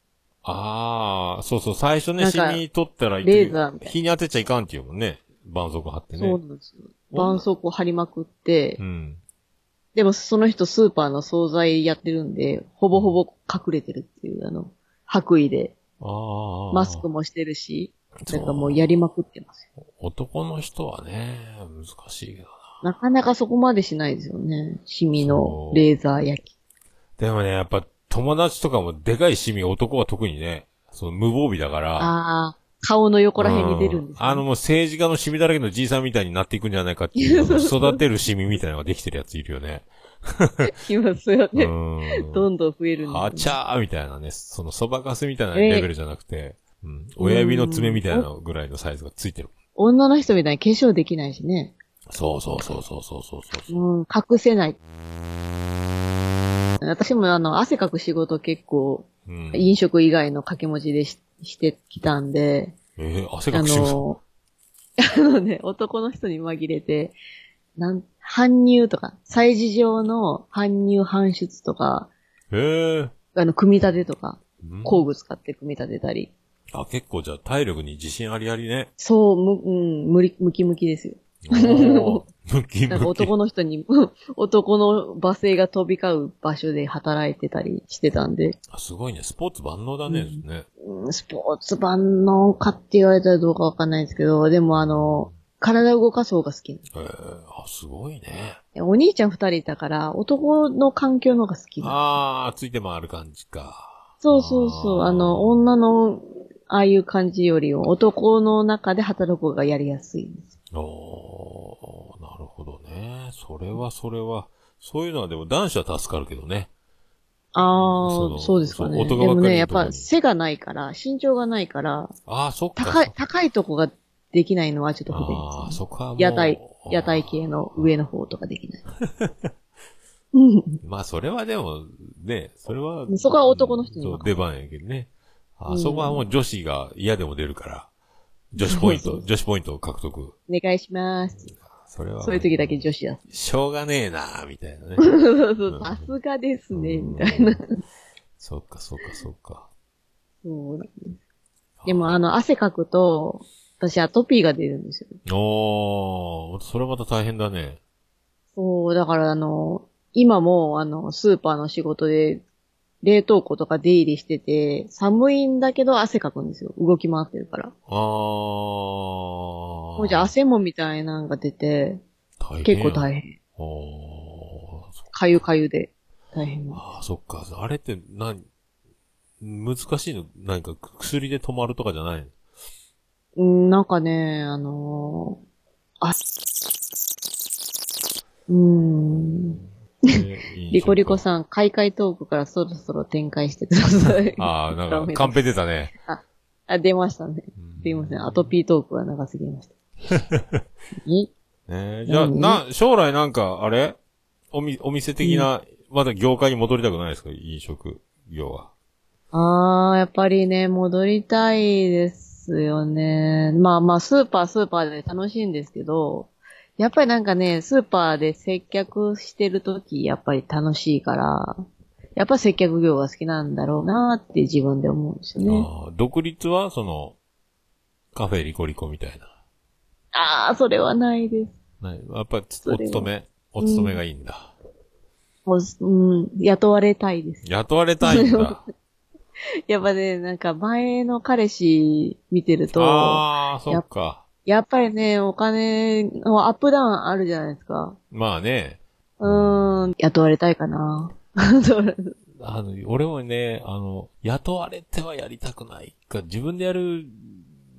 [SPEAKER 3] ああ、そうそう、最初ね、
[SPEAKER 2] なん
[SPEAKER 3] シ
[SPEAKER 2] か
[SPEAKER 3] ミ取ったら、
[SPEAKER 2] レーザーみたいな
[SPEAKER 3] 日に当てちゃいかんっていうもんね。絆創膏貼ってね。
[SPEAKER 2] そうなんですよ。絆創膏貼りまくって、
[SPEAKER 3] うん。
[SPEAKER 2] でもその人スーパーの惣菜やってるんで、ほぼほぼ隠れてるっていう、あの、白衣で、
[SPEAKER 3] ああ。
[SPEAKER 2] マスクもしてるし、
[SPEAKER 3] そ
[SPEAKER 2] な
[SPEAKER 3] うん
[SPEAKER 2] かもうやりまくってますよ。
[SPEAKER 3] 男の人はね、難しいけどな。
[SPEAKER 2] なかなかそこまでしないですよね。シミのレーザー焼き。
[SPEAKER 3] でもね、やっぱ友達とかもでかいシミ、男は特にね、その無防備だから。あ、
[SPEAKER 2] ああ、顔の横ら辺に出るんです、ね、
[SPEAKER 3] あのもう政治家のシミだらけのじいさんみたいになっていくんじゃないかっていう、育てるシミみたいなのができてるやついるよね。
[SPEAKER 2] (laughs) いますよ
[SPEAKER 3] う
[SPEAKER 2] (laughs) ね。
[SPEAKER 3] ん。
[SPEAKER 2] どんどん増えるんです、ね。
[SPEAKER 3] あちゃーみたいなね、そのそばかすみたいなレベルじゃなくて、うん、親指の爪みたいなぐらいのサイズがついてる。
[SPEAKER 2] 女の人みたいに化粧できないしね。
[SPEAKER 3] そうそうそうそうそうそうそう。
[SPEAKER 2] うん、隠せない。私もあの、汗かく仕事結構、
[SPEAKER 3] うん、え
[SPEAKER 2] 飲食以外の掛け持ちでししてきたんで、
[SPEAKER 3] ー、汗
[SPEAKER 2] あ
[SPEAKER 3] かくします。
[SPEAKER 2] の、あのね、男の人に紛れて、なん、搬入とか、催事上の搬入搬出とか、
[SPEAKER 3] へえ。
[SPEAKER 2] あの、組み立てとか、
[SPEAKER 3] うん
[SPEAKER 2] 工具使って組み立てたり。
[SPEAKER 3] あ、結構じゃあ体力に自信ありあ
[SPEAKER 2] (laughs)
[SPEAKER 3] りね。
[SPEAKER 2] そう、む、うん、むり、ムキムキですよ。
[SPEAKER 3] おー (laughs) ムキ
[SPEAKER 2] なんか
[SPEAKER 3] ムキ。
[SPEAKER 2] 男の人に、 (laughs) うん男の罵声が飛び交う場所で働いてたりしてたんで、
[SPEAKER 3] あすごいね。スポーツ万能だね。
[SPEAKER 2] うん
[SPEAKER 3] ね
[SPEAKER 2] うんスポーツ万能かって言われたらどうかわかんないですけど、でもあの、体を動かす方が好きな
[SPEAKER 3] えー、あ、すごいね。
[SPEAKER 2] の。お兄ちゃん二人いたから、男の環境の方が好きなの。
[SPEAKER 3] あー、ついて回る感じか。
[SPEAKER 2] そうそうそう。
[SPEAKER 3] あー
[SPEAKER 2] あの、女の、ああいう感じよりも、男の中で働く方がやりやすいんです。
[SPEAKER 3] おー、なるほどね。それはそれは、そういうのはでも男子は助かるけどね。
[SPEAKER 2] ああ、
[SPEAKER 3] その
[SPEAKER 2] そうですかね。
[SPEAKER 3] そう
[SPEAKER 2] で
[SPEAKER 3] 男ばっかり
[SPEAKER 2] もね、や
[SPEAKER 3] の
[SPEAKER 2] っ
[SPEAKER 3] とこに
[SPEAKER 2] ぱ背がないから、身長がないから、
[SPEAKER 3] あー、そっか。
[SPEAKER 2] 高い、高いとこができないのはちょっと不便
[SPEAKER 3] あー、
[SPEAKER 2] です、ね。
[SPEAKER 3] そこはもう。
[SPEAKER 2] 屋台、屋台系の上の方とかでき
[SPEAKER 3] (laughs)
[SPEAKER 2] ない。うん
[SPEAKER 3] まあ、それはでも、ね、それは。
[SPEAKER 2] そこは男の人に
[SPEAKER 3] そう、出番やけどね。あ、
[SPEAKER 2] うん
[SPEAKER 3] そこはもう女子が嫌でも出るから。女子ポイン
[SPEAKER 2] そうそ (laughs)
[SPEAKER 3] ト、
[SPEAKER 2] う
[SPEAKER 3] 女子ポイントを獲得。
[SPEAKER 2] お願いします。
[SPEAKER 3] それは。
[SPEAKER 2] そういう時だけ女子だ。
[SPEAKER 3] しょうがねえなみたいなね。
[SPEAKER 2] そうそう、 (laughs) さすがですね、みたいな。
[SPEAKER 3] そっか、そっか、そっか。
[SPEAKER 2] そうなんです。でも、あの、汗かくと、私アトピーが出るんですよ。
[SPEAKER 3] おー、それはまた大変だね。
[SPEAKER 2] そう、だからあの、今も、あの、スーパーの仕事で、冷凍庫とか出入りしてて、寒いんだけど汗かくんですよ。動き回ってるから。
[SPEAKER 3] あー。も
[SPEAKER 2] もうじゃあ汗もみたいなのが出て、
[SPEAKER 3] 大
[SPEAKER 2] 結構
[SPEAKER 3] 変。
[SPEAKER 2] 大変。
[SPEAKER 3] おー、そっか
[SPEAKER 2] かゆかゆで、大変。
[SPEAKER 3] あー、そっか。あれって、何難しいのなんか、薬で止まるとかじゃないの。
[SPEAKER 2] うん、なんかね、あのー、あ、うん、 (laughs) リコリコさん、開会トークからそろそろ展開してください
[SPEAKER 3] ああ、なんか、カンペ出たね。
[SPEAKER 2] あ、出ましたね。 (laughs) すいません。アトピートークが長すぎました。え
[SPEAKER 3] (laughs) ねえじゃあ、
[SPEAKER 2] 何
[SPEAKER 3] な、将来なんか、あれおみ、お店的な、まだ業界に戻りたくないですか飲食業は。
[SPEAKER 2] あー、やっぱりね、戻りたいですよね。まあまあ、スーパースーパーで楽しいんですけど、やっぱりなんかね、スーパーで接客してるとき、やっぱり楽しいから、やっぱ接客業が好きなんだろうなーって自分で思うんですよね。
[SPEAKER 3] ああ独立は、その、カフェリコリコみたいな。
[SPEAKER 2] あー、それはないです。
[SPEAKER 3] ないやっぱりつ、
[SPEAKER 2] そ
[SPEAKER 3] お
[SPEAKER 2] れは
[SPEAKER 3] 勤め、お勤めがいいんだ。
[SPEAKER 2] もう、うん、雇われたいです。
[SPEAKER 3] 雇われたい
[SPEAKER 2] (laughs)
[SPEAKER 3] んだ。
[SPEAKER 2] やっぱね、なんか前の彼氏見てると、
[SPEAKER 3] ああ、そっか。
[SPEAKER 2] やっぱりね、お金のアップダウンあるじゃないですか。
[SPEAKER 3] まあね。
[SPEAKER 2] うーん、雇われたいかな。 (laughs) そう
[SPEAKER 3] あの、俺もね、あの、雇われてはやりたくないか、自分でやる、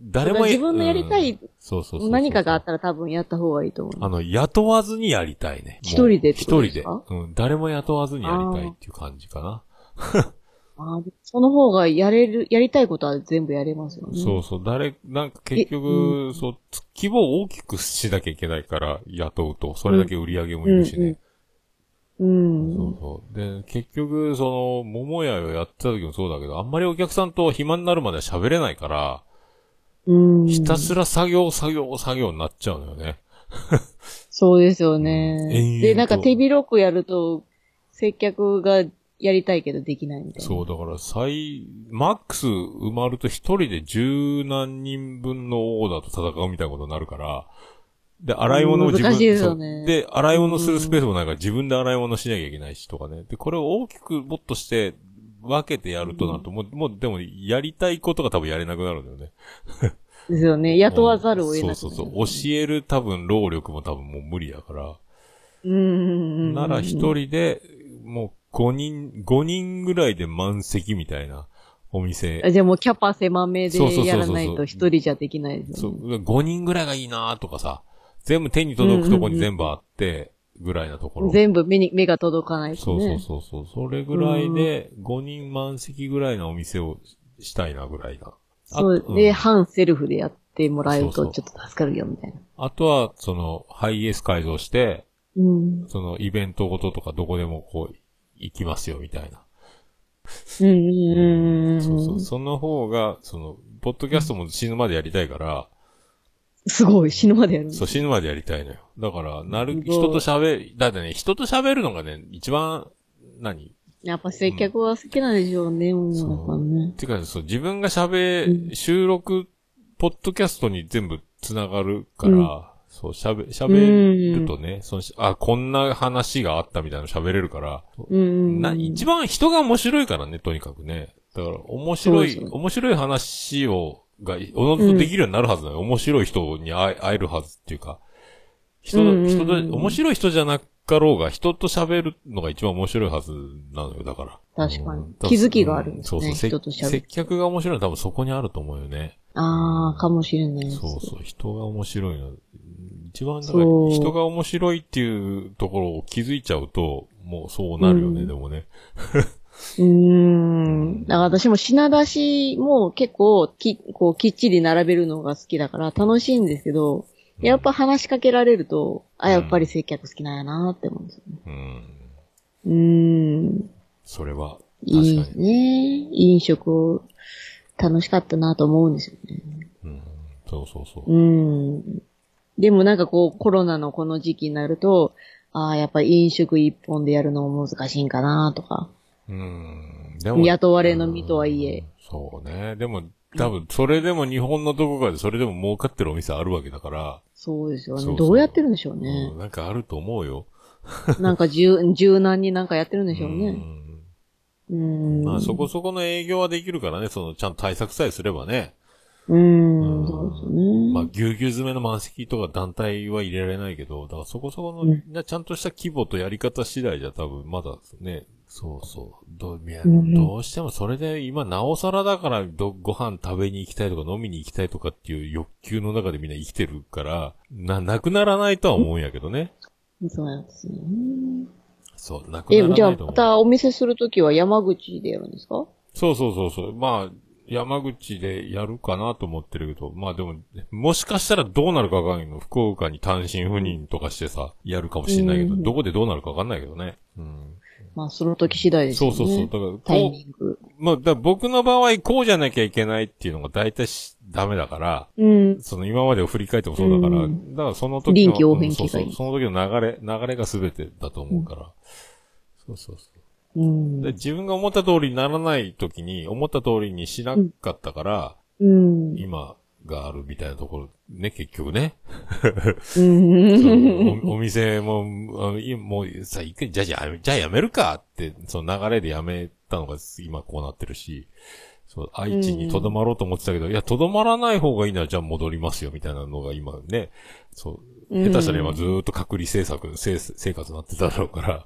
[SPEAKER 3] 誰も
[SPEAKER 2] 自分のやりたい
[SPEAKER 3] うんそうそうそうそう
[SPEAKER 2] 何かがあったら多分やった方がいいと思
[SPEAKER 3] あ
[SPEAKER 2] う。
[SPEAKER 3] の、雇わずにやりたいね。
[SPEAKER 2] 一人でって
[SPEAKER 3] 一
[SPEAKER 2] ことで
[SPEAKER 3] 人
[SPEAKER 2] す
[SPEAKER 3] で。
[SPEAKER 2] か
[SPEAKER 3] うん。誰も雇わずにやりたいっていう感じかな。
[SPEAKER 2] あその方がやれる、やりたいことは全部やれますよね。
[SPEAKER 3] そうそう。誰、なんか結局、そう、規模を大きくしなきゃいけないから雇うと、それだけ売り上げもいるしね。
[SPEAKER 2] う。ん。
[SPEAKER 3] そうそう。で、結局、その、桃屋をやってた時もそうだけど、あんまりお客さんと暇になるまでは喋れないから、
[SPEAKER 2] うん。
[SPEAKER 3] ひたすら作業、作業、作業になっちゃうのよね。
[SPEAKER 2] そうですよ
[SPEAKER 3] うん
[SPEAKER 2] ね
[SPEAKER 3] 延。々
[SPEAKER 2] で、なんか
[SPEAKER 3] と
[SPEAKER 2] 手広くやると、接客がやりたいけどできないみたいな。
[SPEAKER 3] そう、だから最、マックス埋まると一人で十何人分のオーダーと戦うみたいなことになるから、で、洗い物も自分
[SPEAKER 2] 難しいですよね
[SPEAKER 3] そうで、洗い物するスペースもないから自分で洗い物しなきゃいけないしとかね。で、これを大きくもっとして分けてやるとなると、もう、もう、でも、やりたいことが多分やれなくなるんだよね。
[SPEAKER 2] ですよね。雇わざるを得なくなる
[SPEAKER 3] そうそうそう。教える多分労力も多分もう無理だから。
[SPEAKER 2] うんうんうん。
[SPEAKER 3] なら一人で、もう5人、5人ぐらいで満席みたいなお店
[SPEAKER 2] あ。じゃあもうキャパ狭め
[SPEAKER 3] そうそうそ
[SPEAKER 2] で
[SPEAKER 3] うそう
[SPEAKER 2] やらないと一人じゃできないです
[SPEAKER 3] そ
[SPEAKER 2] よ
[SPEAKER 3] う、
[SPEAKER 2] ね。
[SPEAKER 3] 5人ぐらいがいいなとかさ、全部手に届くとこに全部あって、ぐらいなところ。
[SPEAKER 2] 全部目に、目が届かないです
[SPEAKER 3] そうそう
[SPEAKER 2] ね。
[SPEAKER 3] そうそう。それぐらいで、5人満席ぐらいのお店をしたいなぐらいな。あ
[SPEAKER 2] そう。
[SPEAKER 3] う
[SPEAKER 2] で、
[SPEAKER 3] ん
[SPEAKER 2] 半セルフでやってもらえる
[SPEAKER 3] そうそ
[SPEAKER 2] と
[SPEAKER 3] う
[SPEAKER 2] ちょっと助かるよ、みたいな。
[SPEAKER 3] あとは、その、ハイエース改造して、
[SPEAKER 2] うん。
[SPEAKER 3] その、イベントごととかどこでもこう、行きますよ、みたいな。
[SPEAKER 2] うんうんうんうん。
[SPEAKER 3] そうそう。その方が、その、ポッドキャストも死ぬまでやりたいから、
[SPEAKER 2] すごい、死ぬまでやるんだ
[SPEAKER 3] そう、死ぬまでやりたいのよ。だから、なる、
[SPEAKER 2] すごい
[SPEAKER 3] 人と喋、だってね、人と喋るのがね、一番、何
[SPEAKER 2] やっぱ接客は好きなんでしょうね、もう
[SPEAKER 3] そう
[SPEAKER 2] やっぱね。
[SPEAKER 3] てか、そう、自分が喋、
[SPEAKER 2] う
[SPEAKER 3] 収録、ポッドキャストに全部繋がるから、
[SPEAKER 2] うん
[SPEAKER 3] そう、喋、喋るとね、その、あ、こんな話があったみたいなの喋れるから、
[SPEAKER 2] うんうん。
[SPEAKER 3] な、一番人が面白いからね、とにかくね。だから、面白
[SPEAKER 2] そう
[SPEAKER 3] い、
[SPEAKER 2] そう
[SPEAKER 3] 面白い話をが、おのずとできるようになるはずだよ。面白い人に会え会えるはずっていうか、人
[SPEAKER 2] うんうん
[SPEAKER 3] の、
[SPEAKER 2] うん
[SPEAKER 3] 人と、面白い人じゃなかろうが、人と喋るのが一番面白いはずなのよ、だから。
[SPEAKER 2] 確かに
[SPEAKER 3] うんだ
[SPEAKER 2] 気づきがあるんですね
[SPEAKER 3] うそうそう、
[SPEAKER 2] 人と喋る
[SPEAKER 3] 接客が面白いのは多分そこにあると思うよね。
[SPEAKER 2] ああ、かもしれないです。
[SPEAKER 3] そうそう、人が面白いの。一番、だから
[SPEAKER 2] そう
[SPEAKER 3] 人が面白いっていうところを気づいちゃうと、もうそうなるよね、
[SPEAKER 2] うん
[SPEAKER 3] でもね。
[SPEAKER 2] うーん。だから私も品出しも結構き、こう、きっちり並べるのが好きだから楽しいんですけど、やっぱ話しかけられると、あ、やっぱり接客好きなんやなって思うんですよね。
[SPEAKER 3] うん。
[SPEAKER 2] うーん。
[SPEAKER 3] それは、確か
[SPEAKER 2] いいで
[SPEAKER 3] に
[SPEAKER 2] す。ね。飲食を楽しかったなと思うんですよね。
[SPEAKER 3] うん。そうそうそう。
[SPEAKER 2] うん。でもなんかこう、コロナのこの時期になると、ああ、やっぱり飲食一本でやるのも難しいんかなとか。
[SPEAKER 3] うん。で
[SPEAKER 2] 雇われの身とはいえ
[SPEAKER 3] うんそうね。でも、多分、それでも日本のどこかでそれでも儲かってるお店あるわけだから、
[SPEAKER 2] そうですよね。
[SPEAKER 3] そうそう
[SPEAKER 2] どうやってるんでしょうね
[SPEAKER 3] う。んなんかあると思うよ。
[SPEAKER 2] なんか柔柔軟になんかやってるんでしょう
[SPEAKER 3] う
[SPEAKER 2] ね。
[SPEAKER 3] ん
[SPEAKER 2] うん。
[SPEAKER 3] まあ、そこそこの営業はできるからね、その、ちゃんと対策さえすればね。
[SPEAKER 2] うん。そうですよね。
[SPEAKER 3] まあ、ぎゅうぎゅう詰めの満席とか団体は入れられないけど、だからそこそこの、
[SPEAKER 2] うん
[SPEAKER 3] なちゃんとした規模とやり方次第じゃ多分まだね、そうそう。どういや
[SPEAKER 2] うん
[SPEAKER 3] どうしてもそれで今なおさらだからどご飯食べに行きたいとか飲みに行きたいとかっていう欲求の中でみんな生きてるから、な、なくならないとは思うんやけどね。
[SPEAKER 2] そうなんですね。
[SPEAKER 3] そう、なくな
[SPEAKER 2] え
[SPEAKER 3] ら、ない
[SPEAKER 2] じ
[SPEAKER 3] と
[SPEAKER 2] ゃ
[SPEAKER 3] 思
[SPEAKER 2] あ
[SPEAKER 3] う。
[SPEAKER 2] またお見せするときは山口でやるんですか
[SPEAKER 3] そうそうそうそう。まあ、山口でやるかなと思ってるけど、まあでも、もしかしたらどうなるかわかんないけど、福岡に単身赴任とかしてさ、やるかもしれないけど、
[SPEAKER 2] うん
[SPEAKER 3] どこでどうなるかわかんないけどね。うん。
[SPEAKER 2] まあその時次第です
[SPEAKER 3] そ
[SPEAKER 2] よ
[SPEAKER 3] う
[SPEAKER 2] ね。
[SPEAKER 3] そうそう。だか
[SPEAKER 2] タ
[SPEAKER 3] ら、
[SPEAKER 2] イ
[SPEAKER 3] こ
[SPEAKER 2] ミング。
[SPEAKER 3] う、まあ、だから僕の場合、こうじゃなきゃいけないっていうのが大体しダメだから、
[SPEAKER 2] うん。
[SPEAKER 3] その今までを振り返ってもそうだから、
[SPEAKER 2] うん
[SPEAKER 3] だからその時の、
[SPEAKER 2] 臨機応変
[SPEAKER 3] うんそうそ
[SPEAKER 2] 機
[SPEAKER 3] う
[SPEAKER 2] 会
[SPEAKER 3] その時の流れ、流れが全てだと思うから。そうそうそ
[SPEAKER 2] う
[SPEAKER 3] う。
[SPEAKER 2] ん
[SPEAKER 3] で、。自分が思った通りにならない時に、思った通りにしなかったから、
[SPEAKER 2] うん。
[SPEAKER 3] 今があるみたいなところ、ね、結局
[SPEAKER 2] (laughs)
[SPEAKER 3] ね。
[SPEAKER 2] うん
[SPEAKER 3] おお店も、あのいもうさ、一回、じゃあじゃあ、じゃあやめるかって、その流れでやめたのが今こうなってるし、そう、愛知に留まろうと思ってたけど、いや、留まらない方がいいなら、じゃあ戻りますよ、みたいなのが今ね、そう、下手したら今ずーっと隔離政策、せ生活になってただろうから、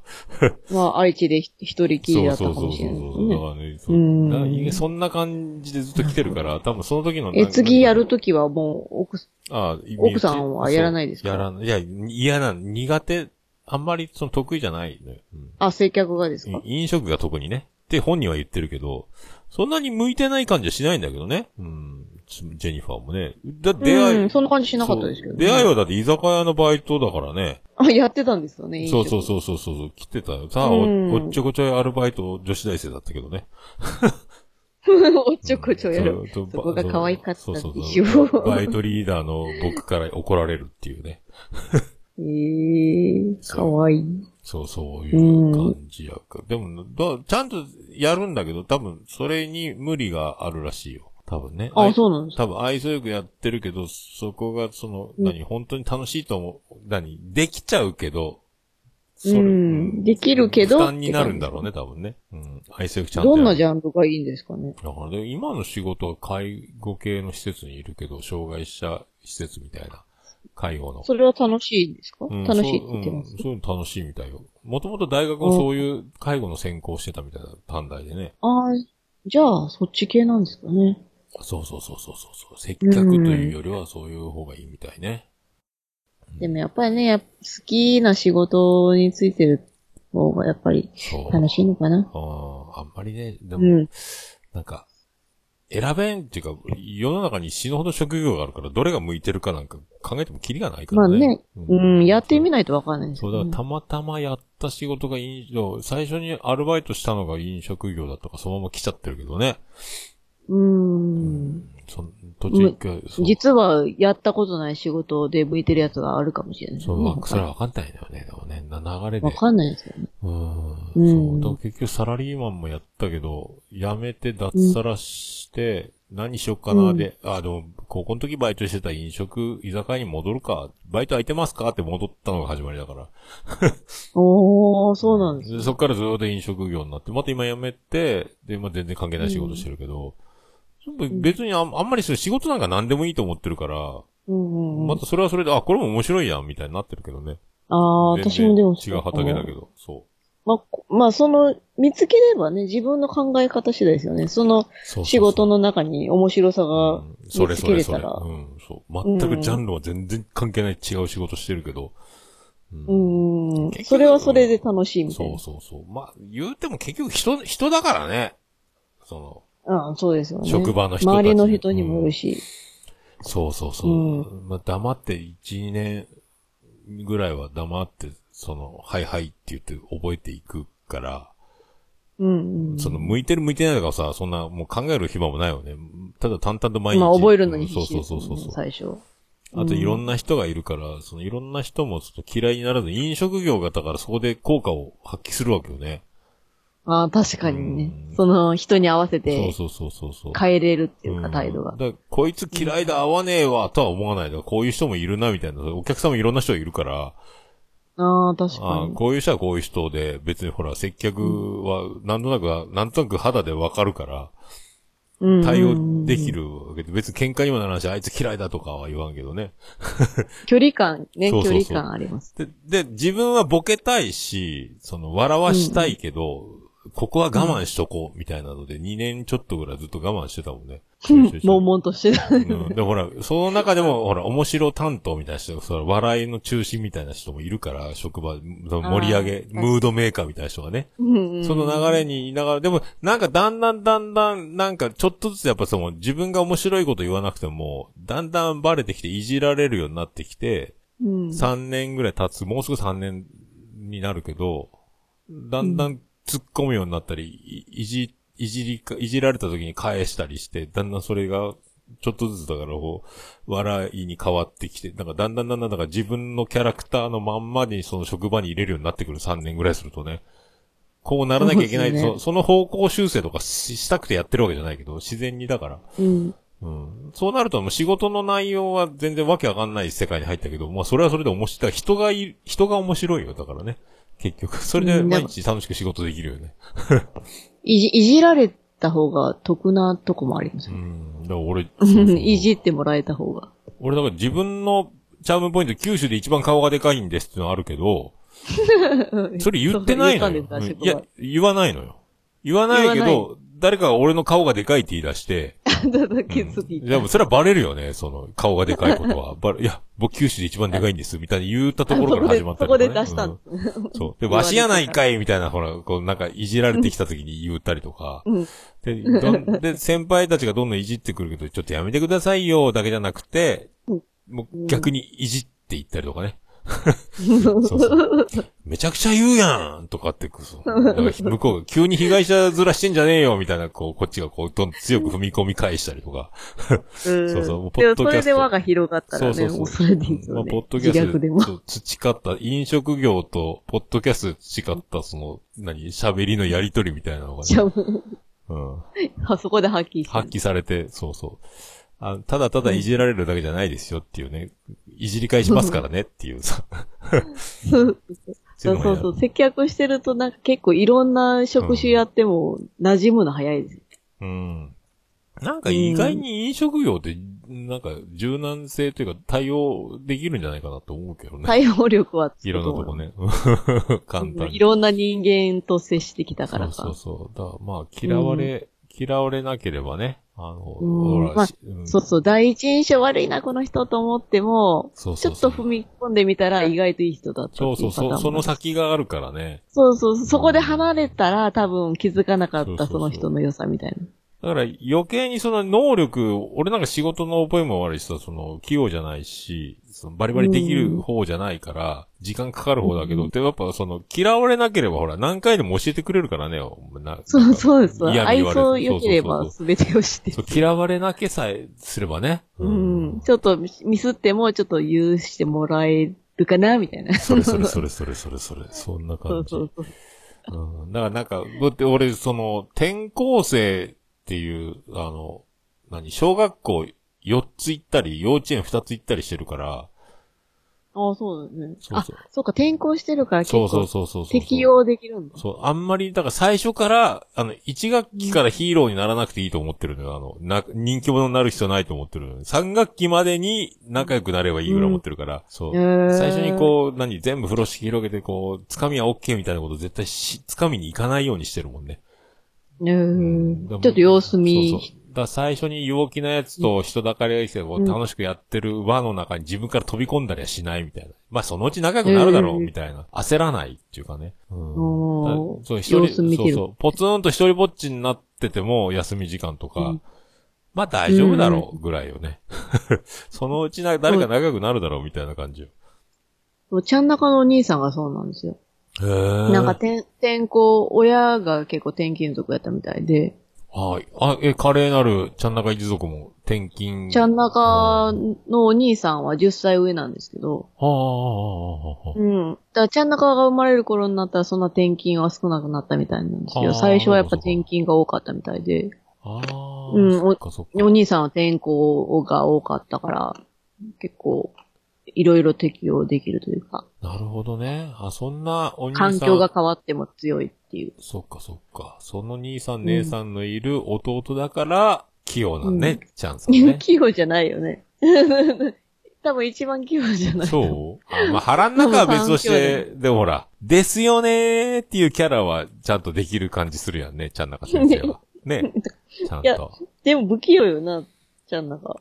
[SPEAKER 2] まあ愛知で一人きりだったかもしれないです
[SPEAKER 3] そうそうそうそう。だか
[SPEAKER 2] ね。
[SPEAKER 3] らね、そう
[SPEAKER 2] うん
[SPEAKER 3] だからいやそんな感じでずっと来てるから、多分その時の。
[SPEAKER 2] え、次やる
[SPEAKER 3] と、
[SPEAKER 2] ときはもう奥さん、
[SPEAKER 3] ああ
[SPEAKER 2] 奥さんはやらないですか
[SPEAKER 3] そうやらない。いや、嫌な、苦手、あんまりその得意じゃないのよ、うん
[SPEAKER 2] あ、接客がですか
[SPEAKER 3] 飲食が特にね。って本人は言ってるけど、そんなに向いてない感じはしないんだけどね。うん。ジェニファーもね。だ、出会い。
[SPEAKER 2] うん、そんな感じしなかったですけど、
[SPEAKER 3] そう
[SPEAKER 2] ね。
[SPEAKER 3] 出会いはだって居酒屋のバイトだからね。
[SPEAKER 2] (laughs) あ、やってたんですよね。飲
[SPEAKER 3] そ
[SPEAKER 2] 食
[SPEAKER 3] うそうそうそうそう、来てたよ。さあ、お
[SPEAKER 2] うん
[SPEAKER 3] おっちょこちょいアルバイト女子大生だったけどね。
[SPEAKER 2] おっちょこちょやる。
[SPEAKER 3] そう
[SPEAKER 2] そこが可愛かった
[SPEAKER 3] そうそうそう
[SPEAKER 2] 一応
[SPEAKER 3] バイトリーダーの僕から怒られるっていうね。
[SPEAKER 2] ええー、かわいい。
[SPEAKER 3] そう、そういう感じやから。でもだ、ちゃんとやるんだけど、多分、それに無理があるらしいよ。多分ね。
[SPEAKER 2] あ
[SPEAKER 3] い
[SPEAKER 2] そうなんですか
[SPEAKER 3] 多分、愛想よくやってるけど、そこが、その、何、本当に楽しいと思う。何、できちゃうけど、それ
[SPEAKER 2] うん。できるけど。
[SPEAKER 3] 負担になるんだろうね、多分ね。うん。愛想よくちゃんとや
[SPEAKER 2] ど
[SPEAKER 3] る
[SPEAKER 2] んなジャンルがいいんですかね。
[SPEAKER 3] だからね、今の仕事は介護系の施設にいるけど、障害者施設みたいな、介護の。
[SPEAKER 2] それは楽しいんですか、
[SPEAKER 3] うん
[SPEAKER 2] 楽しいって言ってます。
[SPEAKER 3] そううんそういうの楽しいみたいよ。もともと大学もそういう介護の専攻してたみたいな、短大でね。
[SPEAKER 2] ああ、じゃあ、そっち系なんですかね。
[SPEAKER 3] そうそうそうそうそうそう。接客というよりはそういう方がいいみたいね。
[SPEAKER 2] でもやっぱりね、やっぱ好きな仕事についてる方がやっぱり
[SPEAKER 3] そう。
[SPEAKER 2] 楽しいのかな。
[SPEAKER 3] あーあんまりね、で
[SPEAKER 2] う
[SPEAKER 3] も、
[SPEAKER 2] ん。
[SPEAKER 3] なんか、選べんっていうか、世の中に死ぬほど職業があるから、どれが向いてるかなんか考えてもキリがないか
[SPEAKER 2] まあ
[SPEAKER 3] ら
[SPEAKER 2] ね
[SPEAKER 3] ね。、
[SPEAKER 2] うん、やってみないとわかんないです
[SPEAKER 3] そ
[SPEAKER 2] よ
[SPEAKER 3] う、だ
[SPEAKER 2] ね
[SPEAKER 3] からたまたまやった仕事が飲食、最初にアルバイトしたのが飲食業だったからそのまま来ちゃってるけどね。
[SPEAKER 2] うん。
[SPEAKER 3] そ途中一回、そう、
[SPEAKER 2] 実はやったことない仕事で向いてるやつがあるかもしれない。
[SPEAKER 3] そう
[SPEAKER 2] わ
[SPEAKER 3] わそれはわかんないんだよね。でもね、な流れで。
[SPEAKER 2] わかんないですよね。
[SPEAKER 3] うん。
[SPEAKER 2] うん
[SPEAKER 3] そう。だから結局サラリーマンもやったけど、辞めて脱サラして、何しよっかなで、あ、でも、高校の時バイトしてた飲食、居酒屋に戻るか、バイト空いてますかって戻ったのが始まりだから。
[SPEAKER 2] おー、そうなんです。
[SPEAKER 3] でそっからずーっと飲食業になって、また今辞めて、で、まあ全然関係ない仕事してるけど、別にあんあんまりそう仕事なんか何でもいいと思ってるから、
[SPEAKER 2] うんうんう
[SPEAKER 3] ま
[SPEAKER 2] ん。
[SPEAKER 3] たそれはそれで、あ、これも面白いやん、みたいになってるけどね。
[SPEAKER 2] ああ、
[SPEAKER 3] 全
[SPEAKER 2] 私
[SPEAKER 3] 然
[SPEAKER 2] もでも
[SPEAKER 3] 違う畑だけ
[SPEAKER 2] ど。
[SPEAKER 3] ど、そ
[SPEAKER 2] まあ、こまあ、その、見つければね、自分の考え方次第ですよね。その
[SPEAKER 3] う。そうそう
[SPEAKER 2] 仕事の中に面白さが
[SPEAKER 3] うんそれ
[SPEAKER 2] 見つ
[SPEAKER 3] そ
[SPEAKER 2] け
[SPEAKER 3] れ
[SPEAKER 2] れ
[SPEAKER 3] そ
[SPEAKER 2] た
[SPEAKER 3] れ。う
[SPEAKER 2] ら。
[SPEAKER 3] ん、そう。全くジャンルは全然関係ない違う仕事してるけど。
[SPEAKER 2] う
[SPEAKER 3] うん
[SPEAKER 2] ん。それはそれで楽しいみたい
[SPEAKER 3] そ
[SPEAKER 2] な
[SPEAKER 3] う。そうそう。まあ、言うても結局人、人だからね。その、
[SPEAKER 2] うん、そうですよね。
[SPEAKER 3] 職場の人たち
[SPEAKER 2] 周りの人にもよるし。
[SPEAKER 3] そうそうそう。
[SPEAKER 2] う
[SPEAKER 3] まあ、黙って1、2年ぐらいは黙って、その、はいはいって言って覚えていくから、
[SPEAKER 2] うん、うん。
[SPEAKER 3] その、向いてる向いてないとかさ、そんな、もう考える暇もないよね。ただ淡々と毎日。
[SPEAKER 2] まあ、覚えるのに
[SPEAKER 3] うんそ
[SPEAKER 2] 必
[SPEAKER 3] う
[SPEAKER 2] 死
[SPEAKER 3] そ
[SPEAKER 2] で
[SPEAKER 3] う
[SPEAKER 2] す
[SPEAKER 3] そ
[SPEAKER 2] も
[SPEAKER 3] うん
[SPEAKER 2] ね
[SPEAKER 3] そう。
[SPEAKER 2] 最初。
[SPEAKER 3] あといろんな人がいるから、そのいろんな人もちょっと嫌いにならず、飲食業がだからそこで効果を発揮するわけよね。
[SPEAKER 2] ああ、確かにね
[SPEAKER 3] う。ん
[SPEAKER 2] その、人に合わせて
[SPEAKER 3] そうそうそうそうそう。
[SPEAKER 2] 変えれるって
[SPEAKER 3] う
[SPEAKER 2] い
[SPEAKER 3] ん
[SPEAKER 2] うか、態度が
[SPEAKER 3] だ。からこいつ嫌いだ、合わねえわ、とは思わないだからこういう人もいるな、みたいな。お客さんもいろんな人がいるから、
[SPEAKER 2] ああ、確か
[SPEAKER 3] あ
[SPEAKER 2] に。
[SPEAKER 3] こういう人はこういう人で、別にほら、接客は、なんとなくは、なんとなく肌でわかるから、
[SPEAKER 2] うん
[SPEAKER 3] 対
[SPEAKER 2] うんうんう
[SPEAKER 3] 応
[SPEAKER 2] ん
[SPEAKER 3] できるわけで、別に喧嘩にもならないし、あいつ嫌いだとかは言わんけどね。
[SPEAKER 2] 距離感、ね、
[SPEAKER 3] そ
[SPEAKER 2] 距
[SPEAKER 3] うそうそう
[SPEAKER 2] 離感あります。
[SPEAKER 3] で、で、自分はボケたいし、その、笑わしたいけど、ここは我慢しとこう、みたいなので、2年ちょっとぐらいずっと我慢してたもんね。
[SPEAKER 2] 悶々としてた。
[SPEAKER 3] (laughs) うん、で、ほら、その中でも、ほら、面白担当みたいな人、その笑いの中心みたいな人もいるから、職場、盛り上げ、
[SPEAKER 2] あー
[SPEAKER 3] ムードメーカーみたいな人がね。
[SPEAKER 2] うんうん
[SPEAKER 3] その流れにいながら、でも、なんかだんだんだんだん、なんかちょっとずつやっぱその、自分が面白いこと言わなくても、だんだんバレてきて、いじられるようになってきて、
[SPEAKER 2] うん
[SPEAKER 3] 3年ぐらい経つ、もうすぐ3年になるけど、だんだん突っ込むようになったり、いいじ、いじりか、いじられた時に返したりして、だんだんそれが、ちょっとずつだから、こう、笑いに変わってきて、なんかだんだんだんだん、だから自分のキャラクターのまんまにその職場に入れるようになってくる3年ぐらいするとね。こうならなきゃいけない、
[SPEAKER 2] そうですね
[SPEAKER 3] そその方向修正とかししたくてやってるわけじゃないけど、自然にだから。
[SPEAKER 2] うん。
[SPEAKER 3] うんそうなると、もう仕事の内容は全然わけわかんない世界に入ったけど、まあそれはそれで面白い。人がい、人が面白いよ、だからね。結局。それで
[SPEAKER 2] うんで
[SPEAKER 3] 毎
[SPEAKER 2] も
[SPEAKER 3] 日楽しく仕事できるよね。
[SPEAKER 2] いじ、いじられた方が得なとこもあります
[SPEAKER 3] う
[SPEAKER 2] よ。
[SPEAKER 3] ん。だか
[SPEAKER 2] (laughs)
[SPEAKER 3] ら俺、そうそう
[SPEAKER 2] うんいじってもらえた方が。
[SPEAKER 3] 俺だから自分のチャームポイント、九州で一番顔がでかいんですってのはあるけど、それ言ってな
[SPEAKER 2] そうそう言
[SPEAKER 3] いのよ。
[SPEAKER 2] ったんですか
[SPEAKER 3] うんいや、言わないのよ。言わないけ
[SPEAKER 2] 言わ
[SPEAKER 3] ど、誰かが俺の顔がでかいって言い出して、
[SPEAKER 2] (laughs) だだけつい
[SPEAKER 3] でもそれはバレるよね、その、顔がでかいことは。 (laughs) ばいや、僕九州で一番でかいんです、みたいに言ったところから始まった
[SPEAKER 2] そ
[SPEAKER 3] りと
[SPEAKER 2] こで
[SPEAKER 3] かね
[SPEAKER 2] 出した
[SPEAKER 3] うんんそう。で、わしやないかいみたいな、ほら、こう、なんか、いじられてきた時に言ったりとか。
[SPEAKER 2] うん
[SPEAKER 3] で、どんで、先輩たちがどんどんいじってくるけど、ちょっとやめてくださいよ、だけじゃなくて、
[SPEAKER 2] うん
[SPEAKER 3] もう逆にいじっていったりとかね。そうそうめちゃくちゃ言うやんとかって、そうだから向こうが急に被害者面してんじゃねえよみたいな、こう、こっちがこう、どんどん強く踏み込み返したりとか。
[SPEAKER 2] そ
[SPEAKER 3] そうそう
[SPEAKER 2] でも
[SPEAKER 3] ポッ
[SPEAKER 2] そ
[SPEAKER 3] ドキャ
[SPEAKER 2] れ
[SPEAKER 3] スト
[SPEAKER 2] で輪が広がったら
[SPEAKER 3] そ
[SPEAKER 2] ね、
[SPEAKER 3] うそう
[SPEAKER 2] も
[SPEAKER 3] そうう。
[SPEAKER 2] それでいいです
[SPEAKER 3] ま
[SPEAKER 2] よ
[SPEAKER 3] あ、
[SPEAKER 2] ね。
[SPEAKER 3] ポッドキ
[SPEAKER 2] 自
[SPEAKER 3] ャス
[SPEAKER 2] 虐
[SPEAKER 3] ト
[SPEAKER 2] でも。 (laughs)
[SPEAKER 3] そう培った、飲食業と、ポッドキャスト培った、その、何、喋りのやりとりみたいなのが
[SPEAKER 2] じ
[SPEAKER 3] ね、
[SPEAKER 2] ゃあもう
[SPEAKER 3] うん、
[SPEAKER 2] あそこで発揮してる
[SPEAKER 3] 発揮されて、そうそうあ。ただただいじられるだけじゃないですよっていうね、いじり返しますからねっていうさ。
[SPEAKER 2] そうそうそう。接客してるとなんか結構いろんな職種やっても馴染むの早いですよ。
[SPEAKER 3] うん。なんか意外に飲食業って、なんか柔軟性というか対応できるんじゃないかなと思うけどね。
[SPEAKER 2] 対応力はつ
[SPEAKER 3] い
[SPEAKER 2] く
[SPEAKER 3] ろん
[SPEAKER 2] と思
[SPEAKER 3] なと
[SPEAKER 2] う
[SPEAKER 3] こ
[SPEAKER 2] う
[SPEAKER 3] ね。(laughs) 簡
[SPEAKER 2] ん
[SPEAKER 3] 単に
[SPEAKER 2] い。ろんな人間と接してきたからか。
[SPEAKER 3] そうそうそう。だからまあ、嫌われ、嫌われなければね。あの、
[SPEAKER 2] うんまあ
[SPEAKER 3] しうん
[SPEAKER 2] そうそう、第一印象悪いな、この人と思っても、
[SPEAKER 3] そう
[SPEAKER 2] ち
[SPEAKER 3] そ
[SPEAKER 2] ょ
[SPEAKER 3] う
[SPEAKER 2] っ
[SPEAKER 3] そ
[SPEAKER 2] と
[SPEAKER 3] う
[SPEAKER 2] 踏み込んでみたら意外といい人だったってい
[SPEAKER 3] そううそう
[SPEAKER 2] パターン
[SPEAKER 3] そ
[SPEAKER 2] も
[SPEAKER 3] う、その先があるからね。
[SPEAKER 2] そうそうそう、そこで離れたら多分気づかなか
[SPEAKER 3] そ
[SPEAKER 2] っ
[SPEAKER 3] うそう
[SPEAKER 2] た
[SPEAKER 3] そう
[SPEAKER 2] その人の良さみたいな。
[SPEAKER 3] だから余計にその能力、俺なんか仕事の覚えも悪いしさ、その器用じゃないし、そのバリバリできる方じゃないから、時間かかる方だけど、でもやっぱその嫌われなければほら、何回でも教えてくれるからね。お前な
[SPEAKER 2] そうそうです。
[SPEAKER 3] 嫌味
[SPEAKER 2] 愛
[SPEAKER 3] 言われる
[SPEAKER 2] 想良けれ
[SPEAKER 3] そう
[SPEAKER 2] ば
[SPEAKER 3] そう
[SPEAKER 2] 全てを知って
[SPEAKER 3] そう。そう嫌われなけさえすればね。
[SPEAKER 2] うん。ちょっとミスってもちょっと許してもらえるかな、みたいな。
[SPEAKER 3] それそれそれそれそれそれ、そんな
[SPEAKER 2] (laughs) そ
[SPEAKER 3] 感
[SPEAKER 2] う
[SPEAKER 3] じ。
[SPEAKER 2] そうそう。
[SPEAKER 3] うんだからなんか、だって俺、その、転校生っていう、あの、何、小学校4つ行ったり、幼稚園2つ行ったりしてるから、
[SPEAKER 2] ああ、そうだね。
[SPEAKER 3] そうそう
[SPEAKER 2] あ、そうか、転校してるから結
[SPEAKER 3] そうそう
[SPEAKER 2] 構
[SPEAKER 3] そうそうそう。
[SPEAKER 2] 適用できるんだ。
[SPEAKER 3] そう、あんまり、だから最初から、あの、1学期からヒーローにならなくていいと思ってるのよ。あの、な、人気者になる必要ないと思ってるのよ。3学期までに仲良くなればいいぐらい思ってるから、そう。
[SPEAKER 2] へー
[SPEAKER 3] 最初にこう、何、全部風呂敷広げて、こう、つかみは OK みたいなこと絶対し、つかみに行かないようにしてるもんね。
[SPEAKER 2] うーん。ち
[SPEAKER 3] だ
[SPEAKER 2] ょ
[SPEAKER 3] も
[SPEAKER 2] っ
[SPEAKER 3] ん
[SPEAKER 2] と様子
[SPEAKER 3] そうそ
[SPEAKER 2] 見。
[SPEAKER 3] うだから最初に陽気なやつと人だかりがいて、こう楽しくやってる輪の中に自分から飛び込んだりはしないみたいな。まあそのうち仲良くなるだろう
[SPEAKER 2] うん
[SPEAKER 3] みたいな。焦らないっていうかね。うん
[SPEAKER 2] おー
[SPEAKER 3] だそう、一
[SPEAKER 2] 様
[SPEAKER 3] 人、
[SPEAKER 2] 子見てる
[SPEAKER 3] そうそう。ポツンと一人ぼっちになってても、休み時間とか、
[SPEAKER 2] うん
[SPEAKER 3] まあ大丈夫だろうぐらいよね。 (laughs) そのうちな、誰か仲良くなるだろうみたいな感じよ。
[SPEAKER 2] そうちゃん中のお兄さんがそうなんですよ。
[SPEAKER 3] へー
[SPEAKER 2] なんか転、転校、親が結構転勤族やったみたいで、
[SPEAKER 3] はい。あ、え、華麗なる、ちゃん中一族も、転勤。
[SPEAKER 2] ちゃん中
[SPEAKER 3] あー
[SPEAKER 2] のお兄さんは10歳上なんですけど、
[SPEAKER 3] あーあー、あーあー、
[SPEAKER 2] うん。だから、ちゃん中が生まれる頃になったら、そんな転勤は少なくなったみたいなんですけ
[SPEAKER 3] あー
[SPEAKER 2] ど、最初はやっぱ
[SPEAKER 3] そうかそうか
[SPEAKER 2] 転勤が多かったみたいで、
[SPEAKER 3] ああ。
[SPEAKER 2] うん
[SPEAKER 3] そっかそっか。
[SPEAKER 2] お兄さんは転校が多かったから、結構、いろいろ適応できるというか、
[SPEAKER 3] なるほどね。あ、そんなお兄さん。
[SPEAKER 2] 環境が。変わっても強いっていう。。
[SPEAKER 3] そっかそっか。その兄さん、姉さんのいる弟だから、器用なんね、ちゃんさんね
[SPEAKER 2] (laughs) 器用じゃないよね。 (laughs) 多分一番器用じゃない。
[SPEAKER 3] そうあまあ、腹の中は別として、でもほら、ですよねーっていうキャラはちゃんとできる感じするやんね、ちゃん中先生
[SPEAKER 2] (laughs)
[SPEAKER 3] は。ね。ちゃん
[SPEAKER 2] いや
[SPEAKER 3] と。
[SPEAKER 2] でも不器用よな、ちゃん中。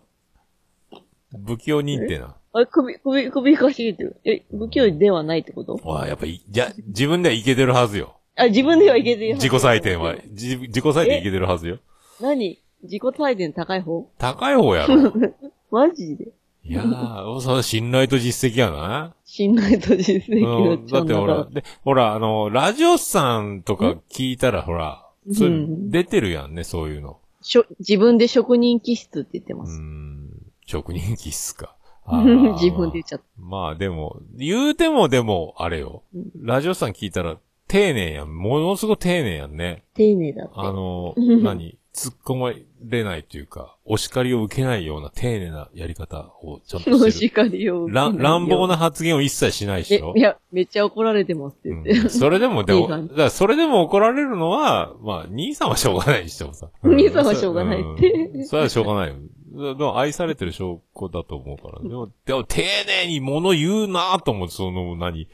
[SPEAKER 3] 不器用認定な。
[SPEAKER 2] あれ、首、首、首かしげてる。え、不器用ではないってこと
[SPEAKER 3] わあ、やっぱい、じゃ、自分ではいけてるはずよ。
[SPEAKER 2] あ、自分ではいけてる。
[SPEAKER 3] 自己採点は。、じ自己採点いけてるはずよ。
[SPEAKER 2] 何自己採点高い方
[SPEAKER 3] 高い方やろ。
[SPEAKER 2] (laughs) マジで
[SPEAKER 3] (laughs) いやー、その信頼と実績やな。
[SPEAKER 2] 信頼と実績
[SPEAKER 3] う
[SPEAKER 2] の
[SPEAKER 3] ん、
[SPEAKER 2] ちゃ
[SPEAKER 3] だっ
[SPEAKER 2] ん
[SPEAKER 3] てほら
[SPEAKER 2] 中、。
[SPEAKER 3] で、ほら、あの、ラジオさんとか聞いたら、ほら、そうれ
[SPEAKER 2] ん
[SPEAKER 3] 出てるやんね、そういうの。
[SPEAKER 2] しょ自分で職人気質って言ってま
[SPEAKER 3] うー
[SPEAKER 2] す。
[SPEAKER 3] ん、職人気質 (laughs) か。あー
[SPEAKER 2] (laughs) 自分で言っちゃった。
[SPEAKER 3] まあでも、言うてもでも、あれよ
[SPEAKER 2] うん。
[SPEAKER 3] ラジオさん聞いたら、丁寧やん。ものすごい丁寧やんね。
[SPEAKER 2] 丁寧だって。
[SPEAKER 3] あの、
[SPEAKER 2] うん
[SPEAKER 3] 何突っ込まれないというか、お叱りを受けないような丁寧なやり方をちゃん (laughs) と
[SPEAKER 2] お
[SPEAKER 3] してる。
[SPEAKER 2] 叱りを受けないよ
[SPEAKER 3] 乱
[SPEAKER 2] う。
[SPEAKER 3] 乱暴な発言を一切しない
[SPEAKER 2] え。
[SPEAKER 3] 人
[SPEAKER 2] い。や、めっちゃ怒られてますって言って。
[SPEAKER 3] うんそれでも、
[SPEAKER 2] (laughs) い
[SPEAKER 3] でも、
[SPEAKER 2] い
[SPEAKER 3] だ
[SPEAKER 2] 感じ
[SPEAKER 3] からそれでも怒られるのは、まあ、兄さんはしょうがないにしてもさ。
[SPEAKER 2] (laughs) 兄さんはしょうがないって
[SPEAKER 3] うんそれはしょうがないよ。でも愛されてる証拠だと思うから。でも、でも丁寧に物言うなと思う、その、何。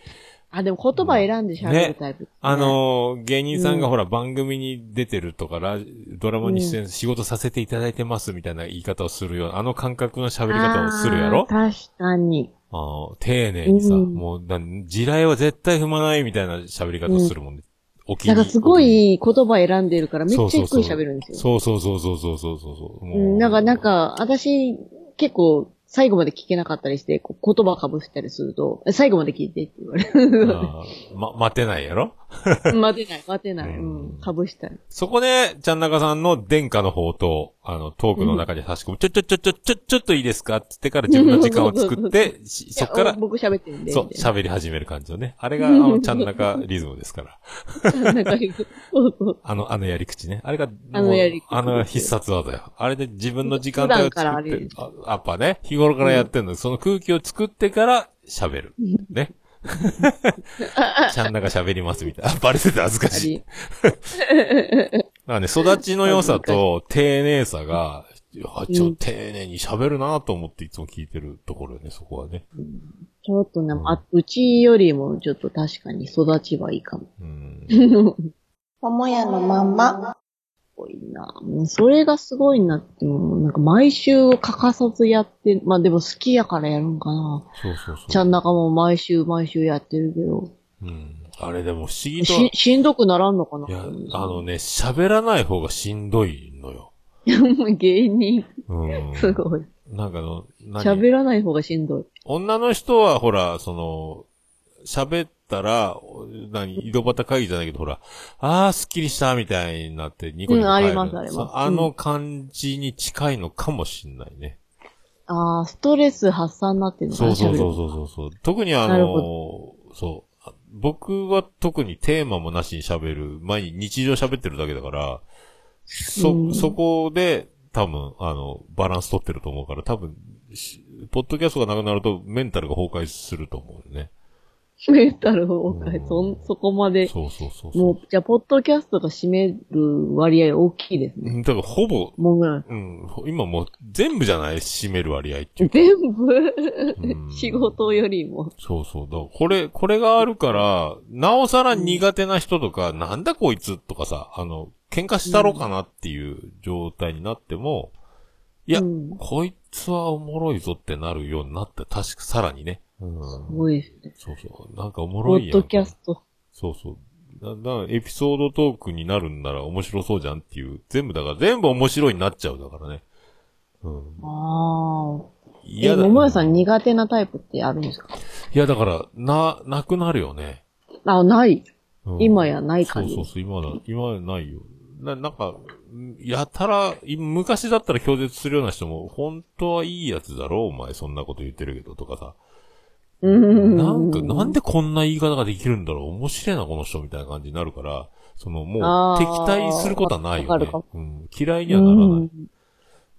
[SPEAKER 2] あ、でも言葉選んで喋るタイプ。
[SPEAKER 3] あ、のー、芸人さんが
[SPEAKER 2] うん
[SPEAKER 3] ほら、番組に出てるとか、ラジドラマに出演、仕事させていただいてますみたいな言い方をするような、あの感覚の喋り方をするやろ
[SPEAKER 2] あー確かに。
[SPEAKER 3] あの、丁寧にさ、
[SPEAKER 2] うん
[SPEAKER 3] もう、なん地雷は絶対踏まないみたいな喋り方するもんね。お気に
[SPEAKER 2] なん
[SPEAKER 3] 入
[SPEAKER 2] か
[SPEAKER 3] り
[SPEAKER 2] すごい言葉選んでるからめっちゃゆっくり喋るんですよ。
[SPEAKER 3] そうそうそうそうそうそうそうそう。も
[SPEAKER 2] うん、なんか、なん、か、私、結構、最後まで聞けなかったりして、こう言葉かぶしたりすると、最後まで聞いてって言われる。
[SPEAKER 3] あーま、待てないやろ
[SPEAKER 2] (laughs) 待てない、待てない。
[SPEAKER 3] うん
[SPEAKER 2] うん、かぶしたり。
[SPEAKER 3] そこで、ちゃんなかさんの殿下の宝刀、あの、トークの中に差し込む、ちょちょちょちょちょ、ちょっといいですかって言ってから自分の時間を作って、しそっか
[SPEAKER 2] い
[SPEAKER 3] ら
[SPEAKER 2] や、僕喋ってるんで。
[SPEAKER 3] そう、
[SPEAKER 2] みたい
[SPEAKER 3] 喋り始める感じのね。あれが、あの、ちゃんなかリズムですから。
[SPEAKER 2] な (laughs) なんか言うそうそう
[SPEAKER 3] あの、あのやり口ね。あれが、もう
[SPEAKER 2] あのやり口
[SPEAKER 3] あの必殺技よ。あれで自分の時間帯を
[SPEAKER 2] 普段からあ
[SPEAKER 3] 作っ
[SPEAKER 2] れ
[SPEAKER 3] て
[SPEAKER 2] で、
[SPEAKER 3] あやっぱね、日頃からやってんの、その空気を作ってから喋る。
[SPEAKER 2] (laughs)
[SPEAKER 3] ね。ちゃんなが喋りますみたいな。あバレてて恥ずか
[SPEAKER 2] あ
[SPEAKER 3] しい。
[SPEAKER 2] り
[SPEAKER 3] なんかね、育ちの良さと丁寧さが、あちょっと丁寧に喋るなと思っていつも聞いてるところよね、そこはね。
[SPEAKER 2] ちょっとね、あうちよりもちょっと確かに育ちはいいかも。 (laughs)
[SPEAKER 3] うん。
[SPEAKER 1] 桃屋のまんま。
[SPEAKER 2] 多いな。もうそれがすごいなって、もうなんか毎週欠かさずやって、まあでも好きやからやるんかな。
[SPEAKER 3] そうそうそう。
[SPEAKER 2] ちゃん中も毎週毎週やってるけど。
[SPEAKER 3] うん。あれでも不思議と、
[SPEAKER 2] し、しんどくならんのかない
[SPEAKER 3] や、
[SPEAKER 2] (laughs)
[SPEAKER 3] あのね、喋らない方がしんどいのよ。
[SPEAKER 2] 芸人、
[SPEAKER 3] うん。
[SPEAKER 2] すごい。
[SPEAKER 3] なんかの、何
[SPEAKER 2] 喋らない方がしんどい。
[SPEAKER 3] 女の人はほら、その、喋ったら、お何、井戸端会議じゃないけど、ほら、あー、すっきりした、みたいになって、ニコニコ帰る、
[SPEAKER 2] うんありますあります
[SPEAKER 3] そうあの感じに近いのかもしんないね。
[SPEAKER 2] ああ、ストレス発散になってるのか
[SPEAKER 3] そ
[SPEAKER 2] な
[SPEAKER 3] う
[SPEAKER 2] 喋
[SPEAKER 3] そうそう
[SPEAKER 2] る
[SPEAKER 3] そうそうそう。特にあ
[SPEAKER 2] なる
[SPEAKER 3] の、そう。あ僕は特にテーマもなしに喋る。前に日常喋ってるだけだから、
[SPEAKER 2] う
[SPEAKER 3] そ、
[SPEAKER 2] ん
[SPEAKER 3] そこで、多分、あの、バランス取ってると思うから、多分、しポッドキャストがなくなるとメンタルが崩壊すると思うよね。
[SPEAKER 2] メンタル崩壊、そん、そこまで。
[SPEAKER 3] そうそうそう
[SPEAKER 2] も、
[SPEAKER 3] そう
[SPEAKER 2] じゃあ、ポッドキャストが占める割合大きいです
[SPEAKER 3] う。う
[SPEAKER 2] ね。
[SPEAKER 3] んだからほぼ、
[SPEAKER 2] もうぐらい。
[SPEAKER 3] うん、今もう全部じゃない占める割合っていうか。
[SPEAKER 2] 全部、
[SPEAKER 3] うん
[SPEAKER 2] 仕事よりも。
[SPEAKER 3] そうそう。だからこれ、これがあるから、なおさら苦手な人とか、なんだこいつとかさ、あの、喧嘩したろかなっていう状態になっても、いや、
[SPEAKER 2] うん
[SPEAKER 3] こいつはおもろいぞってなるようになって、確かさらにね。うん。
[SPEAKER 2] すごいですね。
[SPEAKER 3] そうそう。なんかおも
[SPEAKER 2] ポ
[SPEAKER 3] ろい
[SPEAKER 2] ッ
[SPEAKER 3] やん。
[SPEAKER 2] ドキャスト。
[SPEAKER 3] そうそう。だだからエピソードトークになるんなら面白そうじゃんっていう。全部だから、全部面白いになっちゃうだからね。うん。
[SPEAKER 2] ああ。え、
[SPEAKER 3] 嫌だ。
[SPEAKER 2] 桃屋さん苦手なタイプってあるんですか
[SPEAKER 3] いや、だから、な、なくなるよね。
[SPEAKER 2] あ、ない。
[SPEAKER 3] うん
[SPEAKER 2] 今やない感じ
[SPEAKER 3] そうそうそう、今だ、今やないよ。な、なんか、んやたら、い昔だったら拒絶するような人も、本当はいいやつだろ、お前、そんなこと言ってるけど、とかさ。
[SPEAKER 2] うん。
[SPEAKER 3] なんか、なんでこんな言い方ができるんだろう、面白いな、この人、みたいな感じになるから、その、も
[SPEAKER 2] あ
[SPEAKER 3] う、敵
[SPEAKER 2] ー
[SPEAKER 3] 対することはないよ
[SPEAKER 2] わか
[SPEAKER 3] ね
[SPEAKER 2] るかも。
[SPEAKER 3] うん、嫌いに
[SPEAKER 2] う
[SPEAKER 3] はならない。
[SPEAKER 2] ん。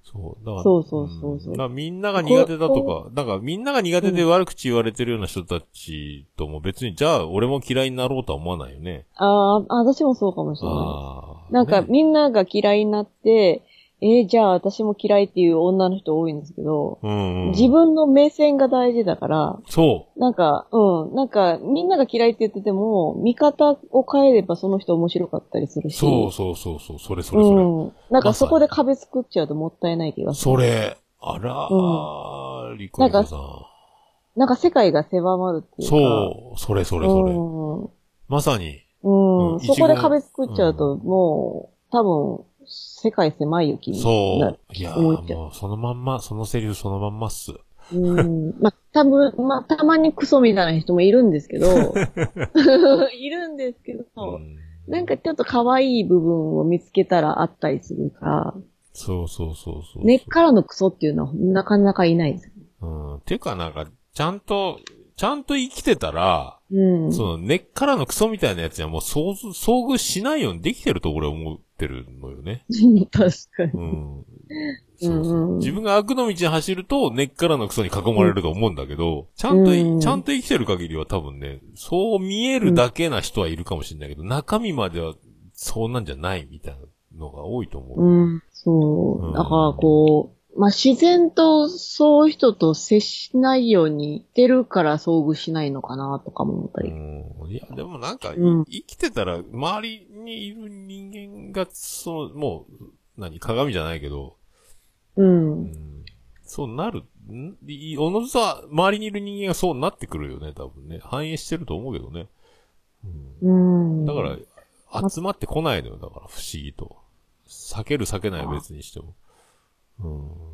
[SPEAKER 3] そう、だから。
[SPEAKER 2] そうそうそうそうん
[SPEAKER 3] だからみんなが苦手だとか、だからみんなが苦手で悪口言われてるような人たちとも別に、じゃあ俺も嫌いになろうとは思わないよね。
[SPEAKER 2] あーあ、私もそうかもしれな
[SPEAKER 3] ああ。
[SPEAKER 2] い。なんか、
[SPEAKER 3] ね
[SPEAKER 2] みんなが嫌いになって、えーじゃあ私も嫌いっていう女の人多いんですけど、
[SPEAKER 3] うん、うん。
[SPEAKER 2] 自分の目線が大事だから、
[SPEAKER 3] そ
[SPEAKER 2] なんか、うん、なんか、みんなが嫌いって言ってても、見方を変えればその人面白かったりする
[SPEAKER 3] う。
[SPEAKER 2] し。
[SPEAKER 3] そうそうそうそう。それそれそれ。
[SPEAKER 2] うん。なんかそこで壁作っちゃうともったいない気がす
[SPEAKER 3] それ。あらー、リコリコさん。
[SPEAKER 2] る。なんか世界が狭まるっていうか。
[SPEAKER 3] そう。それそれそれ。まさに。
[SPEAKER 2] うん。
[SPEAKER 3] う
[SPEAKER 2] うんん。そこで壁作っちゃうと、もう、多分、世界狭いよ、気にな
[SPEAKER 3] そ
[SPEAKER 2] る。
[SPEAKER 3] う。いや
[SPEAKER 2] 思っ
[SPEAKER 3] ー
[SPEAKER 2] ちゃう
[SPEAKER 3] もうそのまんま、そのセリフそのまんまっす。
[SPEAKER 2] うん。まあ、多分、まあ、たまにクソみたいな人もいるんです
[SPEAKER 3] (laughs)
[SPEAKER 2] けど、 (laughs) いるんですけど、
[SPEAKER 3] うん
[SPEAKER 2] なんかちょっと可愛い部分を見つけたらあったりするから、
[SPEAKER 3] そうそうそうそう。
[SPEAKER 2] 根っからのクソっていうのはなかなかいないです。
[SPEAKER 3] うん。ていうかなんか、ちゃんと、ちゃんと生きてたら、
[SPEAKER 2] うん。
[SPEAKER 3] その根っからのクソみたいなやつにはもう遭遇遭遇しないようにできてると俺は思ってるのよね。
[SPEAKER 2] (laughs) 確かに。
[SPEAKER 3] うん
[SPEAKER 2] うんうん
[SPEAKER 3] 自分が悪の道に走ると、根っからのクソに囲まれると思うんだけど、ちゃんとい、
[SPEAKER 2] うん
[SPEAKER 3] ちゃんと生きてる限りは多分ね、そう見えるだけな人はいるかもしれないけど、中身まではそうなんじゃないみたいなのが多いと思う。
[SPEAKER 2] うん、そうう。
[SPEAKER 3] ん
[SPEAKER 2] だからこう、まあ、自然とそういう人と接しないようにしてるから遭遇しないのかなとかも思ったり。
[SPEAKER 3] うんいや、でもなんか、
[SPEAKER 2] うん
[SPEAKER 3] 生きてたら、周りにいる人間が、そう、もう、何、鏡じゃないけど、
[SPEAKER 2] うん。
[SPEAKER 3] うんそうなる、んいおのずとは周りにいる人間がそうなってくるよね、多分ね。反映してると思うけどね。
[SPEAKER 2] うん。
[SPEAKER 3] だから、集まってこないのよ、だから、不思議と。避ける避けないは別にしても。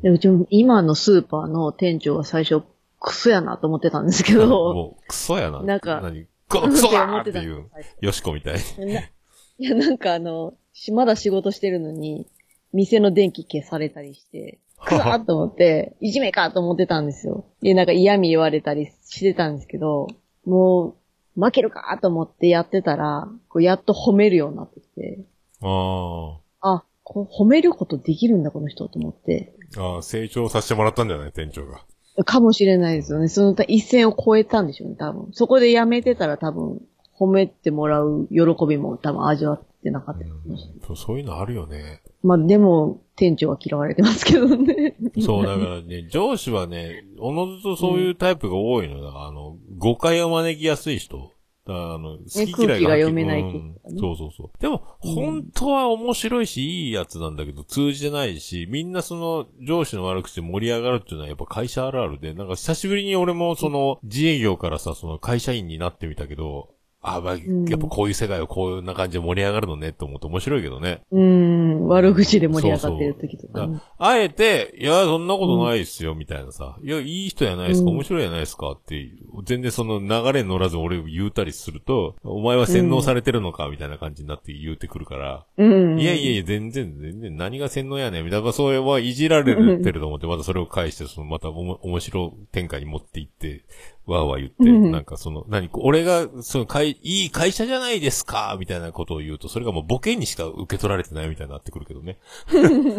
[SPEAKER 3] うん。
[SPEAKER 2] で、うちも今のスーパーの店長が最初、クソやなと思ってたんですけど、
[SPEAKER 3] (laughs) もう、クソやな。
[SPEAKER 2] なんか
[SPEAKER 3] 何このクソだーっ
[SPEAKER 2] って
[SPEAKER 3] て
[SPEAKER 2] (laughs) 思っ
[SPEAKER 3] いう
[SPEAKER 2] てたんです、
[SPEAKER 3] よしこみたいに。
[SPEAKER 2] ないや、なんかあの、しまだ仕事してるのに、店の電気消されたりして、くわーっと思って、いじめかと思ってたんですよ。で、なんか嫌味言われたりしてたんですけど、もう、負けるかと思ってやってたら、こうやっと褒めるようになってきて、
[SPEAKER 3] あ
[SPEAKER 2] あ、こう褒めることできるんだ、この人と思って。
[SPEAKER 3] ーあー、成長させてもらったんじゃない店長が。
[SPEAKER 2] かもしれないですよね。その一線を超えたんでしょうね、多分。そこでやめてたら多分、褒めてもらう喜びも多分味わってなかったかもしれない。
[SPEAKER 3] そうそういうのあるよね。
[SPEAKER 2] まあでも、店長は嫌われてますけどね。 (laughs)
[SPEAKER 3] そう、だからね、上司はね、おのずとそういうタイプが多いのよ。だから、あの、誤解を招きやすい人。だから、あの、好き嫌いがはっきり、
[SPEAKER 2] 空気が読めないっていううかね
[SPEAKER 3] んそうそうそう。でも、本当は面白いし、いいやつなんだけど、通じてないし、みんなその、上司の悪口で盛り上がるっていうのはやっぱ会社あるあるで、なんか久しぶりに俺もその、自営業からさ、その会社員になってみたけど、あ、まあ、
[SPEAKER 2] ん
[SPEAKER 3] やっぱこういう世界はこんな感じで盛り上がるのねって思って面白いけどね。
[SPEAKER 2] うーん、悪口で盛り上がってる時とかね、
[SPEAKER 3] だあえて、いや、そんなことないっすよ、みたいなさ。いや、いい人じゃないですか、面白いじゃないですかって、全然その流れに乗らず俺を言うたりすると、お前は洗脳されてるのか、みたいな感じになって言うてくるから、
[SPEAKER 2] うん。
[SPEAKER 3] いやいやいや、全然、全然、何が洗脳やねん、みたいな。それはいじられてると思って、またそれを返して、その、またおも面白い展開に持っていって、わーわー言って、
[SPEAKER 2] うん
[SPEAKER 3] なんかその、何、俺が、その、会、いい会社じゃないですかみたいなことを言うと、それがもうボケにしか受け取られてないみたいになってくるけど
[SPEAKER 2] (laughs)
[SPEAKER 3] ね。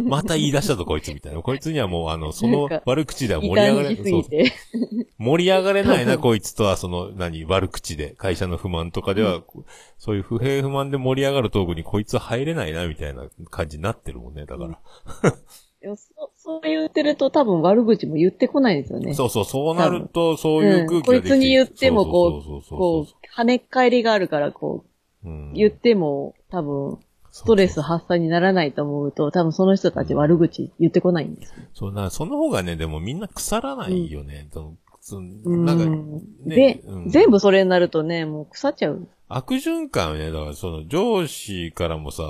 [SPEAKER 3] また言い出したぞ、こいつ、みたいな。こいつにはもう、あの、その
[SPEAKER 2] なんか
[SPEAKER 3] 悪口では
[SPEAKER 2] 異
[SPEAKER 3] 盛り上が
[SPEAKER 2] 端
[SPEAKER 3] れ、
[SPEAKER 2] しす
[SPEAKER 3] そう
[SPEAKER 2] ぎて。
[SPEAKER 3] 盛り上がれないな、こいつとは、その、何、悪口で、会社の不満とかでは、そういう不平不満で盛り上がるトークにこいつは入れないな、みたいな感じになってるもんね、だから。
[SPEAKER 2] でもそそう言ってると多分悪口も言ってこないですよね。
[SPEAKER 3] そうそう、そうなると、そういう空気が
[SPEAKER 2] こ
[SPEAKER 3] で
[SPEAKER 2] い
[SPEAKER 3] きて
[SPEAKER 2] つに言ってもこ
[SPEAKER 3] そうそう
[SPEAKER 2] う、
[SPEAKER 3] そう
[SPEAKER 2] こ、
[SPEAKER 3] そ
[SPEAKER 2] 跳
[SPEAKER 3] う
[SPEAKER 2] ねっ返りがあるから、こ
[SPEAKER 3] ううん
[SPEAKER 2] う、言っても多分、ストレス発散にならないと思うと、多分その人たち悪口言ってこないんですよ。
[SPEAKER 3] そうな、その方がね、でもみんな腐らないよね。そのその
[SPEAKER 2] うん
[SPEAKER 3] なんか、ね
[SPEAKER 2] で、
[SPEAKER 3] うん
[SPEAKER 2] 全部それになるとね、もう腐っちゃう。
[SPEAKER 3] 悪循環よね。だから、その、上司からもさ、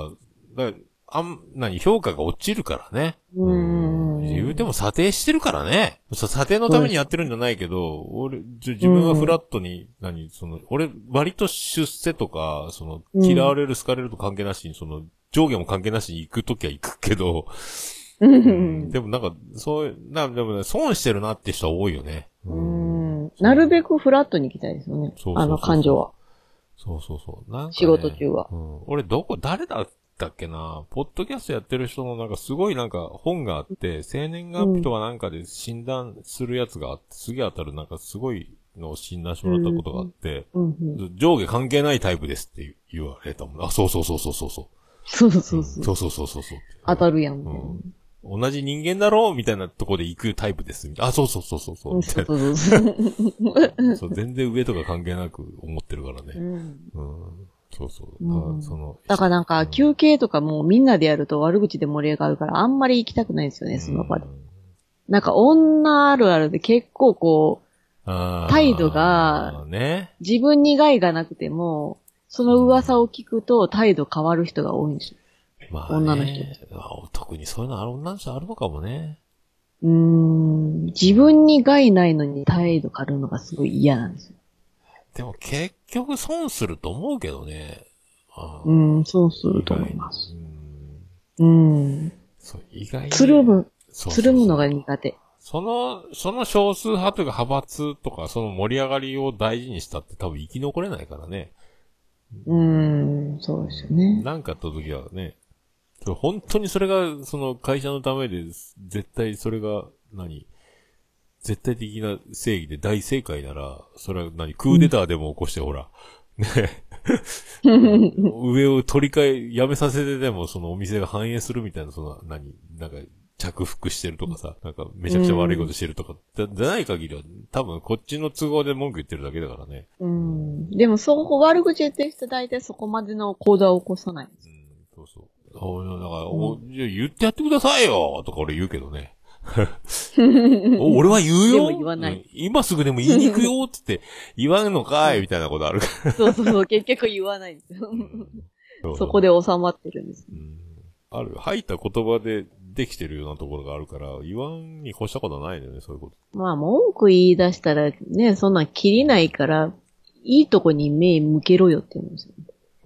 [SPEAKER 3] だからあん、何、評価が落ちるからね。
[SPEAKER 2] うん
[SPEAKER 3] 言うても査定してるからね。さ査定のためにやってるんじゃないけど、俺、じ自分はフラットに、何、その、俺、割と出世とか、その、
[SPEAKER 2] うん
[SPEAKER 3] 嫌われる、好かれると関係なしに、その、上下も関係なしに行くときは行くけど、
[SPEAKER 2] うん
[SPEAKER 3] でもなんか、そういう、な、でもね、損してるなって人は多いよね。
[SPEAKER 2] うんなるべくフラットに行きたいですよね
[SPEAKER 3] そうそうそう。そう
[SPEAKER 2] あの感情は。
[SPEAKER 3] そうそうそう。なんかね、
[SPEAKER 2] 仕事中は
[SPEAKER 3] うん、俺、どこ、誰だったっけなポッドキャストやってる人のなんかすごいなんか本があって、生年月日とかなんかで診断するやつがあって、すげえ当たるなんかすごいのを診断してもらったことがあって、
[SPEAKER 2] うんうん
[SPEAKER 3] 上下関係ないタイプですって言われたもん。あ、そうそうそうそうそうそ。
[SPEAKER 2] そうそううそう。
[SPEAKER 3] そうそうそうそうそう。
[SPEAKER 2] 当たるやん。
[SPEAKER 3] う
[SPEAKER 2] うん
[SPEAKER 3] ん。同じ人間だろうみたいなとこで行くタイプです。みたいなあ、そうそうそうそうそう。みた
[SPEAKER 2] そ
[SPEAKER 3] いう
[SPEAKER 2] そうそう。
[SPEAKER 3] な。そう、全然上とか関係なく思ってるから
[SPEAKER 2] う
[SPEAKER 3] ね。
[SPEAKER 2] ん
[SPEAKER 3] うん。そうそ
[SPEAKER 2] う
[SPEAKER 3] う。
[SPEAKER 2] ん
[SPEAKER 3] だからその、
[SPEAKER 2] だからなんか、休憩とかもうみんなでやると悪口で盛り上がるから、あんまり行きたくないんですよね、その場で
[SPEAKER 3] う。ん
[SPEAKER 2] なんか、女あるあるで結構こう、
[SPEAKER 3] あー
[SPEAKER 2] 態度が、
[SPEAKER 3] ね。
[SPEAKER 2] 自分に害がなくても、その噂を聞くと態度変わる人が多いんですよ。
[SPEAKER 3] まあね、
[SPEAKER 2] 女の人
[SPEAKER 3] まあ特にそういうのある女の人あるのかもね。
[SPEAKER 2] うーん、自分に害ないのに態度変わるのがすごい嫌なんですよ。
[SPEAKER 3] でも結局損すると思うけどね。あー
[SPEAKER 2] うーん、そうすると思います。。
[SPEAKER 3] うん
[SPEAKER 2] うーん。
[SPEAKER 3] そう、意外に。
[SPEAKER 2] つるむ、
[SPEAKER 3] そうそうそ
[SPEAKER 2] つ
[SPEAKER 3] う、
[SPEAKER 2] るむのが苦手。
[SPEAKER 3] その、その少数派というか派閥とか、その盛り上がりを大事にしたって多分生き残れないからね。
[SPEAKER 2] うーん、そうですよね。
[SPEAKER 3] なんかあった時はね、それ本当にそれが、その会社のためです、絶対それが何、絶対的な正義で大正解なら、それは何、クーデターでも起こして、ほら、ね上を取り替え、やめさせてでも、そのお店が反映するみたいな、その何、なんか、着服してるとかさ、なんか、めちゃくちゃ悪いことしてるとか、じゃじゃない限りは、多分こっちの都合で文句言ってるだけだからね。
[SPEAKER 2] うん。でも、そう、悪口言ってる人大体そこまでの行動は起こさ
[SPEAKER 3] (laughs)
[SPEAKER 2] ない。
[SPEAKER 3] うんそうそう。俺だから、おじゃあ言ってやってくださいよとか俺言うけ
[SPEAKER 2] (laughs)
[SPEAKER 3] どね。お俺は言うよ
[SPEAKER 2] でも言わない
[SPEAKER 3] うん今すぐでも言いに行くよっつって言わんのかいみたいなこと
[SPEAKER 2] (laughs)
[SPEAKER 3] あるか
[SPEAKER 2] そうそうそう、結局言わないんですよ。
[SPEAKER 3] ら。
[SPEAKER 2] そこ
[SPEAKER 3] で。
[SPEAKER 2] で収まってるんです。
[SPEAKER 3] うんある。入った言葉でできてるようなところがあるから、言わんに越したことないんだよね、そういうこと。
[SPEAKER 2] まあ、文句言い出したらね、そんなん切りないから、いいとこに目向けろよって言うんですよ。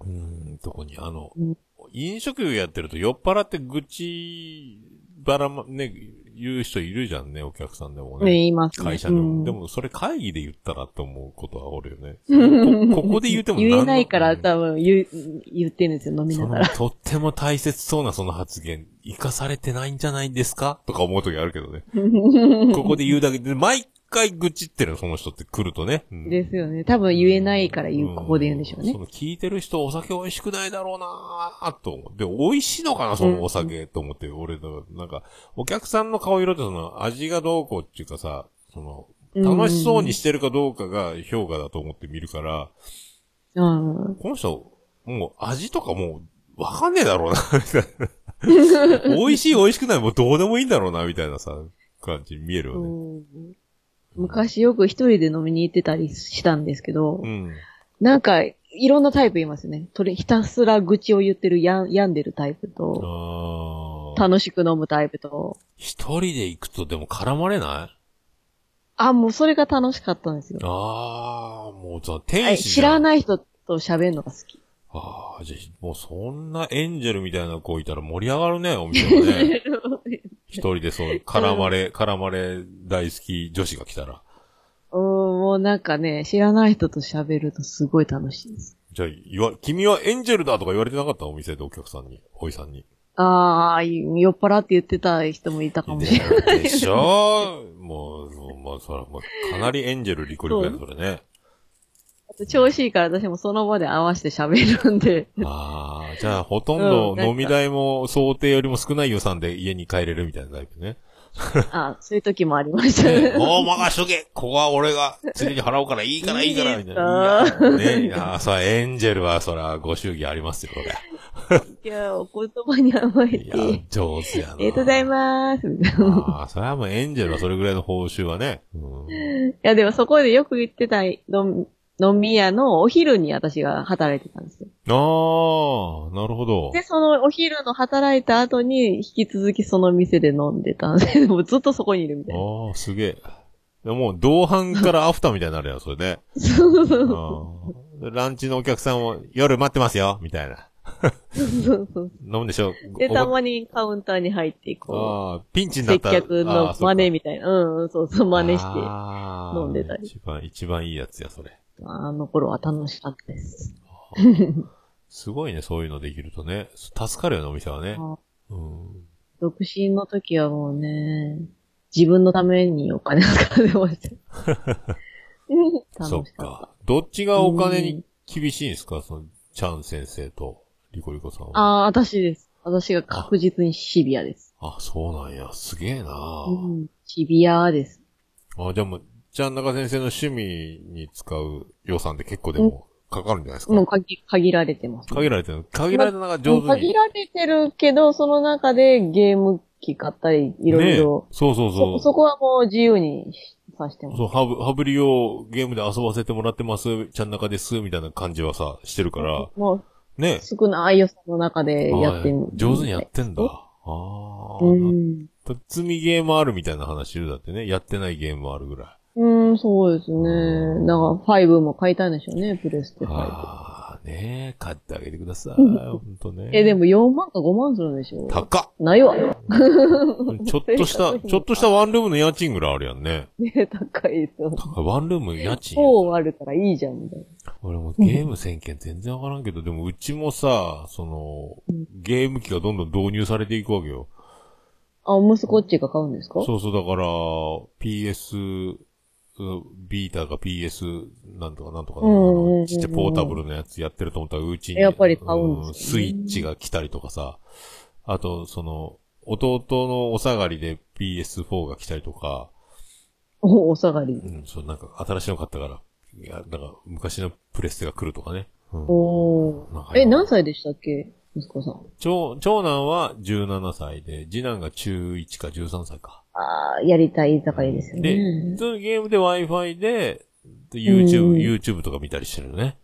[SPEAKER 3] うん、特にあの
[SPEAKER 2] うん、
[SPEAKER 3] 飲食業やってると酔っ払って愚痴ばらま、ね、言う人いるじゃんね、お客さんでも
[SPEAKER 2] ね、言いますね。
[SPEAKER 3] 会社
[SPEAKER 2] う
[SPEAKER 3] の。
[SPEAKER 2] ん
[SPEAKER 3] でも、それ会議で言ったらって思うことはおるよ
[SPEAKER 2] (laughs)
[SPEAKER 3] ね。こここで言っても
[SPEAKER 2] 言えないから
[SPEAKER 3] だ
[SPEAKER 2] 多分言う言ってるんですよ、飲み
[SPEAKER 3] そ
[SPEAKER 2] なが
[SPEAKER 3] の
[SPEAKER 2] ら。
[SPEAKER 3] とっても大切そうなその発言、生かされてないんじゃないですかとか思うときあるけ
[SPEAKER 2] (laughs)
[SPEAKER 3] どね。ここで言うだけで、毎回愚痴ってるの、その人って来るとね。うん
[SPEAKER 2] ですよね。多分言えないから言う、
[SPEAKER 3] ん
[SPEAKER 2] ここで言うんでしょうね
[SPEAKER 3] そ。の聞いてる人、お酒美味しくないだろうなぁ、と思って、美味しいのかな、そのお酒、と思って、俺の、なんか、お客さんの顔色ってその、味がどうこうっていうかさ、その、楽しそうにしてるかどうかが評価だと思って見るから、
[SPEAKER 2] うん。
[SPEAKER 3] この人、もう味とかもう、わかんねえだろうな、 (laughs) みたいな。美味しい美味しくない、もうどうでもいいんだろうな、みたいなさ、感じに見えるよね。
[SPEAKER 2] うん昔よく一人で飲みに行ってたりしたんですけど、
[SPEAKER 3] うん。
[SPEAKER 2] なんか、いろんなタイプいますね。とり、ひたすら愚痴を言ってる、やん、病んでるタイプと、
[SPEAKER 3] ああ。
[SPEAKER 2] 楽しく飲むタイプと、
[SPEAKER 3] 一人で行くとでも絡まれない
[SPEAKER 2] あ、もうそれが楽しかったんですよ。
[SPEAKER 3] ああ、もうさ、
[SPEAKER 2] は
[SPEAKER 3] 天
[SPEAKER 2] い
[SPEAKER 3] 使
[SPEAKER 2] 知
[SPEAKER 3] じゃん
[SPEAKER 2] らない人と喋るのが好き。
[SPEAKER 3] ああ、じゃあ、もうそんなエンジェルみたいな子いたら盛り上がるね、お店
[SPEAKER 2] (laughs)
[SPEAKER 3] もね。一人でそう、絡まれ、絡まれ大好き女子が来たら。
[SPEAKER 2] うん、もうなんかね、知らない人と喋るとすごい楽しいです。
[SPEAKER 3] じゃあ、言わ、君はエンジェルだとか言われてなかったお店でお客さんに、おいさんに。
[SPEAKER 2] ああ、酔っ払って言ってた人もいたかもしれない。
[SPEAKER 3] でしょもう、もうまあ、そら、もう、かなりエンジェルリコリコや、それね。
[SPEAKER 2] 調子いいから私もその場で合わせて喋るん
[SPEAKER 3] (laughs)
[SPEAKER 2] で。
[SPEAKER 3] ああ、じゃあ、ほとんど
[SPEAKER 2] うんなんか
[SPEAKER 3] 飲み代も想定よりも少ない予算で家に帰れるみたいなタイプね。
[SPEAKER 2] あそういう時もありました
[SPEAKER 3] ね
[SPEAKER 2] ね。
[SPEAKER 3] もう任しとけここは俺が、釣りに払うからいいからいいからみたい
[SPEAKER 2] い
[SPEAKER 3] ない
[SPEAKER 2] ですか
[SPEAKER 3] いいや。ねえ、ああ、そら、エンジェルは、そら、ご祝儀ありますよ、これ。
[SPEAKER 2] いや、お言葉に甘え
[SPEAKER 3] い
[SPEAKER 2] て。
[SPEAKER 3] や
[SPEAKER 2] あり、
[SPEAKER 3] 上手やな。
[SPEAKER 2] がとうございます。みたいな
[SPEAKER 3] ああ、それはもうエンジェルはそれぐらいの報酬はね。うん、
[SPEAKER 2] いや、でもそこでよく言ってた飲み飲み屋のお昼に私が働いてたんですよ。
[SPEAKER 3] ああ、なるほど。
[SPEAKER 2] で、そのお昼の働いた後に引き続きその店で飲んでたん
[SPEAKER 3] (laughs)
[SPEAKER 2] で、もうずっとそこにいるみたいな。
[SPEAKER 3] ああ、すげえ。でもう、同
[SPEAKER 2] (laughs)
[SPEAKER 3] 伴からアフターみたいになるやん、それね。うんランチのお客さんを夜待ってますよ、みたいな。
[SPEAKER 2] そうそう
[SPEAKER 3] 飲むんでしょ
[SPEAKER 2] (laughs) で、た
[SPEAKER 3] に。
[SPEAKER 2] まにカウンターに入って、こ
[SPEAKER 3] ああ、ピンチ
[SPEAKER 2] う、
[SPEAKER 3] にな
[SPEAKER 2] 接
[SPEAKER 3] った
[SPEAKER 2] 客の真似みたいな。うん、そうそう、真似して。あ
[SPEAKER 3] て
[SPEAKER 2] 飲んでたり
[SPEAKER 3] 一番、一番いいやつや、それ。
[SPEAKER 2] の頃は楽しかったです。
[SPEAKER 3] すごいね、そういうのできるとね。助かるよね、お店はね。
[SPEAKER 2] あ
[SPEAKER 3] うん。
[SPEAKER 2] 独身の時はもうね、自分のためにお金を使ってました。
[SPEAKER 3] そっ
[SPEAKER 2] 楽しかっ
[SPEAKER 3] か。どっちがお金に厳しいんですかその、チャン先生と、リコリコさん
[SPEAKER 2] た。
[SPEAKER 3] は。
[SPEAKER 2] ああー、私です。私が確実にシビアです。
[SPEAKER 3] あ、そうなんや。すげえなあ
[SPEAKER 2] うん、シビアです。
[SPEAKER 3] あ、じゃあもう、ちゃん中先生の趣味に使う予算って結構でもかかるんじゃないですか、
[SPEAKER 2] もう限限られてます。
[SPEAKER 3] 限られてる。限られた中上手
[SPEAKER 2] 限
[SPEAKER 3] に。
[SPEAKER 2] られてるけど、その中でゲーム機買ったり、いろいろ
[SPEAKER 3] ね。えそうそうそ。
[SPEAKER 2] そうそこはもう自由にさせてます
[SPEAKER 3] そう、。ハブ、ハブリをゲームで遊ばせてもらってます、ちゃん中です、みたいな感じはさ、してるから、
[SPEAKER 2] もう
[SPEAKER 3] ね。
[SPEAKER 2] 少ない予算の中でやってみ
[SPEAKER 3] あー上手にやってんだ。ああ。
[SPEAKER 2] う
[SPEAKER 3] なん
[SPEAKER 2] ん。
[SPEAKER 3] か積みゲームあるみたいな話だってね。やってないゲームもあるぐらい。
[SPEAKER 2] うん、そうですね。だから、5も買いたいんでしょうね、プレステ5。
[SPEAKER 3] ああ、ねえ、買ってあげてください。
[SPEAKER 2] うん
[SPEAKER 3] ほんとね。
[SPEAKER 2] え、でも4万か5万するんでしょ
[SPEAKER 3] 高っ
[SPEAKER 2] ないわ。
[SPEAKER 3] ちょっと
[SPEAKER 2] (laughs)
[SPEAKER 3] した、ちょっとしたワンルームの家賃ぐらいあるやんね。
[SPEAKER 2] ね、高いですよ。
[SPEAKER 3] 高いワンルーム家賃
[SPEAKER 2] 4あるからいいじゃん、みたいな。
[SPEAKER 3] 俺もゲーム1000件全然わからんけど、でもうちもさ、その、ゲーム機がどんどん導入されていくわけよ。
[SPEAKER 2] あ、息子っちが買うんですか
[SPEAKER 3] そうそう、だから、PS、うんビータが PS なんとかなんとかな、あ
[SPEAKER 2] うんうんうんうん
[SPEAKER 3] のちっちゃいポータブルのやつやってると思ったらうちに。
[SPEAKER 2] やっぱり買うん
[SPEAKER 3] うん
[SPEAKER 2] です
[SPEAKER 3] ス
[SPEAKER 2] ね
[SPEAKER 3] イッチが来たりとかさ。あと、その、弟のお下がりで PS4 が来たりとか。
[SPEAKER 2] お、お下がり
[SPEAKER 3] う。ん、そう、なんか新しいの買ったから、いや、なんか昔のプレステが来るとかね。うん
[SPEAKER 2] お
[SPEAKER 3] なんか
[SPEAKER 2] ー。え、何歳でしたっけ息子さん。
[SPEAKER 3] 長、長男は17歳で、次男が中1か13歳か。
[SPEAKER 2] ああ、やりたい盛りですよ
[SPEAKER 3] で、
[SPEAKER 2] ね。
[SPEAKER 3] そのゲームで Wi-Fi で、で YouTube、
[SPEAKER 2] うん
[SPEAKER 3] YouTube とか見たりしてるね。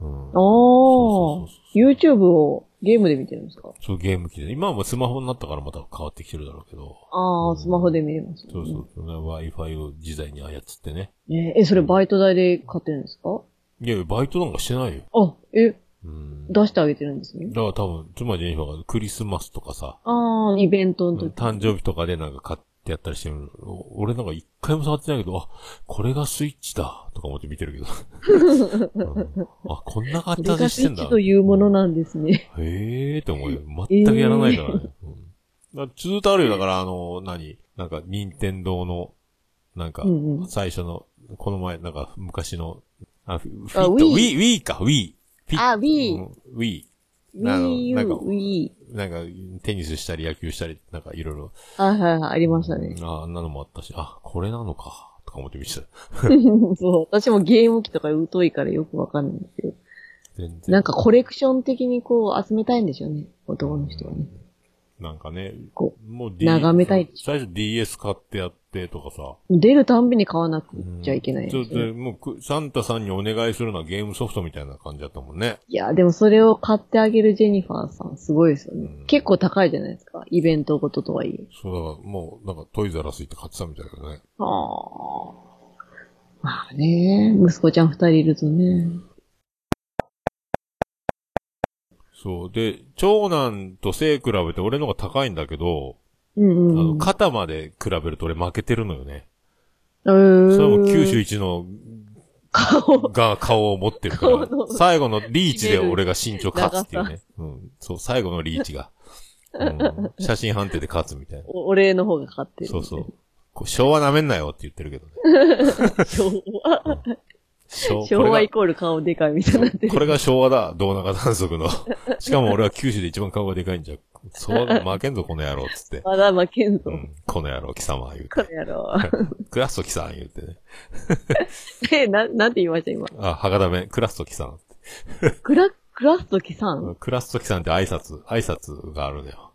[SPEAKER 3] うん。
[SPEAKER 2] お
[SPEAKER 3] そうそう
[SPEAKER 2] ー
[SPEAKER 3] そう。
[SPEAKER 2] YouTube をゲームで見てるんですか
[SPEAKER 3] そう、ゲーム機で。今はもうスマホになったからまた変わってきてるだろうけど。
[SPEAKER 2] ああ、スマホで見れます、ね。
[SPEAKER 3] そうそうそう、Wi-Fi を自在に操ってね。
[SPEAKER 2] えーえ、それバイト代で買ってるんですか
[SPEAKER 3] いやいや、バイトなんかしてないよ。
[SPEAKER 2] あ、え、
[SPEAKER 3] うん。だ
[SPEAKER 2] 出してあげてるんですね。
[SPEAKER 3] から多分、妻ジェニファーがクリスマスとかさ、
[SPEAKER 2] ああ、イベントの時。
[SPEAKER 3] 誕生日とかでなんか買ってやったりしてる。お俺なんか一回も触ってないけど、あ、これがスイッチだとか思って見てるけど。うんあ、こんな
[SPEAKER 2] こ
[SPEAKER 3] 形
[SPEAKER 2] れがス
[SPEAKER 3] し
[SPEAKER 2] イ
[SPEAKER 3] てん
[SPEAKER 2] ッ
[SPEAKER 3] だ
[SPEAKER 2] チ。というものなんですね。
[SPEAKER 3] へえーって思うよ。全くやらないからね。うんだからずっとあるよ。だから、あの、何なんか、任天堂の、なんか
[SPEAKER 2] うんう、ん
[SPEAKER 3] 最初の、この前、なんか、昔の、あ、フィフィ
[SPEAKER 2] あ
[SPEAKER 3] ット、
[SPEAKER 2] Wii
[SPEAKER 3] Wii、Wii か、Wii。フィ
[SPEAKER 2] あ Wii
[SPEAKER 3] うん Wii。なんか
[SPEAKER 2] Wii U、
[SPEAKER 3] なんか
[SPEAKER 2] Wii。
[SPEAKER 3] なんか、テニスしたり、野球したり、なんか、いろいろ。
[SPEAKER 2] はいはいはい、ありましたね。 (laughs)
[SPEAKER 3] ああ、あんなのもあったし、あ、これなのか、とか思って見てた。
[SPEAKER 2] そう。私もゲーム機とか疎いからよくわかんないんですけど。
[SPEAKER 3] 全然。
[SPEAKER 2] なんかコレクション的にこう集めたいんでしょうね。男の人はね。
[SPEAKER 3] なんかね、
[SPEAKER 2] こ
[SPEAKER 3] もう
[SPEAKER 2] 眺めたい
[SPEAKER 3] 最初 DS 買ってやってとかさ。
[SPEAKER 2] う。出るたんびに買わなくちゃいけないん
[SPEAKER 3] ちょ
[SPEAKER 2] で
[SPEAKER 3] っ
[SPEAKER 2] す
[SPEAKER 3] と、
[SPEAKER 2] よね、
[SPEAKER 3] もうく、サンタさんにお願いするのはゲームソフトみたいな感じだったもんね。
[SPEAKER 2] いや、でもそれを買ってあげるジェニファーさん、すごいですよね。
[SPEAKER 3] うん
[SPEAKER 2] 結構高いじゃないですか。イベントごととはいえ。
[SPEAKER 3] そう、だからもう、なんかトイザラス行って買ってたみたいだね。
[SPEAKER 2] ああ。まあね、息子ちゃん二人いるとね。
[SPEAKER 3] そう。で、長男と背比べて俺の方が高いんだけど、
[SPEAKER 2] うん
[SPEAKER 3] あ
[SPEAKER 2] うんう
[SPEAKER 3] の、
[SPEAKER 2] ん。
[SPEAKER 3] 肩まで比べると俺負けてるのよね。
[SPEAKER 2] うーん。
[SPEAKER 3] それはもう九州一の
[SPEAKER 2] 顔。
[SPEAKER 3] が顔を持ってるか
[SPEAKER 2] 顔
[SPEAKER 3] ら
[SPEAKER 2] の、
[SPEAKER 3] 最後のリーチで俺が身長勝つっていうね。うん。そう、最後のリーチが。うん、写真判定で勝つみ
[SPEAKER 2] (laughs)
[SPEAKER 3] たいな。
[SPEAKER 2] おお礼の方が勝ってる。
[SPEAKER 3] そうそう。こう昭和なめんなよって言ってるけどね。
[SPEAKER 2] (laughs) 昭和。
[SPEAKER 3] 昭
[SPEAKER 2] 昭和イ
[SPEAKER 3] こ
[SPEAKER 2] コール顔でかいみたいになって
[SPEAKER 3] れがこ
[SPEAKER 2] る。
[SPEAKER 3] れが昭和だ、道中短足の。しかも俺は九州で一番顔がでかいんじゃ。そう、負けんぞ、この野郎、
[SPEAKER 2] (laughs)
[SPEAKER 3] つって。
[SPEAKER 2] まだ負けんぞ
[SPEAKER 3] う。ん、この野郎、貴様、言う
[SPEAKER 2] こ
[SPEAKER 3] て。
[SPEAKER 2] の野郎。
[SPEAKER 3] クラスト貴さん、言うてね。
[SPEAKER 2] え、な、なんて言いました今。
[SPEAKER 3] あ、はがだめ、クラスト貴さん。
[SPEAKER 2] クラ、クラストキさん
[SPEAKER 3] クラスト貴さんって挨拶、挨拶があるのよ。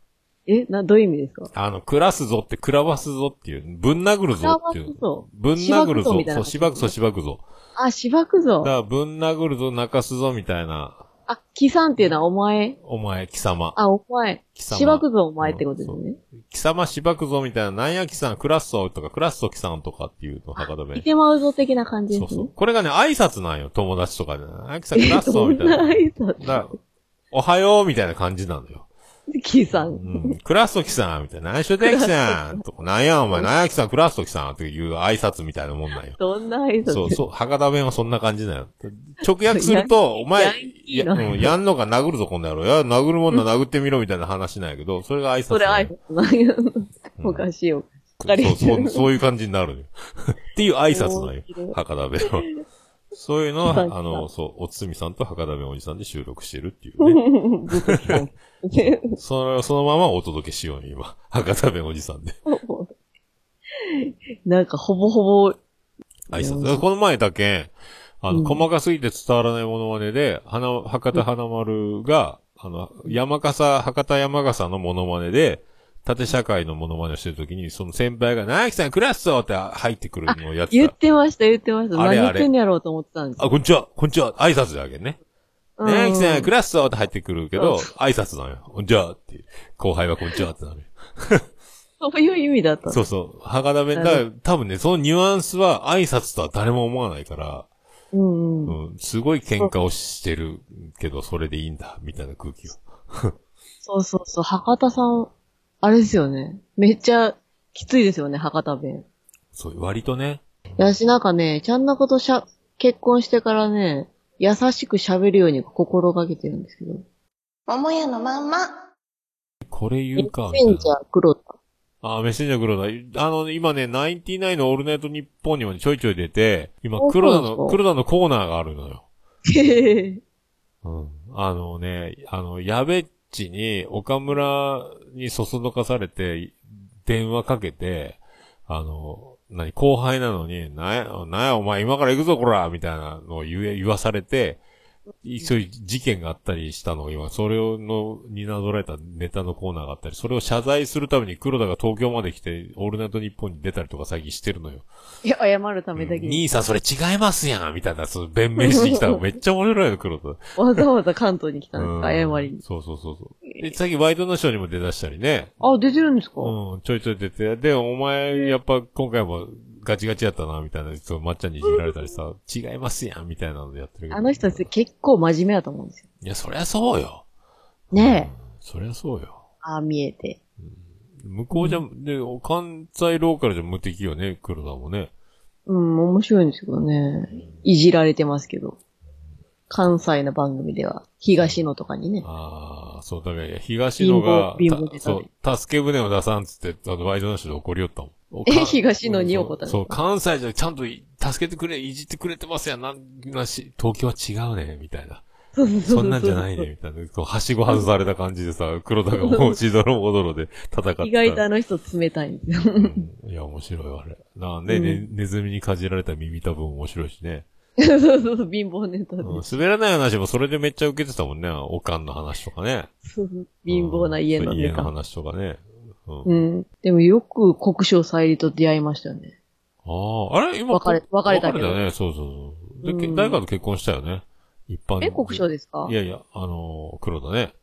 [SPEAKER 2] え、な、どういう意味ですか
[SPEAKER 3] あの、暮らすぞって、くらわすぞっていう、ぶん殴るぞってい
[SPEAKER 2] くら
[SPEAKER 3] う
[SPEAKER 2] わすぞ。
[SPEAKER 3] ぶん殴る
[SPEAKER 2] しばくぞ
[SPEAKER 3] ぞ
[SPEAKER 2] みた。い
[SPEAKER 3] そ
[SPEAKER 2] な
[SPEAKER 3] う、しばくぞ、しばくぞ。
[SPEAKER 2] あ、しばく
[SPEAKER 3] だ
[SPEAKER 2] ぞ
[SPEAKER 3] か。ら、ぶん殴るぞ、泣かすぞ、みたいな。
[SPEAKER 2] あ、キさんっていうのはお前。
[SPEAKER 3] お前、貴様。
[SPEAKER 2] あ、お前。
[SPEAKER 3] 貴様
[SPEAKER 2] しばくぞお前ってことですね。
[SPEAKER 3] 貴様、しばくぞ、みたいな。なんや、貴さん、クラスソとか、クラスソ貴さんとかっていうの、博多
[SPEAKER 2] い
[SPEAKER 3] 弁。
[SPEAKER 2] てまうぞ的な感じ
[SPEAKER 3] そ
[SPEAKER 2] で
[SPEAKER 3] う
[SPEAKER 2] す
[SPEAKER 3] そ
[SPEAKER 2] ね
[SPEAKER 3] う。。これがね、挨拶なんよ、友達とかで。あ、貴さん、ク
[SPEAKER 2] え
[SPEAKER 3] ラスソみたいな。
[SPEAKER 2] どんな挨拶
[SPEAKER 3] だからおはよう、みたいな感じなのよ。
[SPEAKER 2] キさ。
[SPEAKER 3] うんん。クラスソ貴さん、みたいな。何しょで貴さんとか、なんや、お前、なんや、貴さん、クラスソ貴さんっていう挨拶みたいなもんなんよ。
[SPEAKER 2] どんな挨拶
[SPEAKER 3] そうそう、博多弁はそんな感じだよ。直訳すると、
[SPEAKER 2] (laughs)
[SPEAKER 3] お前、
[SPEAKER 2] い
[SPEAKER 3] や
[SPEAKER 2] や
[SPEAKER 3] うんやんのか殴るぞ、こんな野郎。いや、殴るもんな殴ってみろ、みたいな話なんやけど、それが挨拶
[SPEAKER 2] それ
[SPEAKER 3] だ
[SPEAKER 2] 挨
[SPEAKER 3] よ。
[SPEAKER 2] 拶なんや。
[SPEAKER 3] うん
[SPEAKER 2] おかしいよ。ばっかり
[SPEAKER 3] そう、そう、そういう感じになるよ。 (laughs) っていう挨拶なんよ
[SPEAKER 2] 面白い、
[SPEAKER 3] 博多弁は。そういうのは、
[SPEAKER 2] そうか
[SPEAKER 3] あの、そう、おつみさんと博多弁おじさんで収録してるっていう
[SPEAKER 2] (laughs)
[SPEAKER 3] ね。
[SPEAKER 2] ずっとキさん。ね
[SPEAKER 3] その、そのままお届けしようよ、今。博多弁おじさんで。
[SPEAKER 2] (laughs) なんかほぼほぼ、
[SPEAKER 3] 挨
[SPEAKER 2] う
[SPEAKER 3] 拶。
[SPEAKER 2] ん
[SPEAKER 3] だからこの前だけ、あの、
[SPEAKER 2] うん
[SPEAKER 3] 細かすぎて伝わらないものまねで、花、博多花丸が、あの、山笠、博多山笠のものまねで、縦社会のものまねをしてるときに、その先輩が、なやきさん、クラスぞって入ってくるのをやって。
[SPEAKER 2] 言ったてました、言ってました。
[SPEAKER 3] あれ
[SPEAKER 2] 何
[SPEAKER 3] あれ
[SPEAKER 2] 言ってんやろうと思ってたんです
[SPEAKER 3] あ、こんにちは、こんにちは、挨拶だわけね。
[SPEAKER 2] うん
[SPEAKER 3] なやきさん、クラスぞって入ってくるけど、挨拶なのよ。こんにちはっていう。後輩はこんにちはってなるよ。
[SPEAKER 2] そういう意味だった。。
[SPEAKER 3] そううそう。博多弁、だから多分ね、そのニュアンスは挨拶とは誰も思わないから、
[SPEAKER 2] うんうん。
[SPEAKER 3] うん、すごい喧嘩をしてるけど、それでいいんだ、みたいな空気を。
[SPEAKER 2] そうそうそう。博多さん、あれですよね。めっちゃきついですよね、博多弁。
[SPEAKER 3] そう、割とね。
[SPEAKER 2] やし、なんかね、ちゃんなことしゃ、結婚してからね、優しく喋るように心がけてるんですけど。
[SPEAKER 1] 桃屋のまんま。
[SPEAKER 3] これ言うか、
[SPEAKER 2] メ
[SPEAKER 3] みたい
[SPEAKER 2] ンジ
[SPEAKER 3] な。
[SPEAKER 2] ャー黒田。
[SPEAKER 3] あー、メッセンジャー黒田。あの、今ね、ナインティナインのオールナイト日本にもちょいちょい出て、今、
[SPEAKER 2] あ
[SPEAKER 3] 黒田
[SPEAKER 2] そう
[SPEAKER 3] の、
[SPEAKER 2] そう
[SPEAKER 3] 黒田のコーナーがあるのよ。
[SPEAKER 2] (laughs) へへ
[SPEAKER 3] うん。あのね、あの、やべっちに、岡村にそそのかされて、電話かけて、あの、何、後輩なのに、なんや、なんや、お前今から行くぞ、こらみたいなのを言え、言わされて、いそういう事件があったりしたのを今、それを、の、になぞられたネタのコーナーがあったり、それを謝罪するために黒田が東京まで来て、オールナイト日本に出たりとか最近してるのよ。
[SPEAKER 2] いや、謝るためだけに。
[SPEAKER 3] 兄さんそれ違いますやんみたいな、その弁明してきたのめっちゃ面白いの、黒田。
[SPEAKER 2] わざわざ関東に来た
[SPEAKER 3] うんん
[SPEAKER 2] ですか謝りに。
[SPEAKER 3] そうそうそうそう。で、最近ワイドナショーにも出だしたりね。
[SPEAKER 2] あ、出てるんですか
[SPEAKER 3] うん、ちょいちょい出て。で、お前、やっぱ今回もガチガチやったな、みたいな、そう、まっちゃんにいじられたりさ、違いますやん、みたいなのでやってるけど。
[SPEAKER 2] あの人たち結構真面目だと思うんですよ。
[SPEAKER 3] いや、そりゃそうよ。
[SPEAKER 2] ねえ。
[SPEAKER 3] そりゃそうよ。
[SPEAKER 2] ああ、見えて。
[SPEAKER 3] 向こうじゃ、で、関西ローカルじゃ無敵よね、黒田もね。
[SPEAKER 2] うん、面白いんですけどね。いじられてますけど。関西の番組では、東野とかにね。
[SPEAKER 3] ああ、そう、だから、東野が、
[SPEAKER 2] 貧乏貧乏
[SPEAKER 3] た
[SPEAKER 2] でた
[SPEAKER 3] そ
[SPEAKER 2] ね
[SPEAKER 3] う、助け舟を出さんっつって、あの、ワイドナショーで怒りよ
[SPEAKER 2] (laughs)
[SPEAKER 3] ったもん。
[SPEAKER 2] え
[SPEAKER 3] か
[SPEAKER 2] 東野に怒ったの
[SPEAKER 3] そう、そう関西じゃちゃんとい助けてくれ、いじってくれてますやん、なんなし、東京は違うね、みたいな。
[SPEAKER 2] そう (laughs) そうそう
[SPEAKER 3] そんなんじゃないね、みたいな。こう、はしご外された感じ
[SPEAKER 2] (laughs)
[SPEAKER 3] でさ、黒田がもうしどろもどろで戦ってた。
[SPEAKER 2] 意外とあの人冷たいん (laughs) ですよ。
[SPEAKER 3] うんいや、面白いわ、あれ。なんで、ね
[SPEAKER 2] う
[SPEAKER 3] ネズミにかじられた耳たぶん面白いしね。
[SPEAKER 2] そうそうそう、貧乏ネタで。
[SPEAKER 3] うん、滑らない話もそれでめっちゃ受けてたもんね。おかんの話とかね。
[SPEAKER 2] そうそう貧乏な家の
[SPEAKER 3] うん
[SPEAKER 2] ネ
[SPEAKER 3] そう家の
[SPEAKER 2] タ。
[SPEAKER 3] 話とかね。うん
[SPEAKER 2] うん。でもよく国章さゆりと出会いましたよね。
[SPEAKER 3] ああ、あれ今、
[SPEAKER 2] 別れ別れたけど
[SPEAKER 3] 別よね。そうそうそう。で、け
[SPEAKER 2] うん
[SPEAKER 3] 誰かと結婚したよね。一般
[SPEAKER 2] え、国章
[SPEAKER 3] で
[SPEAKER 2] ですか
[SPEAKER 3] いやいや、あのー、黒だね。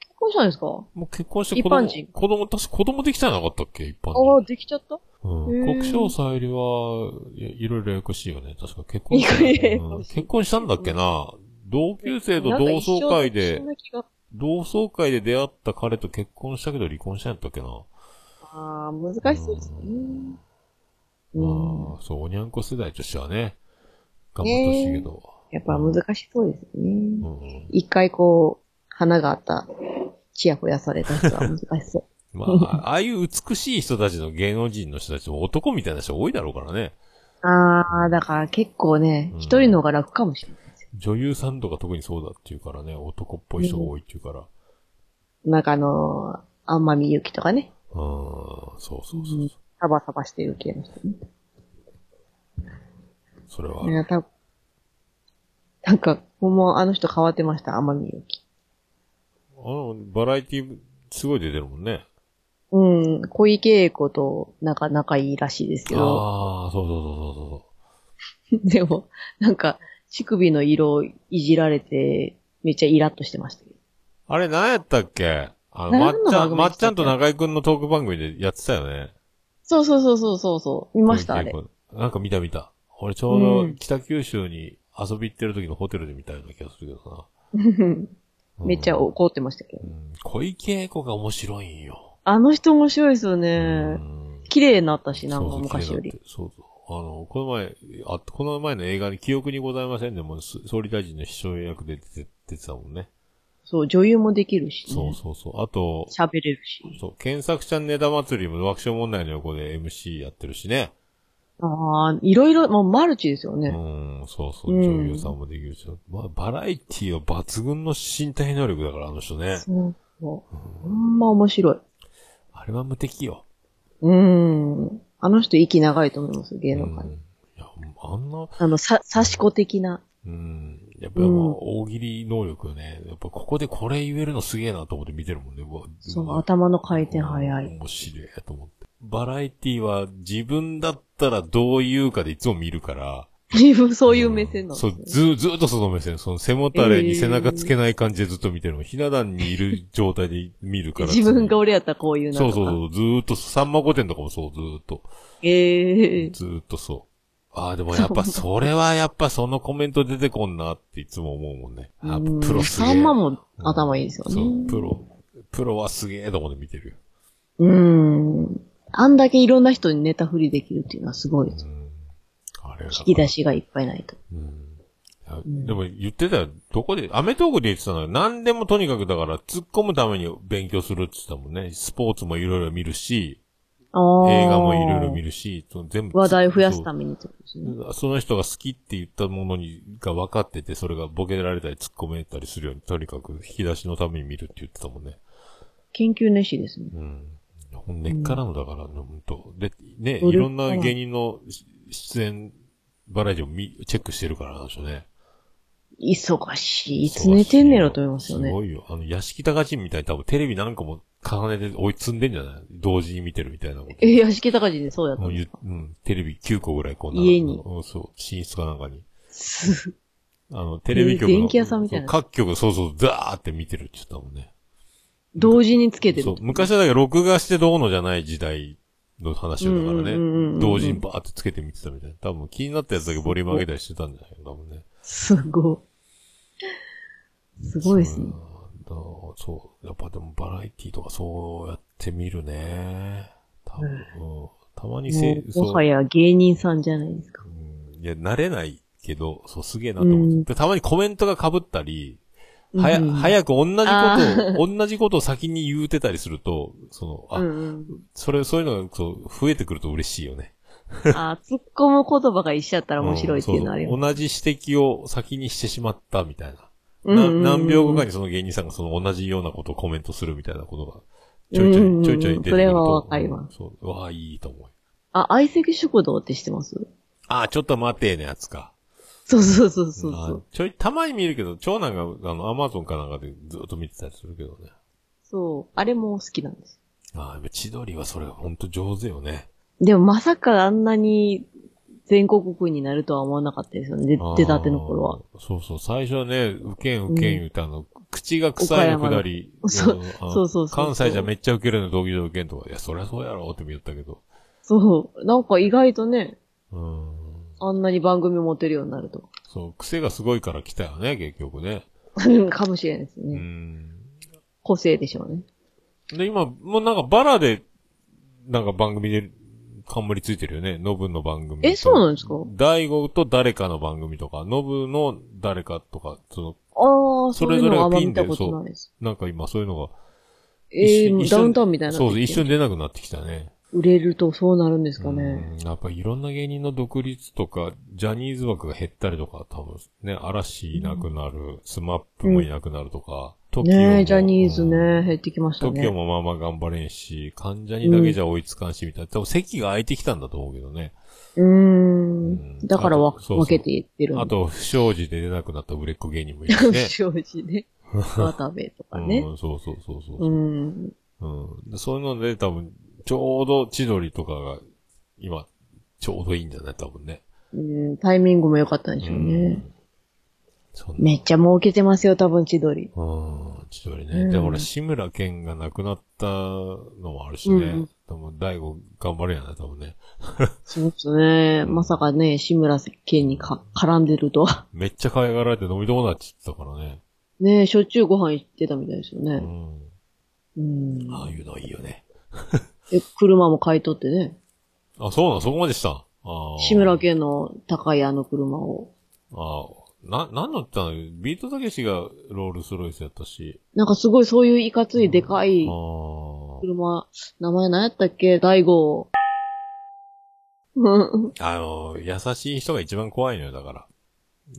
[SPEAKER 2] 結婚したんですか
[SPEAKER 3] もう結婚して子供、
[SPEAKER 2] 一般人
[SPEAKER 3] 子供、確か子供できたんじゃなかったっけ一般
[SPEAKER 2] ああ、
[SPEAKER 3] 人。
[SPEAKER 2] できちゃった
[SPEAKER 3] うん。
[SPEAKER 2] へー
[SPEAKER 3] 国章さゆりは、いやいろいろややこしいよね。確か結婚
[SPEAKER 2] いやいやいや
[SPEAKER 3] うん結婚したんだっけな。同級生と同窓
[SPEAKER 2] な
[SPEAKER 3] 会
[SPEAKER 2] んか一緒
[SPEAKER 3] で
[SPEAKER 2] そん、な気が
[SPEAKER 3] 同窓会で出会った彼と結婚したけど離婚したんやったっけな。
[SPEAKER 2] ああ、難しそうですね。うん。
[SPEAKER 3] ああ、そう、おにゃんこ世代としてはね、頑張ってほしいけど。
[SPEAKER 2] やっぱ難しそうですよ
[SPEAKER 3] う
[SPEAKER 2] ね。
[SPEAKER 3] ん。
[SPEAKER 2] 一回こう、花があった、ちやほやされた人は難しそう。
[SPEAKER 3] (laughs) まあ、ああいう美しい人たちの芸能人の人たちも男みたいな人多いだろうからね。
[SPEAKER 2] あー、だから結構ね
[SPEAKER 3] うん、
[SPEAKER 2] 一、人の方が楽かもしれないですよ。
[SPEAKER 3] 女優さんとか特にそうだっていうからね、男っぽい人が多いっていうから。
[SPEAKER 2] なんかあのー、あんまみゆきとかね、
[SPEAKER 3] うん、そうそうそう
[SPEAKER 2] うんサバサバしてる系の人ね。
[SPEAKER 3] それはあ
[SPEAKER 2] みん
[SPEAKER 3] る。
[SPEAKER 2] なた、なんか、もうあの人変わってました、天海祐希。
[SPEAKER 3] あの、バラエティ、すごい出てるもんね。
[SPEAKER 2] うん、小池栄子と、なんか仲いいらしいですけど、
[SPEAKER 3] ああ、そうそうそうそう
[SPEAKER 2] (laughs)
[SPEAKER 3] そ
[SPEAKER 2] でも、なんか、乳首の色をいじられて、めっちゃイラッとしてましたけど。
[SPEAKER 3] う。あれ、何やったっけあの、まっ
[SPEAKER 2] 何の
[SPEAKER 3] ちゃん、ま
[SPEAKER 2] 番組でしたっけ
[SPEAKER 3] っちゃんと中井くんのトーク番組でやってたよね。
[SPEAKER 2] そうそうそうそうそうそう、見ました、あれ。
[SPEAKER 3] なんか見た見た。俺ちょう
[SPEAKER 2] う
[SPEAKER 3] ど
[SPEAKER 2] ん
[SPEAKER 3] 北九州に遊び行ってる時のホテルで見たような気がするけどな。うん
[SPEAKER 2] (laughs) めっちゃ怒ってましたけど
[SPEAKER 3] う。ん小池栄子が面白いんよ。
[SPEAKER 2] あの人面白いですよ
[SPEAKER 3] う
[SPEAKER 2] ね。
[SPEAKER 3] ん
[SPEAKER 2] 綺麗になったし、な
[SPEAKER 3] そ
[SPEAKER 2] ん
[SPEAKER 3] う
[SPEAKER 2] か昔
[SPEAKER 3] そう
[SPEAKER 2] より。。
[SPEAKER 3] そうそう。あの、この前、あ、この前の映画に記憶にございませんでも、す総理大臣の秘書役で出て出てたもんね。
[SPEAKER 2] そう、女優もできるし、
[SPEAKER 3] そう
[SPEAKER 2] ね。
[SPEAKER 3] そうそう。あと、
[SPEAKER 2] 喋れるし。
[SPEAKER 3] そう、検索者ネタ祭りも爆笑問題の横で MC やってるしね。
[SPEAKER 2] ああ、いろいろ、もうマルチですよ
[SPEAKER 3] う
[SPEAKER 2] ね。
[SPEAKER 3] ん、そうそう、
[SPEAKER 2] うん
[SPEAKER 3] 女優さんもできるし、まあ、バラエティは抜群の身体能力だから、あの人ね。
[SPEAKER 2] そうそう。ほんま面白い。
[SPEAKER 3] あれは無敵よ。
[SPEAKER 2] うーん。あの人息長いと思います、芸
[SPEAKER 3] う
[SPEAKER 2] 能
[SPEAKER 3] ん
[SPEAKER 2] 界。。
[SPEAKER 3] いや、あんな、
[SPEAKER 2] あの、さ、刺し子的な。
[SPEAKER 3] うん。やっぱり
[SPEAKER 2] うん
[SPEAKER 3] 大喜利能力ね。やっぱここでこれ言えるのすげえなと思って見てるもんね。うわ
[SPEAKER 2] そう、頭の回転早
[SPEAKER 3] うん
[SPEAKER 2] い。
[SPEAKER 3] 面白いと思って。バラエティは自分だったらどう言うかでいつも見るから。
[SPEAKER 2] 自分 (laughs) そういう目線なんですね
[SPEAKER 3] そう、ず、ずっとその目線。その背もたれに背中つけない感じでずっと見てるの。ひな壇にいる状態で見るから。
[SPEAKER 2] 自分が俺やったらこういうな
[SPEAKER 3] そう
[SPEAKER 2] とか。
[SPEAKER 3] そうそう。ずーっと、さんま御殿とかもそう、ずーっと。
[SPEAKER 2] ええ
[SPEAKER 3] ずーっとそう。ああ、でもやっぱ、それはやっぱそのコメント出てこんなっていつも思うもんね。あ
[SPEAKER 2] うん
[SPEAKER 3] プロすげえ。
[SPEAKER 2] さんまも頭いいですよ
[SPEAKER 3] そ
[SPEAKER 2] ね
[SPEAKER 3] う、。プロ。プロはすげえとこで見てるよ。
[SPEAKER 2] うーん。あんだけいろんな人にネタ振りできるっていうのはすごいです。
[SPEAKER 3] うん。あれだから
[SPEAKER 2] 引き出しがいっぱいないと。
[SPEAKER 3] うんあでも言ってたよ。どこで、アメトークで言ってたのよ。何でもとにかくだから、突っ込むために勉強するって言ってたもんね。スポーツもいろいろ見るし、
[SPEAKER 2] ああ。
[SPEAKER 3] 映画もいろいろ見
[SPEAKER 2] る。
[SPEAKER 3] るし、その全部。
[SPEAKER 2] 話題増やすた
[SPEAKER 3] め
[SPEAKER 2] めにってことですね。
[SPEAKER 3] その人が好きって言ったものに、が分かってて、それがボケられたり突っ込めたりするように、とにかく引き出しのために見るって言ってたもんね。
[SPEAKER 2] 研究熱心ですね。
[SPEAKER 3] うん。ほん根っからのだから、ほんと。で、ね、
[SPEAKER 2] 努力
[SPEAKER 3] いろんな芸人の出演、バラエティを見チェックしてるからなんでしょうね。
[SPEAKER 2] 忙しい。いつ寝てんねやろと思いますよ
[SPEAKER 3] す
[SPEAKER 2] ね。
[SPEAKER 3] ごいよ。あの、屋敷隆人みたいに多分テレビなんかも重ねて追い積んでんじゃない同時に見てるみたいなこと。
[SPEAKER 2] え、屋敷隆人でそうやったん
[SPEAKER 3] もう
[SPEAKER 2] です
[SPEAKER 3] ゆ
[SPEAKER 2] か
[SPEAKER 3] うん、テレビ9個ぐらいこんな。
[SPEAKER 2] 家に
[SPEAKER 3] うんそう、寝室かなんかに。
[SPEAKER 2] す
[SPEAKER 3] あの、テレビ局の。
[SPEAKER 2] えー電気屋さんみたいな
[SPEAKER 3] そう各局、そうそう、ザーって見てるって言ってたもんね。
[SPEAKER 2] 同時につけてる
[SPEAKER 3] そう
[SPEAKER 2] と。、
[SPEAKER 3] 昔はだけど録画してどうのじゃない時代の話をだから
[SPEAKER 2] うんうんうんうんう
[SPEAKER 3] ね。
[SPEAKER 2] ん
[SPEAKER 3] 同時にバーってつけて見てたみたいな。多分気になったやつだけボリューム上げたりしてたんじゃないか多分ね。
[SPEAKER 2] すごい。すごいですね。
[SPEAKER 3] だそう。やっぱでもバラエティとかそうやって見るね。多分、うんたまにせ
[SPEAKER 2] も、う
[SPEAKER 3] そう
[SPEAKER 2] もはや芸人さんじゃないですか。
[SPEAKER 3] うんいや、慣れないけど、そう、すげえなと思って、
[SPEAKER 2] うん
[SPEAKER 3] でたまにコメントが被ったり、はや、
[SPEAKER 2] うん
[SPEAKER 3] 早く同じこ
[SPEAKER 2] あ
[SPEAKER 3] とを、 (laughs) 同じことを先に言うてたりすると、その、あ、
[SPEAKER 2] うんうん。
[SPEAKER 3] それ、そういうのが、そう、増えてくると嬉しいよね。
[SPEAKER 2] あー突っ込む言葉が一緒やったら面白いっていうのはあ
[SPEAKER 3] ん
[SPEAKER 2] り
[SPEAKER 3] そ
[SPEAKER 2] ます。
[SPEAKER 3] うそう同じ指摘を先にしてしまったみたいな。
[SPEAKER 2] うんうんうん
[SPEAKER 3] な何秒後かにその芸人さんがその同じようなことをコメントするみたいなことが、ちょいちょ
[SPEAKER 2] うんうんう
[SPEAKER 3] い、
[SPEAKER 2] ん
[SPEAKER 3] ちょいちょい出てくると。
[SPEAKER 2] それはわかります
[SPEAKER 3] そう。うわあ、いいと思う。
[SPEAKER 2] あ、相席食堂って知ってます
[SPEAKER 3] ああ、ちょっと待てーのやつか。
[SPEAKER 2] そうそうそうそう
[SPEAKER 3] あ
[SPEAKER 2] そ
[SPEAKER 3] ー
[SPEAKER 2] う。
[SPEAKER 3] ちょい、たまに見るけど、長男が、あの、アマゾンかなんかでずっと見てたりするけどね。
[SPEAKER 2] そう。あれも好きなんです。
[SPEAKER 3] ああ、やっぱ千鳥はそれがほんと上手よね。
[SPEAKER 2] でもまさかあんなに全国区になるとは思わなかったですよね。で出たての頃は。
[SPEAKER 3] は。そうそう、最初はね、ウケんウケん言うて、あの、口が臭いのくだり。
[SPEAKER 2] 岡山
[SPEAKER 3] ん
[SPEAKER 2] の
[SPEAKER 3] あ
[SPEAKER 2] そ
[SPEAKER 3] の
[SPEAKER 2] うそうそうそう
[SPEAKER 3] 関西じゃめっちゃウケるの同義でウケんとか、いや、そりゃそうやろって見よったけど。
[SPEAKER 2] そう。なんか意外とね、
[SPEAKER 3] うん。
[SPEAKER 2] あんなに番組持てるようになると。
[SPEAKER 3] そう、癖がすごいから来たよね、結局ね。
[SPEAKER 2] (laughs) かもしれないです
[SPEAKER 3] う
[SPEAKER 2] ね。
[SPEAKER 3] ん。
[SPEAKER 2] 個性でしょうね。
[SPEAKER 3] で、今、もうなんかバラで、なんか番組で冠ついてるよね。ノブの番組と。
[SPEAKER 2] え、そうなんですか
[SPEAKER 3] 大悟と誰かの番組とか、ノブの誰かとか、その、
[SPEAKER 2] ああ、
[SPEAKER 3] そ
[SPEAKER 2] そ
[SPEAKER 3] れ
[SPEAKER 2] れ
[SPEAKER 3] ぞ
[SPEAKER 2] ぞ
[SPEAKER 3] れ
[SPEAKER 2] れ
[SPEAKER 3] が
[SPEAKER 2] は
[SPEAKER 3] ピ
[SPEAKER 2] ピ
[SPEAKER 3] ン
[SPEAKER 2] ン
[SPEAKER 3] で
[SPEAKER 2] で、そういうのはあんま見たことないです。
[SPEAKER 3] なんか今そういうのが、
[SPEAKER 2] ええ
[SPEAKER 3] 一緒に
[SPEAKER 2] ダウンタウンみたいな。
[SPEAKER 3] そうそう、一緒に出なくなってきたね。
[SPEAKER 2] 売れるとそうなるんですかね。
[SPEAKER 3] うんやっぱいろんな芸人の独立とか、ジャニーズ枠が減ったりとか、多分ね、嵐いなくなる、スマップもいなくなるとか、TOKIO
[SPEAKER 2] ね
[SPEAKER 3] も
[SPEAKER 2] え、ジャニーズね、減ってきました
[SPEAKER 3] TOKIO
[SPEAKER 2] ね。
[SPEAKER 3] もまあまあ頑張れんし、関ジャニだけじゃ追いつかんし、みたいな。多分席が空いてきたんだと思うけどね。
[SPEAKER 2] うーん。だからわ
[SPEAKER 3] あとそうそう
[SPEAKER 2] 分けていってるんだ
[SPEAKER 3] あ
[SPEAKER 2] (laughs)
[SPEAKER 3] と、不祥事で出なくなった売れっ子芸人もいるしね
[SPEAKER 2] 不。祥事
[SPEAKER 3] (laughs)
[SPEAKER 2] ね。渡部とかね
[SPEAKER 3] う。ん、そうそうそうそう。
[SPEAKER 2] うん。
[SPEAKER 3] うん。でそういうので多分、ちょうど千鳥とかが、今、ちょうどいいんじゃない多分ね。
[SPEAKER 2] うんタイミングも良かったんでしょう
[SPEAKER 3] う
[SPEAKER 2] ね。
[SPEAKER 3] んそんな。
[SPEAKER 2] めっちゃ儲けてますよ、多分千鳥。
[SPEAKER 3] うん、千鳥
[SPEAKER 2] う
[SPEAKER 3] ね。
[SPEAKER 2] ん
[SPEAKER 3] で、ほら、志村けんが亡くなったのもあるしね。
[SPEAKER 2] うん
[SPEAKER 3] 多分、大悟頑張るやな、多分ね。
[SPEAKER 2] そうですね。まさかね、志村けんにか絡んでるとは。 (laughs)
[SPEAKER 3] めっちゃ可愛がられて飲み友達って言ってたからね。
[SPEAKER 2] ねしょっちゅうご飯行ってたみたいですよ
[SPEAKER 3] う
[SPEAKER 2] ね。
[SPEAKER 3] ん。
[SPEAKER 2] うん。
[SPEAKER 3] ああいうのいいよね。
[SPEAKER 2] で車も買い取ってね。
[SPEAKER 3] あ、そうなのそこまでしたああ。
[SPEAKER 2] 志村けんの高いあの車を。
[SPEAKER 3] ああ。な、なんだったのビートたけしがロールスロイスやったし。
[SPEAKER 2] なんかすごいそういういかついでかい
[SPEAKER 3] ああ。
[SPEAKER 2] 車、名前何やったっけ大
[SPEAKER 3] (laughs)
[SPEAKER 2] 悟。うん
[SPEAKER 3] あの、優しい人が一番怖いのよ、だから。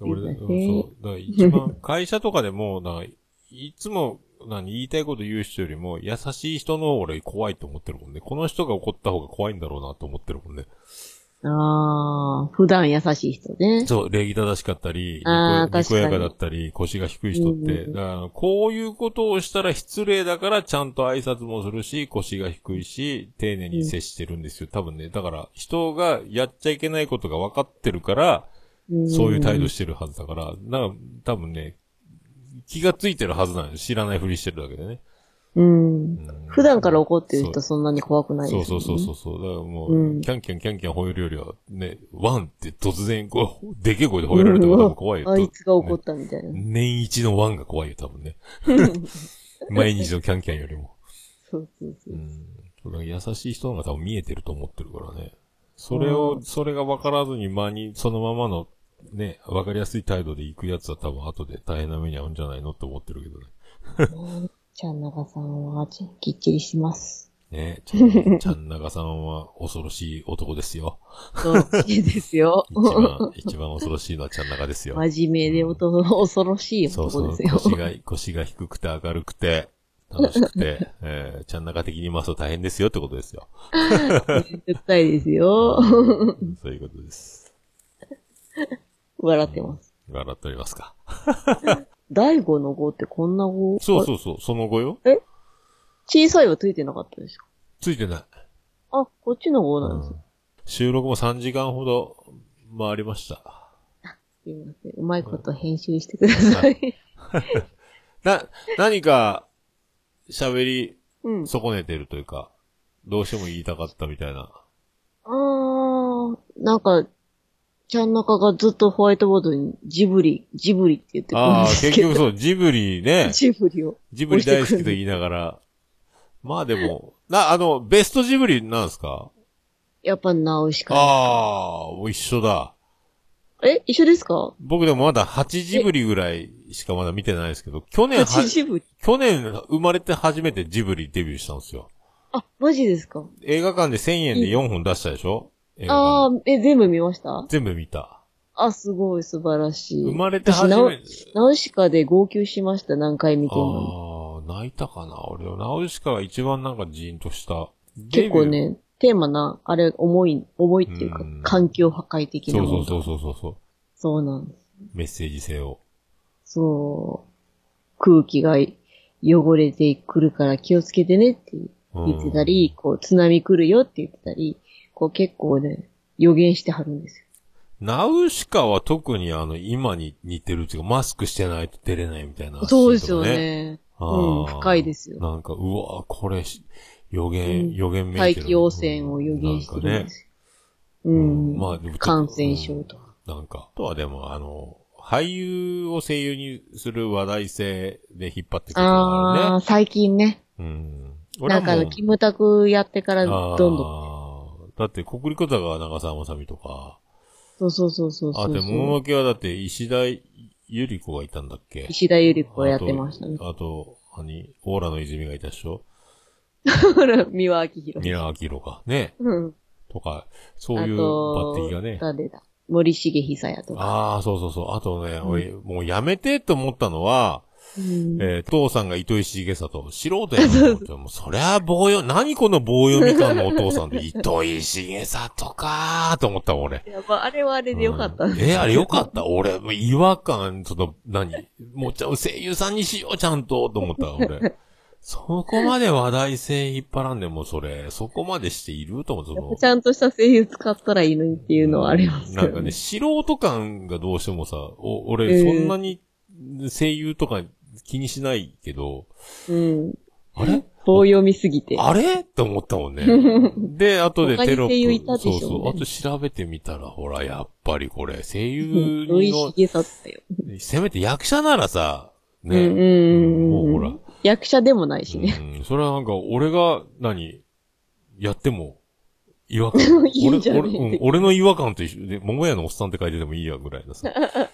[SPEAKER 3] 俺、
[SPEAKER 2] 優
[SPEAKER 3] うん
[SPEAKER 2] しい
[SPEAKER 3] そう。だから一番、会社とかでも、なんか、いつも、何、言いたいこと言う人よりも、優しい人の俺怖いと思ってるもんね。この人が怒った方が怖いんだろうなと思ってるもんね。
[SPEAKER 2] ああ、普段優しい人ね。
[SPEAKER 3] そう、礼儀正しかったり、に
[SPEAKER 2] あー
[SPEAKER 3] こにこ
[SPEAKER 2] 確
[SPEAKER 3] や
[SPEAKER 2] か
[SPEAKER 3] か
[SPEAKER 2] に
[SPEAKER 3] だったり、腰が低い人って、
[SPEAKER 2] うん
[SPEAKER 3] だからあの、こういうことをしたら失礼だから、ちゃんと挨拶もするし、腰が低いし、丁寧に接してるんですよ。多分ね、だから、人がやっちゃいけないことが分かってるから、そういう態度
[SPEAKER 2] し
[SPEAKER 3] してるはずだから、なんか、多分ね、気がついてるはずなんよ。知らないふりしてるだけでね。
[SPEAKER 2] うん。
[SPEAKER 3] うん
[SPEAKER 2] 普段から怒ってる人
[SPEAKER 3] そう
[SPEAKER 2] そんなに怖くない
[SPEAKER 3] そ
[SPEAKER 2] で
[SPEAKER 3] う
[SPEAKER 2] す
[SPEAKER 3] そ
[SPEAKER 2] もん
[SPEAKER 3] う
[SPEAKER 2] ね
[SPEAKER 3] そうそうそう。だからもう、
[SPEAKER 2] うん
[SPEAKER 3] キャンキャンキャンキャン吠えるよりは、ね、ワンって突然、こう、 (laughs) でけえ声で吠えられた方が怖い
[SPEAKER 2] (laughs)
[SPEAKER 3] よ。
[SPEAKER 2] あいつが怒っ
[SPEAKER 3] ね
[SPEAKER 2] たみたいな。
[SPEAKER 3] 年一のワンが怖いよ、多分
[SPEAKER 2] (laughs)
[SPEAKER 3] ね。毎日のキャンキャンよりも。
[SPEAKER 2] そうそうそうう。
[SPEAKER 3] ん。そうだ優しい人の方が多分見えてると思ってるからね。それを、それが分からずに間に、そのままの、ね、分かりやすい態度で行くやつは多分後で大変な目に遭うんじゃないのって思ってるけどね。
[SPEAKER 2] ちゃんながさんはちきっちりします。
[SPEAKER 3] ね、ちゃん、
[SPEAKER 2] (laughs)
[SPEAKER 3] ちゃん長さんは恐ろしい男ですよ。
[SPEAKER 2] そう、いいです
[SPEAKER 3] (laughs)
[SPEAKER 2] よ。
[SPEAKER 3] 一番、一番恐ろしいのはちゃん長ですよ。
[SPEAKER 2] 真面目で男の恐ろしい
[SPEAKER 3] そう
[SPEAKER 2] 男
[SPEAKER 3] そう、
[SPEAKER 2] ですよ。
[SPEAKER 3] 腰が、腰が低くて明るくて、楽しくて、
[SPEAKER 2] (laughs)
[SPEAKER 3] えー、ちゃん中的に言いますと大変ですよってことですよ。
[SPEAKER 2] 絶対ですよ。
[SPEAKER 3] そういうことです。
[SPEAKER 2] 笑ってます。
[SPEAKER 3] 笑っておりますか。
[SPEAKER 2] 第五の五ってこんな五
[SPEAKER 3] そう
[SPEAKER 2] う。
[SPEAKER 3] そうそう、その後よ。
[SPEAKER 2] 小さいはついてなかったですか
[SPEAKER 3] ついてない。
[SPEAKER 2] あ、こっちの五なんですよ。
[SPEAKER 3] 収録も3時間ほど回りました。
[SPEAKER 2] すいません。うまいこと編集してください。
[SPEAKER 3] な、何か喋り
[SPEAKER 2] (laughs) うん。
[SPEAKER 3] 損ねてるというか、どうしても言いたかったみたいな。
[SPEAKER 2] あー、なんか、ちゃん中がずっとホワイトボードにジブリ、ジブリって (laughs) 言ってくるん
[SPEAKER 3] ああ、
[SPEAKER 2] です
[SPEAKER 3] 結
[SPEAKER 2] けど。
[SPEAKER 3] 局そう、ジブリね。
[SPEAKER 2] (laughs) ジブリを。
[SPEAKER 3] ジブリ大好きと言いながら。まあでも、な、あの、ベストジブリなんですか
[SPEAKER 2] やっぱ直しか
[SPEAKER 3] ああ、一緒だ。
[SPEAKER 2] ない。え一緒ですか
[SPEAKER 3] 僕でもまだ8ジブリぐらいしかまだ見てないですけど、去年は、
[SPEAKER 2] 八ジブリ。
[SPEAKER 3] 去年生まれて初めてジブリデビューしたんですよ。
[SPEAKER 2] あ、マジですか
[SPEAKER 3] 映画館で1000円で4本出したでしょ映画
[SPEAKER 2] あ
[SPEAKER 3] 館
[SPEAKER 2] あ、え、全部見ました
[SPEAKER 3] 全部見た。
[SPEAKER 2] あ、すごい、素晴らしい。
[SPEAKER 3] 生まれて初めて
[SPEAKER 2] 私。ナウナウシカで号泣しました、何回見
[SPEAKER 3] あ
[SPEAKER 2] ても。
[SPEAKER 3] あ、泣いたかな俺は。ナウシカが一番なんかジーンとした。デ
[SPEAKER 2] 結
[SPEAKER 3] ビュー
[SPEAKER 2] 構。ね、テーマな、あれ、重い、重いっていうか
[SPEAKER 3] うん、
[SPEAKER 2] 環境破壊的な
[SPEAKER 3] そ
[SPEAKER 2] も
[SPEAKER 3] う
[SPEAKER 2] の
[SPEAKER 3] そうそうそうそうそう。
[SPEAKER 2] そうなんです。
[SPEAKER 3] メッセージ性を。
[SPEAKER 2] そう。空気が汚れてくるから気をつけてねって言ってたり、こう、津波来るよって言ってたり、こう結構ね、予言してはるんですよ。
[SPEAKER 3] ナウシカは特にあの、今に似てるっていうか、マスクしてないと出れないみたいな、
[SPEAKER 2] そうですよ。ね。
[SPEAKER 3] あ
[SPEAKER 2] うん、
[SPEAKER 3] ー
[SPEAKER 2] 深いですよ。
[SPEAKER 3] なんか、うわこれし、予
[SPEAKER 2] う
[SPEAKER 3] 言、
[SPEAKER 2] ん
[SPEAKER 3] 予言めい
[SPEAKER 2] 大
[SPEAKER 3] てる。
[SPEAKER 2] 気汚染を予言してるんですよ。う。
[SPEAKER 3] うんまあでも
[SPEAKER 2] 感染症とか。
[SPEAKER 3] なんか、あとはでも、あの、俳優を声優にする話題性で引っ張ってくるのが
[SPEAKER 2] あ
[SPEAKER 3] あ
[SPEAKER 2] あ、最近ね。
[SPEAKER 3] るね。うん。
[SPEAKER 2] なんかあ
[SPEAKER 3] も
[SPEAKER 2] の、キムタクやってからどんどん。
[SPEAKER 3] あーだって、国立だが長澤まさみとか。
[SPEAKER 2] そうそうそうそうそう
[SPEAKER 3] あ、で、もののけはだって、石田ゆり子がいたんだっけ
[SPEAKER 2] 石田ゆり子やってましたね。
[SPEAKER 3] あと、あと何オーラの泉がいたでしょ
[SPEAKER 2] ほら、 (laughs) 三輪明宏。
[SPEAKER 3] ミラーアキロが。ね。
[SPEAKER 2] うん。
[SPEAKER 3] とか、そういう抜擢がね。
[SPEAKER 2] あと誰だ森重久也とか。
[SPEAKER 3] ああ、そうそうそう。あとね、俺、もうやめてって思ったのは、
[SPEAKER 2] うん
[SPEAKER 3] えー、父さんが糸井重里、素人やなと思って、もうそりゃ棒読、何この棒読み感のお父さんで、糸井重里かーと思ったもん、俺。
[SPEAKER 2] いやまああれはあれでよかった。
[SPEAKER 3] うんえーあれよかった俺、もう違和感、その、何もうちゃん、声優さんにしよう、ちゃんと、と思っ
[SPEAKER 2] (laughs)
[SPEAKER 3] た、俺。そこまで話題性引っ張らんでも、それ、そこまでしていると思って、その
[SPEAKER 2] ちゃんとした声優使ったらいいのにっていうのはあります
[SPEAKER 3] な
[SPEAKER 2] け
[SPEAKER 3] んか
[SPEAKER 2] ど
[SPEAKER 3] ね、
[SPEAKER 2] ね。
[SPEAKER 3] 素人感がどうしてもさ、お
[SPEAKER 2] え
[SPEAKER 3] 俺、そ
[SPEAKER 2] ー
[SPEAKER 3] んなに声優とか気にしないけど、
[SPEAKER 2] うん。
[SPEAKER 3] あれ
[SPEAKER 2] 棒読みすぎて。
[SPEAKER 3] あれって思っ
[SPEAKER 2] (laughs)
[SPEAKER 3] たもんね。で、後でテロ
[SPEAKER 2] 他に声優
[SPEAKER 3] ッ
[SPEAKER 2] いた
[SPEAKER 3] プ。
[SPEAKER 2] でしょ
[SPEAKER 3] そう
[SPEAKER 2] ね
[SPEAKER 3] そう。あと調べてみたら、ほら、やっぱりこれ、声優
[SPEAKER 2] 土井
[SPEAKER 3] の、
[SPEAKER 2] 重里だよ。
[SPEAKER 3] せめて役者ならさ、ね。
[SPEAKER 2] うんうん
[SPEAKER 3] も
[SPEAKER 2] うん
[SPEAKER 3] う
[SPEAKER 2] うん。
[SPEAKER 3] ほら。
[SPEAKER 2] 役者でもないしね。
[SPEAKER 3] うん、それはなんか、俺が、何、やっても、違和感。
[SPEAKER 2] (laughs) いいんじゃない
[SPEAKER 3] 俺俺うん俺の違和感と一緒で、桃屋のおっさんって書いててもいいやぐらいのさ。 (laughs)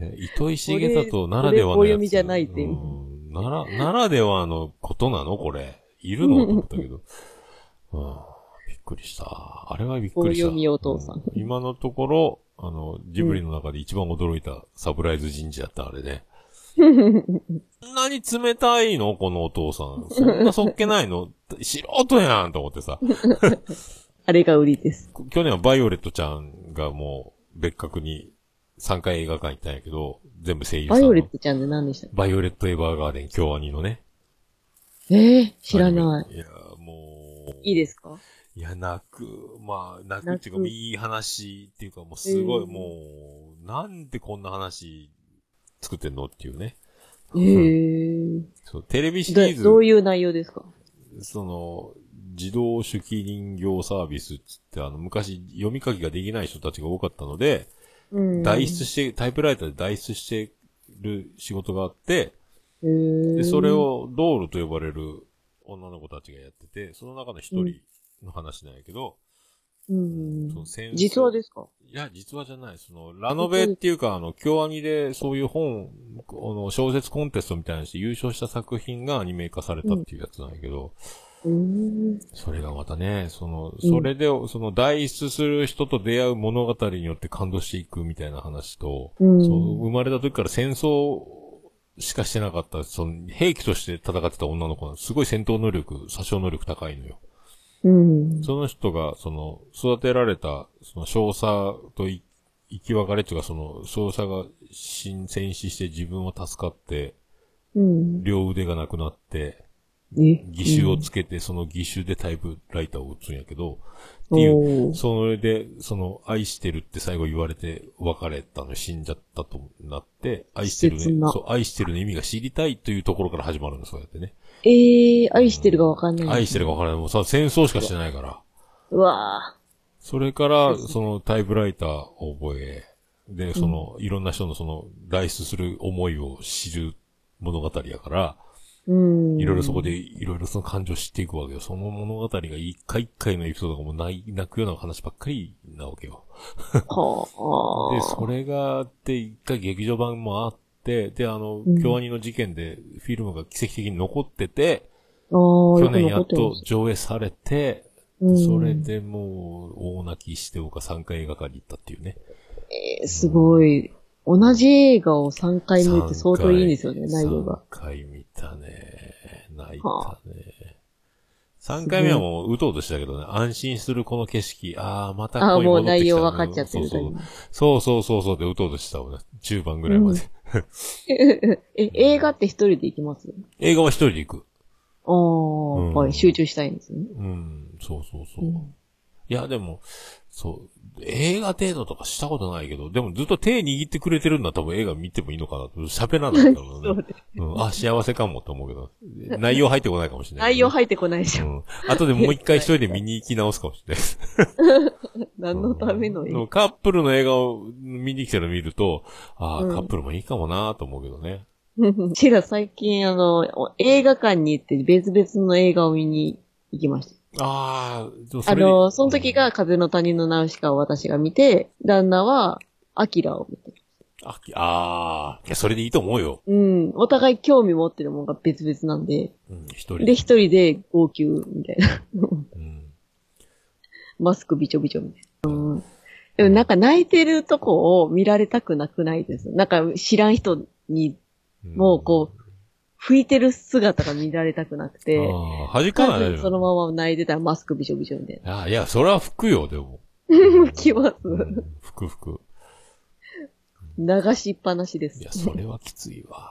[SPEAKER 3] え糸井重里ならでは
[SPEAKER 2] こ
[SPEAKER 3] の
[SPEAKER 2] れ棒読
[SPEAKER 3] やつ。
[SPEAKER 2] みじゃないっていう
[SPEAKER 3] うんなら、ならではのことなのこれ。いるのと思ったけ
[SPEAKER 2] (laughs)
[SPEAKER 3] ど。うんびっくりした。あれはびっくりした。
[SPEAKER 2] 棒読みお父さん
[SPEAKER 3] う今のところ、あの、ジブリの中で一番驚いたサプライズ人事だった、あれ
[SPEAKER 2] (laughs)
[SPEAKER 3] ね。そんなに冷たいのこのお父さん。そんなそっけないの素人やんと思ってさ。
[SPEAKER 2] あれが売りです。
[SPEAKER 3] 去年はバイオレットちゃんがもう別格に3回映画館行ったんやけど、全部声優さ
[SPEAKER 2] バ
[SPEAKER 3] ん
[SPEAKER 2] イ
[SPEAKER 3] の。
[SPEAKER 2] オレットちゃんで何でしたっ
[SPEAKER 3] バイオレットエヴァーガーデン京アニのね。
[SPEAKER 2] けえー、知らない。
[SPEAKER 3] い。いや、もう。
[SPEAKER 2] いいですか
[SPEAKER 3] いや、泣く、まあ、泣くっていうか、
[SPEAKER 2] 泣く
[SPEAKER 3] いい話っていうか、もうすごい、
[SPEAKER 2] うん
[SPEAKER 3] もう、なんでこんな話作ってんのっていうね。
[SPEAKER 2] えー。
[SPEAKER 3] そうテレビシリー
[SPEAKER 2] どどう
[SPEAKER 3] ズ、
[SPEAKER 2] いう内容ですか
[SPEAKER 3] その、自動手記人形サービスっつって、あの、昔読み書きができない人たちが多かったので、
[SPEAKER 2] うん
[SPEAKER 3] 代筆して、タイプライターで代筆してる仕事があって、
[SPEAKER 2] えー
[SPEAKER 3] で、それをドールと呼ばれる女の子たちがやってて、その中の一人の話なんやけど、
[SPEAKER 2] うん
[SPEAKER 3] その戦争
[SPEAKER 2] 実話ですか
[SPEAKER 3] いや、実話じゃない。その、ラノベっていうか、あの、京アニでそういう本、あの、小説コンテストみたいなのして優勝した作品がアニメ化されたっていうやつなんやけど、
[SPEAKER 2] うん。
[SPEAKER 3] それがまたね、その、
[SPEAKER 2] うん
[SPEAKER 3] それで、その、代出する人と出会う物語によって感動していくみたいな話と、
[SPEAKER 2] うん
[SPEAKER 3] そう生まれた時から戦争しかしてなかった、その、兵器として戦ってた女の子なんですすごい戦闘能力、殺傷能力高いのよ。
[SPEAKER 2] うん。
[SPEAKER 3] その人が、その、育てられた、その、少佐とい生き別れというか、その、少佐が新戦死して自分は助かって、
[SPEAKER 2] うん。
[SPEAKER 3] 両腕がなくなって、
[SPEAKER 2] え
[SPEAKER 3] 義手をつけて、その義手でタイプライターを打つんやけど、って
[SPEAKER 2] お
[SPEAKER 3] いう、
[SPEAKER 2] ー
[SPEAKER 3] それで、その、愛してるって最後言われて別れたの、死んじゃったとなって、愛してる
[SPEAKER 2] 切
[SPEAKER 3] ね、
[SPEAKER 2] な
[SPEAKER 3] そう、愛してるの意味が知りたいというところから始まるの、そうやってね。
[SPEAKER 2] えー、愛してるがわかんない。
[SPEAKER 3] 愛してるか分からない。もうさ、戦争しかしてないから。
[SPEAKER 2] うわ
[SPEAKER 3] それから、そのタイプライターを覚え、で、その、いろんな人のその、代出する思いを知る物語やから、
[SPEAKER 2] ーうん。
[SPEAKER 3] いろいろそこで、いろいろその感情を知っていくわけよ。その物語が一回一回のエピソードがもう泣い泣くような話ばっかりなわけよ。
[SPEAKER 2] は
[SPEAKER 3] で、
[SPEAKER 2] あ。
[SPEAKER 3] それがあって、一回劇場版もあって、で、あの
[SPEAKER 2] う、ん
[SPEAKER 3] 京アニの事件でフィルムが奇跡的に残ってて、
[SPEAKER 2] 去
[SPEAKER 3] 去年やっと上映されて、
[SPEAKER 2] うん
[SPEAKER 3] それでもう、大泣きして僕は3回映画館に行ったっていうね。
[SPEAKER 2] えーすごい。同じ映画を3回見るって相当いいんですよね、
[SPEAKER 3] 3
[SPEAKER 2] 内容が。
[SPEAKER 3] 回見たね。泣いたね。3回目はもう、うとうとしたけどね、安心するこの景色、ああ、また
[SPEAKER 2] ああ、
[SPEAKER 3] こ
[SPEAKER 2] も
[SPEAKER 3] ういうう
[SPEAKER 2] 内容分かっちゃって
[SPEAKER 3] そう
[SPEAKER 2] る
[SPEAKER 3] そ
[SPEAKER 2] だけ
[SPEAKER 3] うそうそうそうそうで、うとうとした俺、中盤ぐらいまで。
[SPEAKER 2] (laughs) え、映画って一人で行きます
[SPEAKER 3] 映画は一人で行く。
[SPEAKER 2] ああ、
[SPEAKER 3] うん
[SPEAKER 2] やっぱり集中したいんですね。
[SPEAKER 3] うん、そうそうそう。
[SPEAKER 2] うん
[SPEAKER 3] いや、でも、そう、映画程度とかしたことないけど、でもずっと手握ってくれてるんだったら多分映画見てもいいのかなと。喋らないから
[SPEAKER 2] (laughs)
[SPEAKER 3] ね。
[SPEAKER 2] そうね
[SPEAKER 3] うん、あ、幸せかもと思うけど。内容入ってこないかもしれないけ
[SPEAKER 2] 内
[SPEAKER 3] ど
[SPEAKER 2] 容
[SPEAKER 3] ね、
[SPEAKER 2] 入ってこないじゃん。
[SPEAKER 3] うん。後でもう一回一人で見に行き直すかもしれない。
[SPEAKER 2] (laughs) 何のための映 (laughs)
[SPEAKER 3] う
[SPEAKER 2] 画
[SPEAKER 3] んカップルの映画を見に来てるの見ると、ああ、
[SPEAKER 2] うん
[SPEAKER 3] カップルもいいかもなと思うけどね。
[SPEAKER 2] うちら最近、あの、お映画館に行って別々の映画を見に行きました。
[SPEAKER 3] ああ、でも
[SPEAKER 2] あ
[SPEAKER 3] れ
[SPEAKER 2] の、その時が、風の谷のナウシカを私が見て、旦那は、アキラを見て。
[SPEAKER 3] ああー、いや、それでいいと思うよ。
[SPEAKER 2] うん。お互い興味持ってるものが別々なんで。
[SPEAKER 3] うん、一人
[SPEAKER 2] で、一人で号泣みたいな。 (laughs)
[SPEAKER 3] うん。
[SPEAKER 2] マスクびちょびちょみたいな。うん。でもなんか泣いてるとこを見られたくなくないです。なんか知らん人に、もうこう、拭いてる姿が見られたくなく
[SPEAKER 3] う
[SPEAKER 2] て。
[SPEAKER 3] ん、あー弾か
[SPEAKER 2] 完
[SPEAKER 3] な
[SPEAKER 2] 全
[SPEAKER 3] い
[SPEAKER 2] にそのまま泣いてたらマスクびしょびしょみたい
[SPEAKER 3] ま。あいや、それは吹くよ、で
[SPEAKER 2] (laughs)
[SPEAKER 3] も。
[SPEAKER 2] な。きます。
[SPEAKER 3] うん吹く吹く。
[SPEAKER 2] 流しっぱなしです
[SPEAKER 3] い。や、それはきついわ。